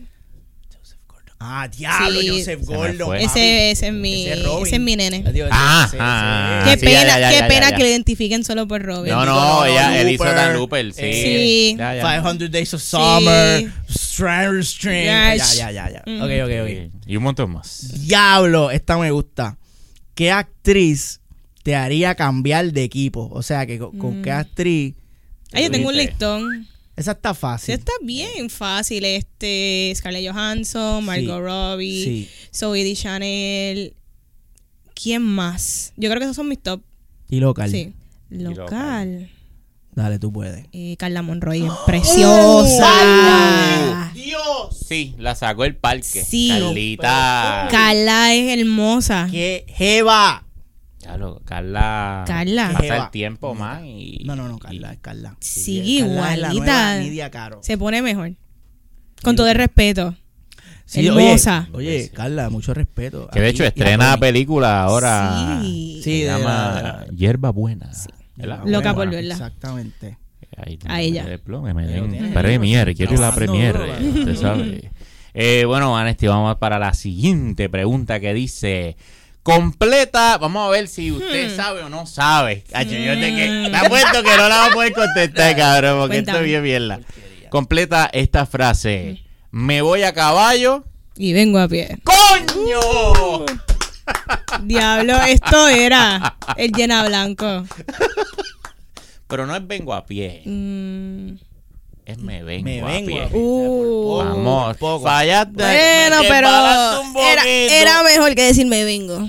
Speaker 2: Ah, diablo,
Speaker 1: Sí.
Speaker 2: Joseph
Speaker 3: Se me
Speaker 2: Gordon.
Speaker 3: fue.
Speaker 2: papi.
Speaker 1: Ese, ese es mi,
Speaker 2: Ese Robin.
Speaker 1: ese es mi nene.
Speaker 2: Adiós,
Speaker 3: Ah,
Speaker 2: ese-
Speaker 3: ah,
Speaker 2: ese-
Speaker 1: qué
Speaker 3: sí,
Speaker 1: pena,
Speaker 3: ya, ya,
Speaker 1: qué
Speaker 3: ya,
Speaker 1: pena
Speaker 3: ya.
Speaker 1: que lo identifiquen solo por Robin.
Speaker 3: No,
Speaker 2: Bendito
Speaker 3: no,
Speaker 2: Lolo
Speaker 3: ella, él hizo
Speaker 2: Looper,
Speaker 3: Dan Looper, sí.
Speaker 1: eh, Sí.
Speaker 3: Ya, ya.
Speaker 2: 500 Days of Summer,
Speaker 1: Sí.
Speaker 2: Stranger String. Ya,
Speaker 1: Yes.
Speaker 2: ya, ya, ya.
Speaker 1: Mm.
Speaker 2: Ok, ok, ok.
Speaker 3: Sí, Y un montón más.
Speaker 2: Diablo, esta me gusta. ¿Qué actriz te haría cambiar de equipo? O sea, que con, con qué actriz.
Speaker 1: Ay, yo tengo un
Speaker 3: Viste.
Speaker 1: listón.
Speaker 2: Esa está
Speaker 1: Sí,
Speaker 2: fácil.
Speaker 1: está bien fácil. Este, Scarlett Johansson, Margot
Speaker 2: Sí.
Speaker 1: Robbie,
Speaker 2: Sí.
Speaker 1: Zoe de Chanel. ¿Quién más? Yo creo que esos son mis top.
Speaker 2: Y local.
Speaker 1: Sí.
Speaker 3: local.
Speaker 1: Local.
Speaker 2: Dale, tú puedes.
Speaker 1: Eh, Carla Monroy
Speaker 3: ¡Oh!
Speaker 1: es preciosa.
Speaker 3: Sí, la sacó el parque.
Speaker 1: Sí.
Speaker 3: Carlita.
Speaker 1: Carla es hermosa.
Speaker 2: ¡Qué jeva!
Speaker 3: Ya lo- Carla.
Speaker 1: Carla.
Speaker 3: Pasa
Speaker 2: Jeva.
Speaker 3: el tiempo más y.
Speaker 2: No, no, no, Carla, es Carla.
Speaker 1: Sí,
Speaker 2: Carla es la
Speaker 1: igualita.
Speaker 2: nueva Nidia Caro.
Speaker 1: Se pone mejor. Con todo el respeto.
Speaker 2: Pues Sí,
Speaker 1: hermosa.
Speaker 2: Oye, oye, Carla, mucho respeto.
Speaker 3: Que de hecho
Speaker 2: Aquí-
Speaker 3: estrena película ahora.
Speaker 1: Sí.
Speaker 2: Sí,
Speaker 3: Se
Speaker 2: de la- de
Speaker 3: llama
Speaker 2: la-
Speaker 3: Hierba Buena.
Speaker 2: Ah,
Speaker 3: ¿Verdad?
Speaker 2: bueno,
Speaker 1: Loca por
Speaker 2: bueno,
Speaker 1: verla.
Speaker 2: Exactamente.
Speaker 3: Ahí
Speaker 1: A
Speaker 3: me
Speaker 1: ella.
Speaker 3: den el plomo, que me
Speaker 2: Pero
Speaker 3: den
Speaker 2: tiene-
Speaker 3: premier, quiero la
Speaker 2: Trabajando
Speaker 3: premier,
Speaker 2: duro,
Speaker 3: eh, usted
Speaker 2: [laughs]
Speaker 3: sabe. Eh, bueno, Vanesti, vamos para la siguiente pregunta que dice... Completa, vamos a ver si
Speaker 1: Hmm.
Speaker 3: usted sabe o no sabe. Cacho, yo te, que, te apuesto que no la va a
Speaker 1: [laughs]
Speaker 3: poder contestar, cabrón, porque esto
Speaker 1: Cuéntame.
Speaker 3: es bien mierda. Completa esta frase.
Speaker 1: Hmm.
Speaker 3: Me voy a caballo.
Speaker 1: Y vengo a pie. Uh.
Speaker 3: ¡Coño!
Speaker 1: Diablo, esto era el llena blanco.
Speaker 3: Pero no es vengo a pie,
Speaker 1: Mm.
Speaker 3: es me vengo,
Speaker 2: Me
Speaker 3: a
Speaker 2: vengo.
Speaker 3: pie.
Speaker 2: a-
Speaker 1: Uh.
Speaker 3: Vamos,
Speaker 2: poco.
Speaker 3: fallaste.
Speaker 1: Bueno,
Speaker 3: me resbalaste un
Speaker 1: pero era,
Speaker 3: poquito.
Speaker 1: era mejor que decir me vengo.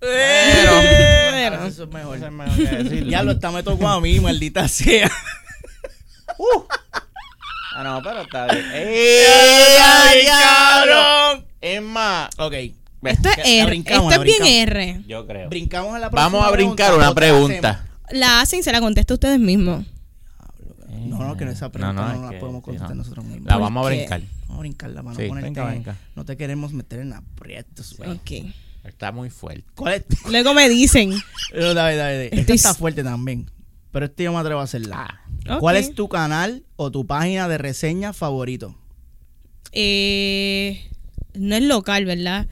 Speaker 2: Pero-
Speaker 1: Bueno.
Speaker 2: Eso es mejor.
Speaker 3: Eso es mejor que decirlo.
Speaker 2: Ya lo está, me tocó a mí, maldita sea.
Speaker 3: Ah, no, pero está
Speaker 2: [laughs]
Speaker 3: bien.
Speaker 2: ¡Ey,
Speaker 3: ¡Ey,
Speaker 2: cabrón!
Speaker 3: cabrón! Es más,
Speaker 2: Ok,
Speaker 1: Esto es
Speaker 2: La
Speaker 1: R.
Speaker 2: brincamos,
Speaker 1: Esto
Speaker 2: la
Speaker 1: es bien
Speaker 2: brincamos.
Speaker 1: R.
Speaker 3: yo creo.
Speaker 2: brincamos a la próxima.
Speaker 3: Vamos a brincar
Speaker 2: pregunta,
Speaker 3: una
Speaker 2: otra
Speaker 3: pregunta.
Speaker 1: La hacen y se la contesta a ustedes mismos.
Speaker 2: hacemos. No, no, que esa pregunta no,
Speaker 3: no, es
Speaker 2: la
Speaker 3: que-
Speaker 2: podemos
Speaker 3: sí,
Speaker 2: contestar
Speaker 3: no.
Speaker 2: nosotros mismos.
Speaker 3: La vamos a
Speaker 1: qué?
Speaker 3: brincar.
Speaker 2: Vamos a brincarla para
Speaker 3: Sí,
Speaker 2: no ponerte-
Speaker 3: venga, venga.
Speaker 2: No te queremos meter en aprietos, güey.
Speaker 1: Ok.
Speaker 3: Está muy fuerte.
Speaker 2: ¿Cuál es?
Speaker 1: Luego me dicen.
Speaker 2: No, dale, dale, dale. Esta
Speaker 1: Estoy-
Speaker 2: está fuerte también. Pero este yo me atrevo a hacerla.
Speaker 1: Ah,
Speaker 2: ¿Cuál
Speaker 1: ok.
Speaker 2: es tu canal o tu página de reseña favorito?
Speaker 1: eh, no es local, ¿verdad?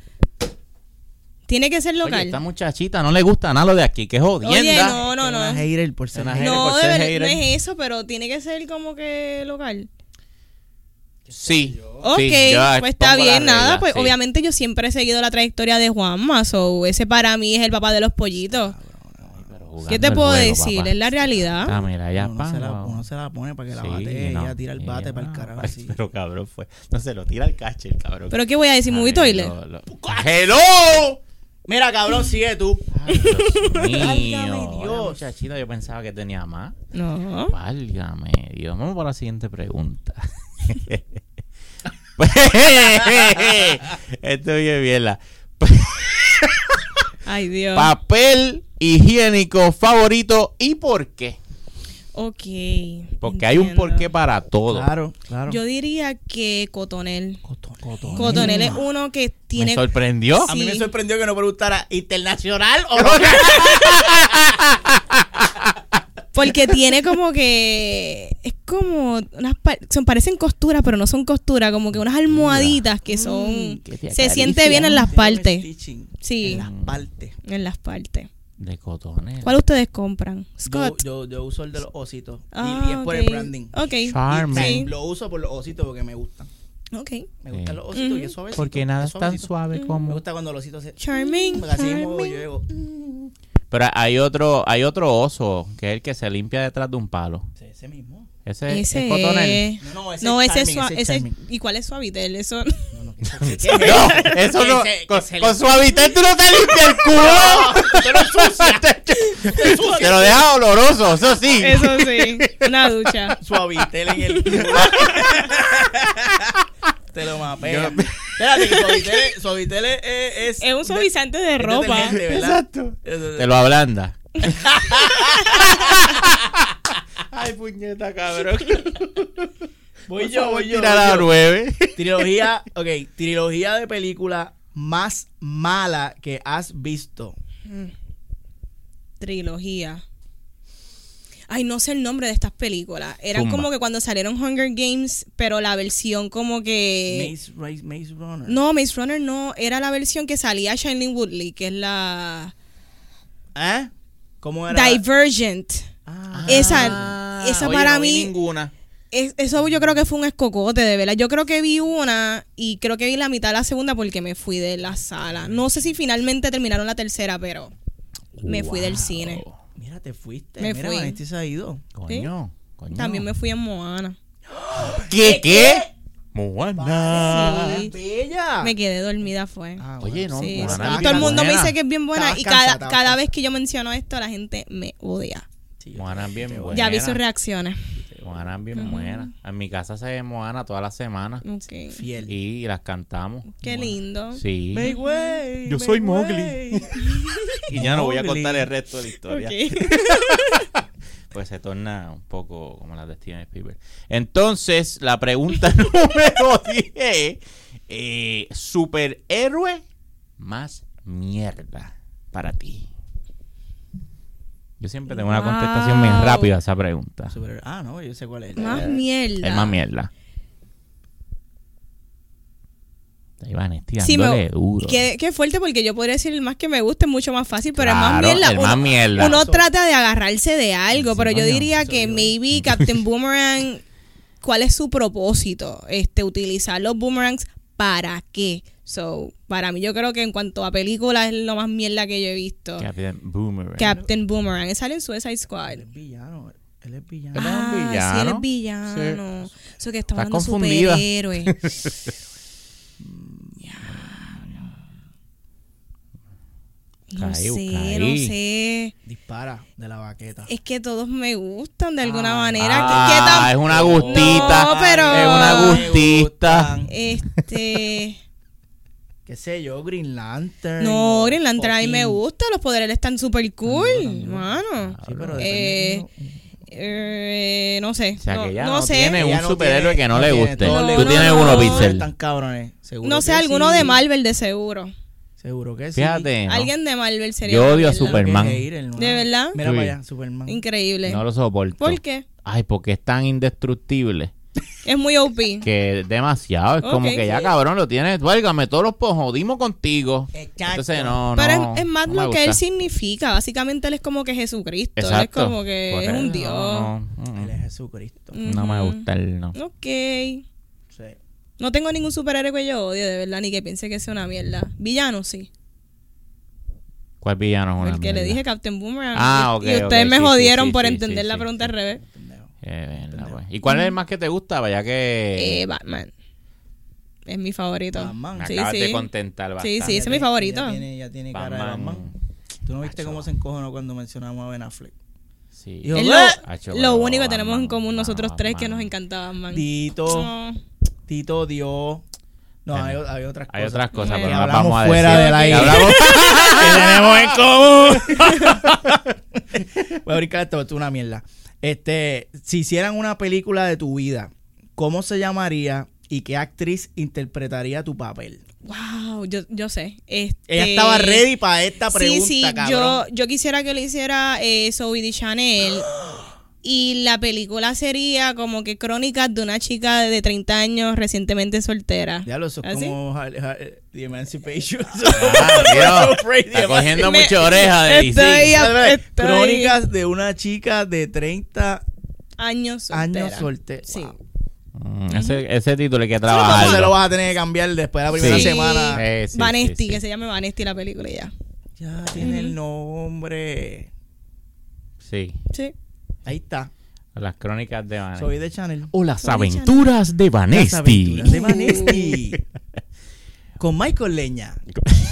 Speaker 1: Tiene que ser
Speaker 3: Oye,
Speaker 1: local.
Speaker 3: esta muchachita no le gusta nada lo de aquí, que es jodienda.
Speaker 1: Oye, no, no,
Speaker 2: Una
Speaker 1: no.
Speaker 2: hater por ser
Speaker 3: Una
Speaker 2: hater.
Speaker 3: hater.
Speaker 1: No,
Speaker 3: por
Speaker 1: de
Speaker 3: ser
Speaker 1: verdad,
Speaker 3: hater.
Speaker 1: no es eso, pero tiene que ser como que local.
Speaker 3: Sí.
Speaker 1: Ok,
Speaker 3: sí, yo
Speaker 1: pues está
Speaker 3: pongo la
Speaker 1: bien, nada,
Speaker 3: regla,
Speaker 1: pues
Speaker 3: sí.
Speaker 1: obviamente yo siempre he seguido la trayectoria de Juanma, so ese para mí es el papá de los pollitos.
Speaker 3: Pero jugando
Speaker 1: ¿Qué te
Speaker 3: el
Speaker 1: puedo
Speaker 3: juego,
Speaker 1: decir?
Speaker 3: papá.
Speaker 1: Es la realidad.
Speaker 3: Ah, mira, ya,
Speaker 2: uno,
Speaker 3: pan,
Speaker 2: se la,
Speaker 3: wow.
Speaker 2: uno se la pone para que la
Speaker 3: Sí,
Speaker 2: bate,
Speaker 3: no,
Speaker 2: ella tira el
Speaker 3: sí,
Speaker 2: bate para el
Speaker 3: no.
Speaker 2: carajo
Speaker 3: Ay,
Speaker 2: así.
Speaker 3: Pero cabrón, fue. No se lo tira el cache, el cabrón.
Speaker 1: Pero ¿qué voy a decir?
Speaker 3: Ay,
Speaker 1: Movie Toilet.
Speaker 3: lo- lo- ¡Hello!
Speaker 2: Mira, cabrón, sigue tú.
Speaker 3: Ay,
Speaker 2: Válgame
Speaker 3: Dios mío.
Speaker 2: Dios.
Speaker 3: Ay, Muchachita, yo pensaba que tenía más.
Speaker 1: No.
Speaker 3: Válgame, Dios. Vamos para la siguiente [laughs] pregunta. Esto bien, bien. la-
Speaker 1: Ay, Dios.
Speaker 3: Papel higiénico favorito y por qué.
Speaker 1: ok.
Speaker 3: Porque hay un
Speaker 1: entiendo.
Speaker 3: porqué para todo.
Speaker 2: Claro, claro.
Speaker 1: Yo diría que Cotonel.
Speaker 2: Coto-
Speaker 1: Cotonel es uno que
Speaker 3: Me
Speaker 1: tiene...
Speaker 3: sorprendió.
Speaker 2: A
Speaker 1: Sí.
Speaker 2: mí me sorprendió que no preguntara internacional
Speaker 1: [laughs]
Speaker 2: o local.
Speaker 1: Porque tiene como que... Es como... Unas pa- son, parecen costuras, pero no son costuras. Como que unas almohaditas que son...
Speaker 3: Mm, que Eh. te
Speaker 1: se siente
Speaker 3: acarician.
Speaker 1: bien en las partes.
Speaker 2: Stitching.
Speaker 1: Sí.
Speaker 2: En las partes.
Speaker 1: En las partes.
Speaker 3: De cotones.
Speaker 1: ¿Cuál ustedes compran?
Speaker 2: Yo,
Speaker 1: Scott.
Speaker 2: yo, yo uso el de los ositos.
Speaker 1: Ah,
Speaker 2: y, y es por el
Speaker 1: ok.
Speaker 2: branding.
Speaker 1: Ok.
Speaker 3: Charme.
Speaker 1: Sí.
Speaker 2: Lo uso por los ositos porque me gustan.
Speaker 1: Ok.
Speaker 2: Me
Speaker 3: Sí.
Speaker 2: gustan los ositos y es suavecito.
Speaker 3: Porque nada
Speaker 2: es
Speaker 3: es tan
Speaker 1: Mm.
Speaker 2: suavecito.
Speaker 3: suave
Speaker 2: Me
Speaker 3: como.
Speaker 2: gusta cuando los ositos se...
Speaker 1: Charming.
Speaker 2: Porque así mismo
Speaker 1: charming.
Speaker 2: yo llego...
Speaker 3: Pero hay otro, hay otro oso, que es el que se limpia detrás de un palo.
Speaker 2: Ese mismo.
Speaker 3: Ese, es
Speaker 1: Ese
Speaker 3: Cotonel.
Speaker 1: es-
Speaker 2: No, ese
Speaker 1: No,
Speaker 2: es
Speaker 1: ese es
Speaker 2: Charmin,
Speaker 1: sua-
Speaker 2: ese es
Speaker 1: ese-
Speaker 2: Charmin.
Speaker 1: ¿Y cuál es suavitel?
Speaker 2: [laughs]
Speaker 1: Eso.
Speaker 3: [laughs] No, eso no.
Speaker 2: Ese-
Speaker 3: con,
Speaker 2: ese- [laughs]
Speaker 3: con suavitel tú no te limpias el culo. [laughs] te lo dejas oloroso, eso sí.
Speaker 1: Eso sí. Una ducha.
Speaker 2: Suavitel en
Speaker 3: [laughs]
Speaker 2: el culo. Te lo mapea.
Speaker 3: Yo-
Speaker 2: Espérate, que suavitel, es- suavitel es, es-
Speaker 1: Es un suavizante de
Speaker 2: es
Speaker 1: ropa.
Speaker 2: detergente, ¿verdad?
Speaker 3: [laughs] Exacto.
Speaker 2: Eso-
Speaker 3: Te lo ablanda. [laughs] Ay, puñeta, cabrón.
Speaker 2: Voy yo, voy yo.
Speaker 3: Tira
Speaker 2: voy
Speaker 3: la
Speaker 2: yo.
Speaker 3: nueve.
Speaker 2: Trilogía, ok, trilogía de película más mala que has visto.
Speaker 1: Trilogía. Ay, no sé el nombre de estas películas. Eran
Speaker 3: Zumba.
Speaker 1: como que cuando salieron Hunger Games, pero la versión como que.
Speaker 2: Maze, Ra- Maze Runner.
Speaker 1: Eh, No, Maze Runner no. Era la versión que salía Shining Woodley, que es la.
Speaker 2: ¿Eh? ¿Cómo era?
Speaker 1: Divergent.
Speaker 2: Ah.
Speaker 1: Esa, esa
Speaker 3: Oye,
Speaker 1: para
Speaker 3: no vi
Speaker 1: mí.
Speaker 3: ninguna.
Speaker 1: Es- eso yo creo que fue un escocote, de verdad. Yo creo que vi una y creo que vi la mitad de la segunda porque me fui de la sala. No sé si finalmente terminaron la tercera, pero me fui del cine.
Speaker 2: Mira, te fuiste.
Speaker 1: Me
Speaker 2: Mira,
Speaker 1: fui.
Speaker 2: Vanesti se ha ido.
Speaker 3: Coño, coño.
Speaker 1: También me fui en Moana.
Speaker 3: ¿Qué? ¿Qué? Moana.
Speaker 1: Sí.
Speaker 2: Bella.
Speaker 1: Me quedé dormida fue.
Speaker 2: Ah, bueno.
Speaker 3: Oye, no,
Speaker 1: Sí, sí.
Speaker 3: Moana.
Speaker 2: estabas
Speaker 1: Todo el mundo me
Speaker 3: buena.
Speaker 1: dice que es bien buena
Speaker 2: Estabas
Speaker 1: y
Speaker 2: cansada,
Speaker 1: cada,
Speaker 2: estabas
Speaker 1: cada
Speaker 2: cansada.
Speaker 1: vez que yo menciono esto la gente me odia.
Speaker 2: Sí, yo-
Speaker 3: Moana es bien buena.
Speaker 1: Ya vi sus reacciones.
Speaker 3: Moana es bien buena. En mi casa se ve Moana todas las semanas.
Speaker 1: Ok.
Speaker 2: Fiel.
Speaker 3: Y las cantamos.
Speaker 1: Qué lindo.
Speaker 3: Sí.
Speaker 2: Make way,
Speaker 3: Yo
Speaker 2: make
Speaker 3: soy Mowgli.
Speaker 2: way.
Speaker 3: [laughs] Y ya no voy a
Speaker 2: Mowgli.
Speaker 3: contar el resto de la historia.
Speaker 1: Ok.
Speaker 3: Pues se torna un poco como las de Steven Spielberg. Entonces, la pregunta [laughs] número 10. eh, superhéroe más mierda para ti. Yo siempre tengo una
Speaker 1: Wow.
Speaker 3: contestación bien rápida a esa pregunta.
Speaker 2: Super- Ah, no, yo sé cuál
Speaker 1: [laughs]
Speaker 2: es.
Speaker 1: Más mierda.
Speaker 3: El más mierda. Ahí van,
Speaker 1: Sí,
Speaker 3: estirándole
Speaker 1: me,
Speaker 3: duro.
Speaker 1: qué, qué fuerte porque yo podría decir el más que me gusta es mucho más fácil, pero el más
Speaker 3: Claro,
Speaker 1: mierda,
Speaker 3: el
Speaker 1: uno,
Speaker 3: más mierda.
Speaker 1: uno
Speaker 3: Eso.
Speaker 1: trata de agarrarse de algo,
Speaker 3: Sí,
Speaker 1: pero yo
Speaker 3: coño,
Speaker 1: diría
Speaker 3: eso
Speaker 1: que
Speaker 3: digo. [laughs]
Speaker 1: maybe Captain Boomerang, ¿cuál es su propósito? Este, utilizar los boomerangs para qué? So, para mí yo creo que en cuanto a películas es lo más mierda que yo he visto.
Speaker 3: Captain Boomerang.
Speaker 1: Captain Boomerang, él sale en Suicide Squad.
Speaker 2: Él es villano. Él es villano.
Speaker 3: era un
Speaker 1: Ah, sí, él es
Speaker 3: villano.
Speaker 1: villano. Eso que está
Speaker 3: Estás
Speaker 1: hablando de
Speaker 3: confundida. [laughs]
Speaker 1: superhéroe. No
Speaker 3: Caí,
Speaker 1: sé, no
Speaker 3: caí.
Speaker 1: sé.
Speaker 2: Dispara de la baqueta.
Speaker 1: Es que todos me gustan de alguna manera. ¿Qué- qué
Speaker 3: Ah,
Speaker 1: tan-
Speaker 3: es una gustita.
Speaker 1: No, pero-
Speaker 3: Es una gustita.
Speaker 2: Me gustan.
Speaker 3: [laughs]
Speaker 1: Este.
Speaker 2: ¿Qué sé yo? Green Lantern.
Speaker 1: no,
Speaker 2: o
Speaker 1: Green Lantern a mí me
Speaker 2: fucking-
Speaker 1: gusta. Los poderes están súper cool, mano.
Speaker 2: Sí, pero
Speaker 1: eh,
Speaker 2: depende
Speaker 1: eh, no sé.
Speaker 3: O sea,
Speaker 1: no,
Speaker 3: que ella
Speaker 1: no
Speaker 3: no,
Speaker 1: sé.
Speaker 3: tiene
Speaker 2: Ella
Speaker 3: un
Speaker 2: no
Speaker 3: superhéroe
Speaker 2: tiene-
Speaker 3: que no,
Speaker 2: no
Speaker 3: le
Speaker 2: tiene,
Speaker 3: guste.
Speaker 1: todos le
Speaker 3: Tú
Speaker 1: gustan.
Speaker 3: tienes
Speaker 1: No,
Speaker 3: uno,
Speaker 1: no,
Speaker 2: de ellos.
Speaker 1: Pixel.
Speaker 2: Están
Speaker 3: Pixel.
Speaker 2: cabrones. Seguro
Speaker 1: No sé,
Speaker 2: que
Speaker 1: alguno
Speaker 2: sí.
Speaker 1: de Marvel de seguro.
Speaker 2: Seguro que sí.
Speaker 3: Fíjate. ¿no?
Speaker 1: Alguien de Marvel sería.
Speaker 3: Yo
Speaker 1: una
Speaker 3: odio
Speaker 1: mierda.
Speaker 3: a
Speaker 2: Tengo que
Speaker 3: Superman.
Speaker 2: ir, hermano.
Speaker 1: ¿De verdad?
Speaker 2: Mira
Speaker 3: Sí.
Speaker 2: para allá, Superman.
Speaker 1: Increíble.
Speaker 3: No lo soporto.
Speaker 1: ¿Por qué?
Speaker 3: Ay, porque es tan indestructible.
Speaker 1: Es muy OP.
Speaker 3: Que es demasiado. Es como
Speaker 1: Ok.
Speaker 3: que ya, cabrón, lo tienes. Válgame, todos los po- jodimos contigo.
Speaker 2: Exacto.
Speaker 3: Entonces, no,
Speaker 1: Pero
Speaker 3: no,
Speaker 1: es, es más
Speaker 3: no me
Speaker 1: lo que él
Speaker 3: gusta.
Speaker 1: significa. Básicamente él es como que Jesucristo. Él es
Speaker 3: Exacto.
Speaker 1: como que
Speaker 3: Por
Speaker 1: es un
Speaker 3: eso,
Speaker 1: dios.
Speaker 3: No, no,
Speaker 2: Él es
Speaker 3: mm,
Speaker 2: Jesucristo.
Speaker 3: no me
Speaker 1: Ujú.
Speaker 3: gusta el no.
Speaker 1: Ok.
Speaker 2: Sí.
Speaker 1: No tengo ningún superhéroe que yo odie, de verdad, ni que piense que sea una mierda. Villano, sí.
Speaker 3: ¿Cuál villano es una
Speaker 1: el que le
Speaker 3: mierda?
Speaker 1: dije Captain Boomerang.
Speaker 3: Ah,
Speaker 1: Y-
Speaker 3: ok,
Speaker 1: y
Speaker 3: ok,
Speaker 1: ustedes me
Speaker 3: sí, sí,
Speaker 1: jodieron
Speaker 3: sí,
Speaker 1: por
Speaker 3: sí,
Speaker 1: entender
Speaker 3: sí,
Speaker 1: la
Speaker 3: sí,
Speaker 1: pregunta al revés.
Speaker 2: Pendejo.
Speaker 3: Eh, verla, pues. ¿Y cuál es el más que te gusta? Vaya que
Speaker 1: Eh, Batman. Es mi favorito.
Speaker 2: Batman.
Speaker 3: me
Speaker 1: sí,
Speaker 3: acabas
Speaker 1: sí.
Speaker 3: de contentar
Speaker 1: Sí,
Speaker 3: bastante.
Speaker 1: sí, ese es
Speaker 2: Ya
Speaker 1: mi
Speaker 2: tiene-
Speaker 1: favorito.
Speaker 2: Ya tiene, ya tiene cara de Batman. ¿Tú no viste
Speaker 3: Acho.
Speaker 2: cómo se encojonó cuando mencionamos a Ben Affleck?
Speaker 3: Sí.
Speaker 2: Dijo,
Speaker 1: Es
Speaker 2: ¡Eh!
Speaker 3: Acho,
Speaker 1: lo, lo
Speaker 3: pero
Speaker 1: único que
Speaker 3: Batman,
Speaker 1: tenemos en común
Speaker 3: Batman,
Speaker 1: nosotros tres que
Speaker 3: Batman.
Speaker 1: nos encantaba Batman.
Speaker 2: Tito,
Speaker 1: No.
Speaker 2: Tito dio. No,
Speaker 3: Bueno,
Speaker 2: hay, hay otras cosas.
Speaker 3: Hay otras cosas,
Speaker 1: Eh,
Speaker 3: pero no las
Speaker 2: hablamos
Speaker 3: vamos a
Speaker 2: fuera
Speaker 3: decir.
Speaker 2: del aire.
Speaker 3: Que hablamos-
Speaker 2: que
Speaker 3: [laughs]
Speaker 2: tenemos en común. [laughs] Voy a brincar esto, esto es una mierda. Este, si hicieran una película de tu vida, ¿cómo se llamaría y qué actriz interpretaría tu papel?
Speaker 1: Wow, yo, yo sé. Este,
Speaker 2: Ella estaba ready para esta pregunta,
Speaker 1: sí, sí,
Speaker 2: cabrón.
Speaker 1: yo, yo quisiera que lo hiciera eh, Zoe de
Speaker 2: [gasps]
Speaker 1: Chanel. Y la película sería como que crónicas de una chica de 30 años recientemente soltera.
Speaker 2: Diablo, eso es
Speaker 1: ¿Así?
Speaker 2: como Har- Har- The Emancipation. [laughs]
Speaker 3: Ah, Dios,
Speaker 2: Crazy,
Speaker 3: está cogiendo
Speaker 1: Me-
Speaker 3: mucha oreja de
Speaker 1: Estoy-
Speaker 3: DC.
Speaker 1: Estoy-
Speaker 2: Crónicas de una chica de 30
Speaker 1: Años soltera.
Speaker 2: años soltera.
Speaker 1: Sí.
Speaker 2: Wow.
Speaker 3: Mm, Ese, ese título hay que
Speaker 2: Eso
Speaker 3: trabajar.
Speaker 2: se lo vas a tener que cambiar después de la primera
Speaker 3: Sí.
Speaker 2: semana.
Speaker 3: Sí, sí,
Speaker 1: Vanesti,
Speaker 3: sí, sí.
Speaker 1: que se llame Vanesti la película y ya.
Speaker 2: Ya tiene el nombre.
Speaker 3: Sí,
Speaker 1: Sí.
Speaker 2: Ahí está.
Speaker 3: las crónicas de Vanesti.
Speaker 2: Soy de Channel.
Speaker 3: O las
Speaker 1: Soy de
Speaker 3: aventuras de
Speaker 2: Las
Speaker 3: Vanesti.
Speaker 2: aventuras de Vanesti. Con Michael Leña.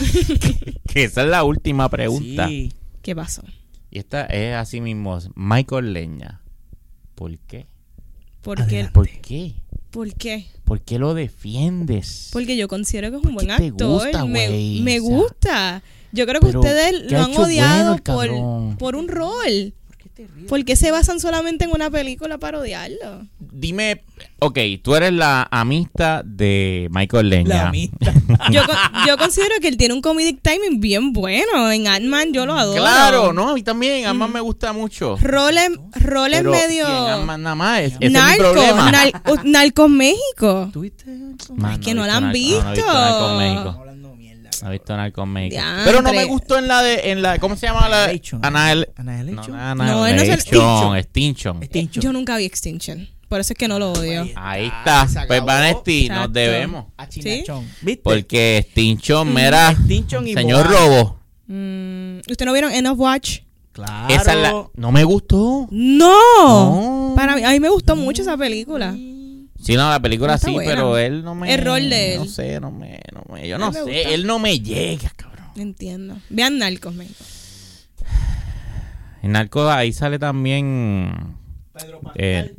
Speaker 3: [laughs] Que esa es la última pregunta.
Speaker 2: Sí.
Speaker 1: ¿Qué pasó?
Speaker 3: Y esta es así mismo, Michael Leña. ¿Por qué?
Speaker 1: ¿Por qué?
Speaker 3: ¿Por qué?
Speaker 1: ¿Por qué?
Speaker 3: ¿Por qué lo defiendes?
Speaker 1: Porque yo considero que es un
Speaker 3: ¿Por qué
Speaker 1: buen
Speaker 3: te
Speaker 1: actor.
Speaker 3: gusta,
Speaker 1: me,
Speaker 3: güey?
Speaker 1: me
Speaker 3: O sea,
Speaker 1: gusta. Yo creo que
Speaker 3: pero,
Speaker 1: ustedes
Speaker 3: ¿qué
Speaker 1: lo
Speaker 3: ha
Speaker 1: han
Speaker 3: hecho bueno
Speaker 1: odiado
Speaker 3: el cabrón?
Speaker 1: por, por un rol. ¿Por qué se basan solamente en una película para odiarlo?
Speaker 3: Dime, ok, tú eres la amista de Michael Leña.
Speaker 2: La
Speaker 3: [laughs]
Speaker 2: amistad.
Speaker 1: Yo, con- yo considero que él tiene un comedic timing bien bueno. En Ant-Man yo lo adoro.
Speaker 3: Claro, no, a mí también, a más me gusta mucho.
Speaker 1: Roles, roles
Speaker 3: Pero,
Speaker 1: Mm. medio...
Speaker 3: ¿quién ama nada más? Ese es mi
Speaker 1: Narcos,
Speaker 3: problema.
Speaker 1: nar-
Speaker 3: [laughs]
Speaker 1: uh, Narcos México.
Speaker 2: ¿Tuviste?
Speaker 3: Más,
Speaker 1: Es que no
Speaker 3: he
Speaker 1: la han
Speaker 3: visto narco- No, no he visto
Speaker 1: visto.
Speaker 3: Narcos México.
Speaker 2: Hablando mierda.
Speaker 3: No he visto Narcos México.
Speaker 1: Diantre.
Speaker 3: Pero no me gustó en la de, en la, ¿cómo se llama la?
Speaker 2: Annihilation.
Speaker 3: Anahel-
Speaker 2: Annihilation.
Speaker 3: No,
Speaker 1: No, él no es el-
Speaker 3: Annihilation, Extinction.
Speaker 2: Extinction.
Speaker 1: Yo nunca vi Extinction. Por eso es que no lo odio.
Speaker 3: Ahí está.
Speaker 2: se
Speaker 3: Pues
Speaker 2: acabó.
Speaker 3: Vanesti, nos
Speaker 1: Exacto.
Speaker 3: debemos.
Speaker 2: A Chinachón. Ah, ¿Viste?
Speaker 3: Porque Extinction, mira,
Speaker 2: Extinction y
Speaker 3: señor
Speaker 2: Boa.
Speaker 3: Robo.
Speaker 1: Mm, ¿Ustedes no vieron End of Watch?
Speaker 2: Claro.
Speaker 3: Esa es la, no me gustó.
Speaker 1: ¡No!
Speaker 3: No.
Speaker 1: Para mí, a mí me gustó mucho esa película.
Speaker 3: Sí, no, la película
Speaker 1: Está
Speaker 3: sí,
Speaker 1: buena.
Speaker 3: pero él no me.
Speaker 1: El rol de
Speaker 3: No
Speaker 1: él.
Speaker 3: sé, no me. No me yo no
Speaker 1: me
Speaker 3: sé,
Speaker 1: gusta.
Speaker 3: él no me llega, cabrón.
Speaker 1: Entiendo. Vean Narcos México.
Speaker 3: En Narco ahí sale también.
Speaker 2: Pedro
Speaker 3: eh,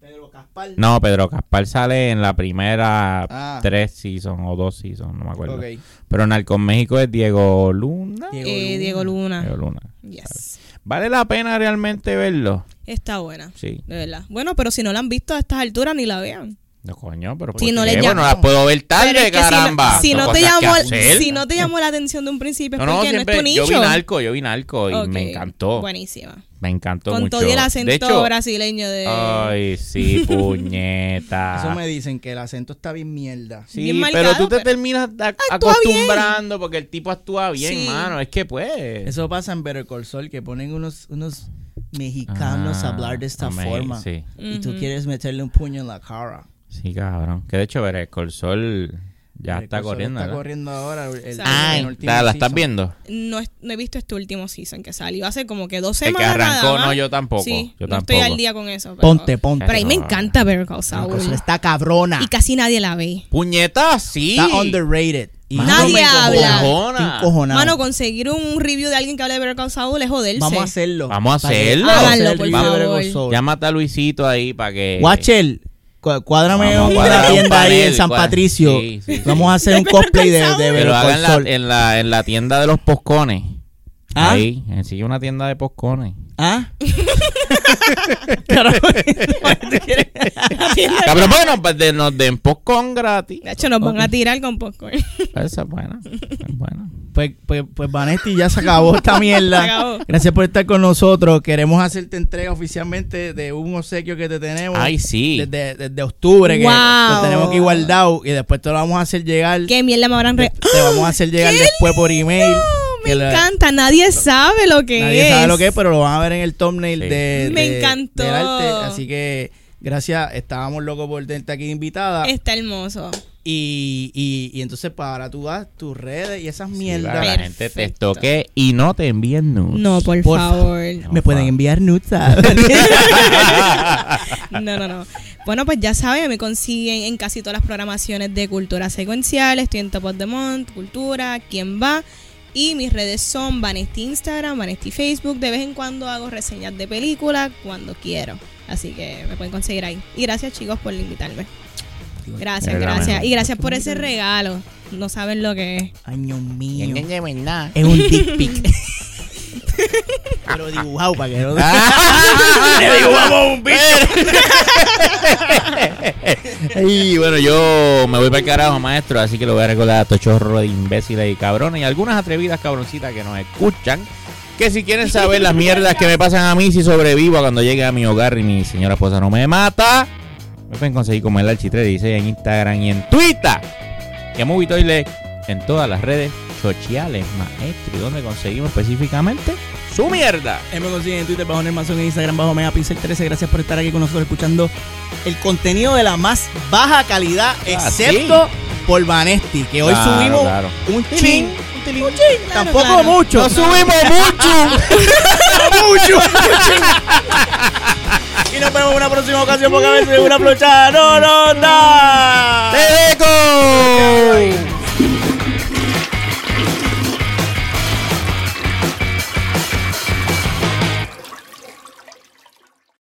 Speaker 2: Pedro Caspar.
Speaker 3: no, Pedro Caspar sale en la primera
Speaker 2: Ah.
Speaker 3: tres seasons o dos seasons, no me acuerdo.
Speaker 2: Ok.
Speaker 3: Pero Narco México es Diego Luna.
Speaker 2: Diego
Speaker 1: Eh, Diego Luna.
Speaker 3: Diego Luna.
Speaker 1: Yes.
Speaker 3: ¿Vale la pena realmente verlo?
Speaker 1: Está buena.
Speaker 3: Sí.
Speaker 1: De verdad. Bueno, pero si no la han visto a estas alturas, ni la vean.
Speaker 3: No, coño, pero
Speaker 1: Si
Speaker 3: ¿por
Speaker 1: no
Speaker 3: qué?
Speaker 1: le llamo.
Speaker 3: Bueno, la puedo ver tarde,
Speaker 1: Pero es que si no-
Speaker 3: caramba.
Speaker 1: si,
Speaker 3: Son
Speaker 1: no, te
Speaker 3: cosas que
Speaker 1: llamó,
Speaker 3: hacer.
Speaker 1: si no te llamó la atención de un principio, es
Speaker 3: No, no,
Speaker 1: porque
Speaker 3: siempre,
Speaker 1: no es tu
Speaker 3: yo
Speaker 1: nicho.
Speaker 3: vi narco, yo vi narco y
Speaker 1: Ok.
Speaker 3: me encantó.
Speaker 1: Buenísima.
Speaker 3: Me encantó
Speaker 1: Con
Speaker 3: mucho.
Speaker 1: todo y el
Speaker 3: de
Speaker 1: acento
Speaker 3: hecho,
Speaker 1: brasileño de. [laughs]
Speaker 3: Ay, sí,
Speaker 2: Eso
Speaker 3: puñeta.
Speaker 2: me dicen que el acento está bien mierda.
Speaker 3: Sí,
Speaker 1: Bien
Speaker 3: pero
Speaker 1: marcado,
Speaker 3: tú te
Speaker 1: pero-
Speaker 3: terminas a-
Speaker 1: Actúa bien.
Speaker 3: acostumbrando porque el tipo actúa bien,
Speaker 1: Sí.
Speaker 3: mano. Es que pues.
Speaker 2: Eso pasa en Better Call Saul, que ponen unos, unos mexicanos
Speaker 3: Ah,
Speaker 2: a hablar de esta
Speaker 3: amén,
Speaker 2: forma.
Speaker 3: sí.
Speaker 2: Y tú quieres meterle un puño en la cara.
Speaker 3: Sí, cabrón. Que de hecho, ver, el Corsol ya
Speaker 2: Better Call
Speaker 3: está
Speaker 2: Saul
Speaker 3: corriendo.
Speaker 2: Está
Speaker 3: ¿verdad?
Speaker 2: corriendo ahora. el- el-
Speaker 1: Ah,
Speaker 2: el
Speaker 3: Ay,
Speaker 2: último
Speaker 3: ¿la, la estás
Speaker 2: season.
Speaker 3: viendo?
Speaker 1: No, es- no he visto este último season que salió hace como que dos
Speaker 3: El que
Speaker 1: semanas.
Speaker 3: arrancó,
Speaker 1: nada más.
Speaker 3: no, yo tampoco.
Speaker 1: Sí,
Speaker 3: yo
Speaker 1: no
Speaker 3: tampoco.
Speaker 1: estoy al día con eso. pero-
Speaker 2: Ponte, ponte.
Speaker 1: Pero ahí me encanta Better Call Saul.
Speaker 2: Better Call Saul Está cabrona.
Speaker 1: Y casi nadie la ve.
Speaker 3: Puñeta, sí.
Speaker 2: Está underrated. Y
Speaker 1: Nadie
Speaker 2: no me
Speaker 1: habla.
Speaker 2: encojona. Estoy encojonado.
Speaker 1: Mano, conseguir un review de alguien que hable de Better Call Saul es joderse. [laughs]
Speaker 2: Vamos a hacerlo.
Speaker 3: Vamos a
Speaker 2: Para que-
Speaker 3: hacerlo.
Speaker 2: Vamos a
Speaker 1: Háganlo,
Speaker 2: hacer el
Speaker 1: por
Speaker 2: review de
Speaker 1: favor.
Speaker 2: Better Call Saul.
Speaker 3: Llámate a Luisito ahí para que.
Speaker 2: Watcher, cu- cuádrame
Speaker 3: Vamos a
Speaker 2: una
Speaker 3: cuadrar un
Speaker 2: tienda ahí
Speaker 3: panel,
Speaker 2: en San
Speaker 3: cuadra-
Speaker 2: Patricio.
Speaker 3: Sí, sí, sí.
Speaker 2: Vamos a hacer un cosplay de, de
Speaker 3: Que
Speaker 2: Better
Speaker 3: lo hagan
Speaker 2: Call
Speaker 3: en la,
Speaker 2: Saul.
Speaker 3: en, la, en la tienda de los poscones.
Speaker 2: ¿Ah?
Speaker 3: Ahí, consigue una tienda de poscones.
Speaker 2: ¿Ah?
Speaker 3: Cabrón, ¿por qué no pa- de- nos den poscon gratis?
Speaker 1: De hecho, nos van a tirar con ¿eh? popcorn.
Speaker 3: Esa es buena. Es buena.
Speaker 2: Pues, pues, pues Vanesti, ya se
Speaker 1: [laughs]
Speaker 2: acabó
Speaker 1: Se
Speaker 2: esta
Speaker 1: acabó.
Speaker 2: mierda. Gracias por estar con nosotros. Queremos hacerte entrega oficialmente de un obsequio que te tenemos.
Speaker 3: Ay, sí.
Speaker 2: Desde, desde octubre, que
Speaker 1: Wow.
Speaker 2: lo tenemos aquí guardado. Y después te lo vamos a hacer
Speaker 1: [laughs]
Speaker 2: llegar.
Speaker 1: ¿Qué mierda me habrán re...
Speaker 2: Te vamos
Speaker 1: [gasps]
Speaker 2: a hacer llegar
Speaker 1: ¡Qué
Speaker 2: después por email.
Speaker 1: No, me
Speaker 2: Que lo-
Speaker 1: encanta. Nadie sabe lo que
Speaker 2: Nadie
Speaker 1: es.
Speaker 2: sabe lo que es, pues. pero lo van a ver en el thumbnail
Speaker 3: Sí.
Speaker 2: de,
Speaker 1: Me
Speaker 2: de-
Speaker 1: encantó.
Speaker 2: del arte. Así que gracias, estábamos locos por tenerte aquí invitada.
Speaker 1: Está hermoso.
Speaker 2: Y, y, y entonces para ahora tú das tus redes y esas
Speaker 3: Para que
Speaker 2: mierdas.
Speaker 3: la gente te toque y no te envíen nudes.
Speaker 1: No, por,
Speaker 2: Por
Speaker 1: favor.
Speaker 2: Me pueden enviar
Speaker 3: [laughs]
Speaker 2: nudes. ¿sabes?
Speaker 1: [laughs] No, no, no. Bueno, pues ya saben, me consiguen en casi todas las programaciones de Cultura Secuencial. Estoy en Top of the Month, Cultura, ¿Quién va? Y mis redes son Vanesti Instagram, Vanesti Facebook. De vez en cuando hago reseñas de películas cuando quiero. Así que me pueden conseguir ahí. Y gracias, chicos, por invitarme. Gracias,
Speaker 3: Era la
Speaker 1: gracias.
Speaker 3: mejor.
Speaker 1: Y gracias por ese regalo. No saben lo que es.
Speaker 2: Año mío.
Speaker 3: nada.
Speaker 2: Es un dick
Speaker 3: [laughs]
Speaker 2: pic. pero dibujado para que no.
Speaker 3: Le dibujamos un bicho. [laughs] y bueno, yo me voy para el carajo, maestro, así que lo voy a recordar a estos chorros de imbéciles y cabrones y algunas atrevidas cabroncitas que nos escuchan. Que si quieren saber las mierdas que me pasan a mí, si sobrevivo a cuando llegue a mi hogar y mi señora esposa no me mata, me pueden conseguir como el Archi316 en Instagram y en Twitter. Y a Movie Toilet en todas las redes sociales, maestro. ¿Y dónde conseguimos específicamente? ¡Su mierda!
Speaker 2: Ahí me consiguen en Twitter bajo Nelmason en Instagram bajo MegaPixel13. Gracias por estar aquí con nosotros escuchando el contenido de la más baja calidad,
Speaker 3: Ah,
Speaker 2: excepto por Vanesti, que hoy
Speaker 3: Claro,
Speaker 2: subimos
Speaker 3: claro.
Speaker 2: un
Speaker 1: Tilín,
Speaker 2: chin.
Speaker 1: un tilín. Claro,
Speaker 2: Tampoco
Speaker 1: claro.
Speaker 2: mucho.
Speaker 3: No subimos mucho.
Speaker 2: mucho. y nos vemos en una próxima ocasión porque a veces una flochada no nos da.
Speaker 3: ¡Eco!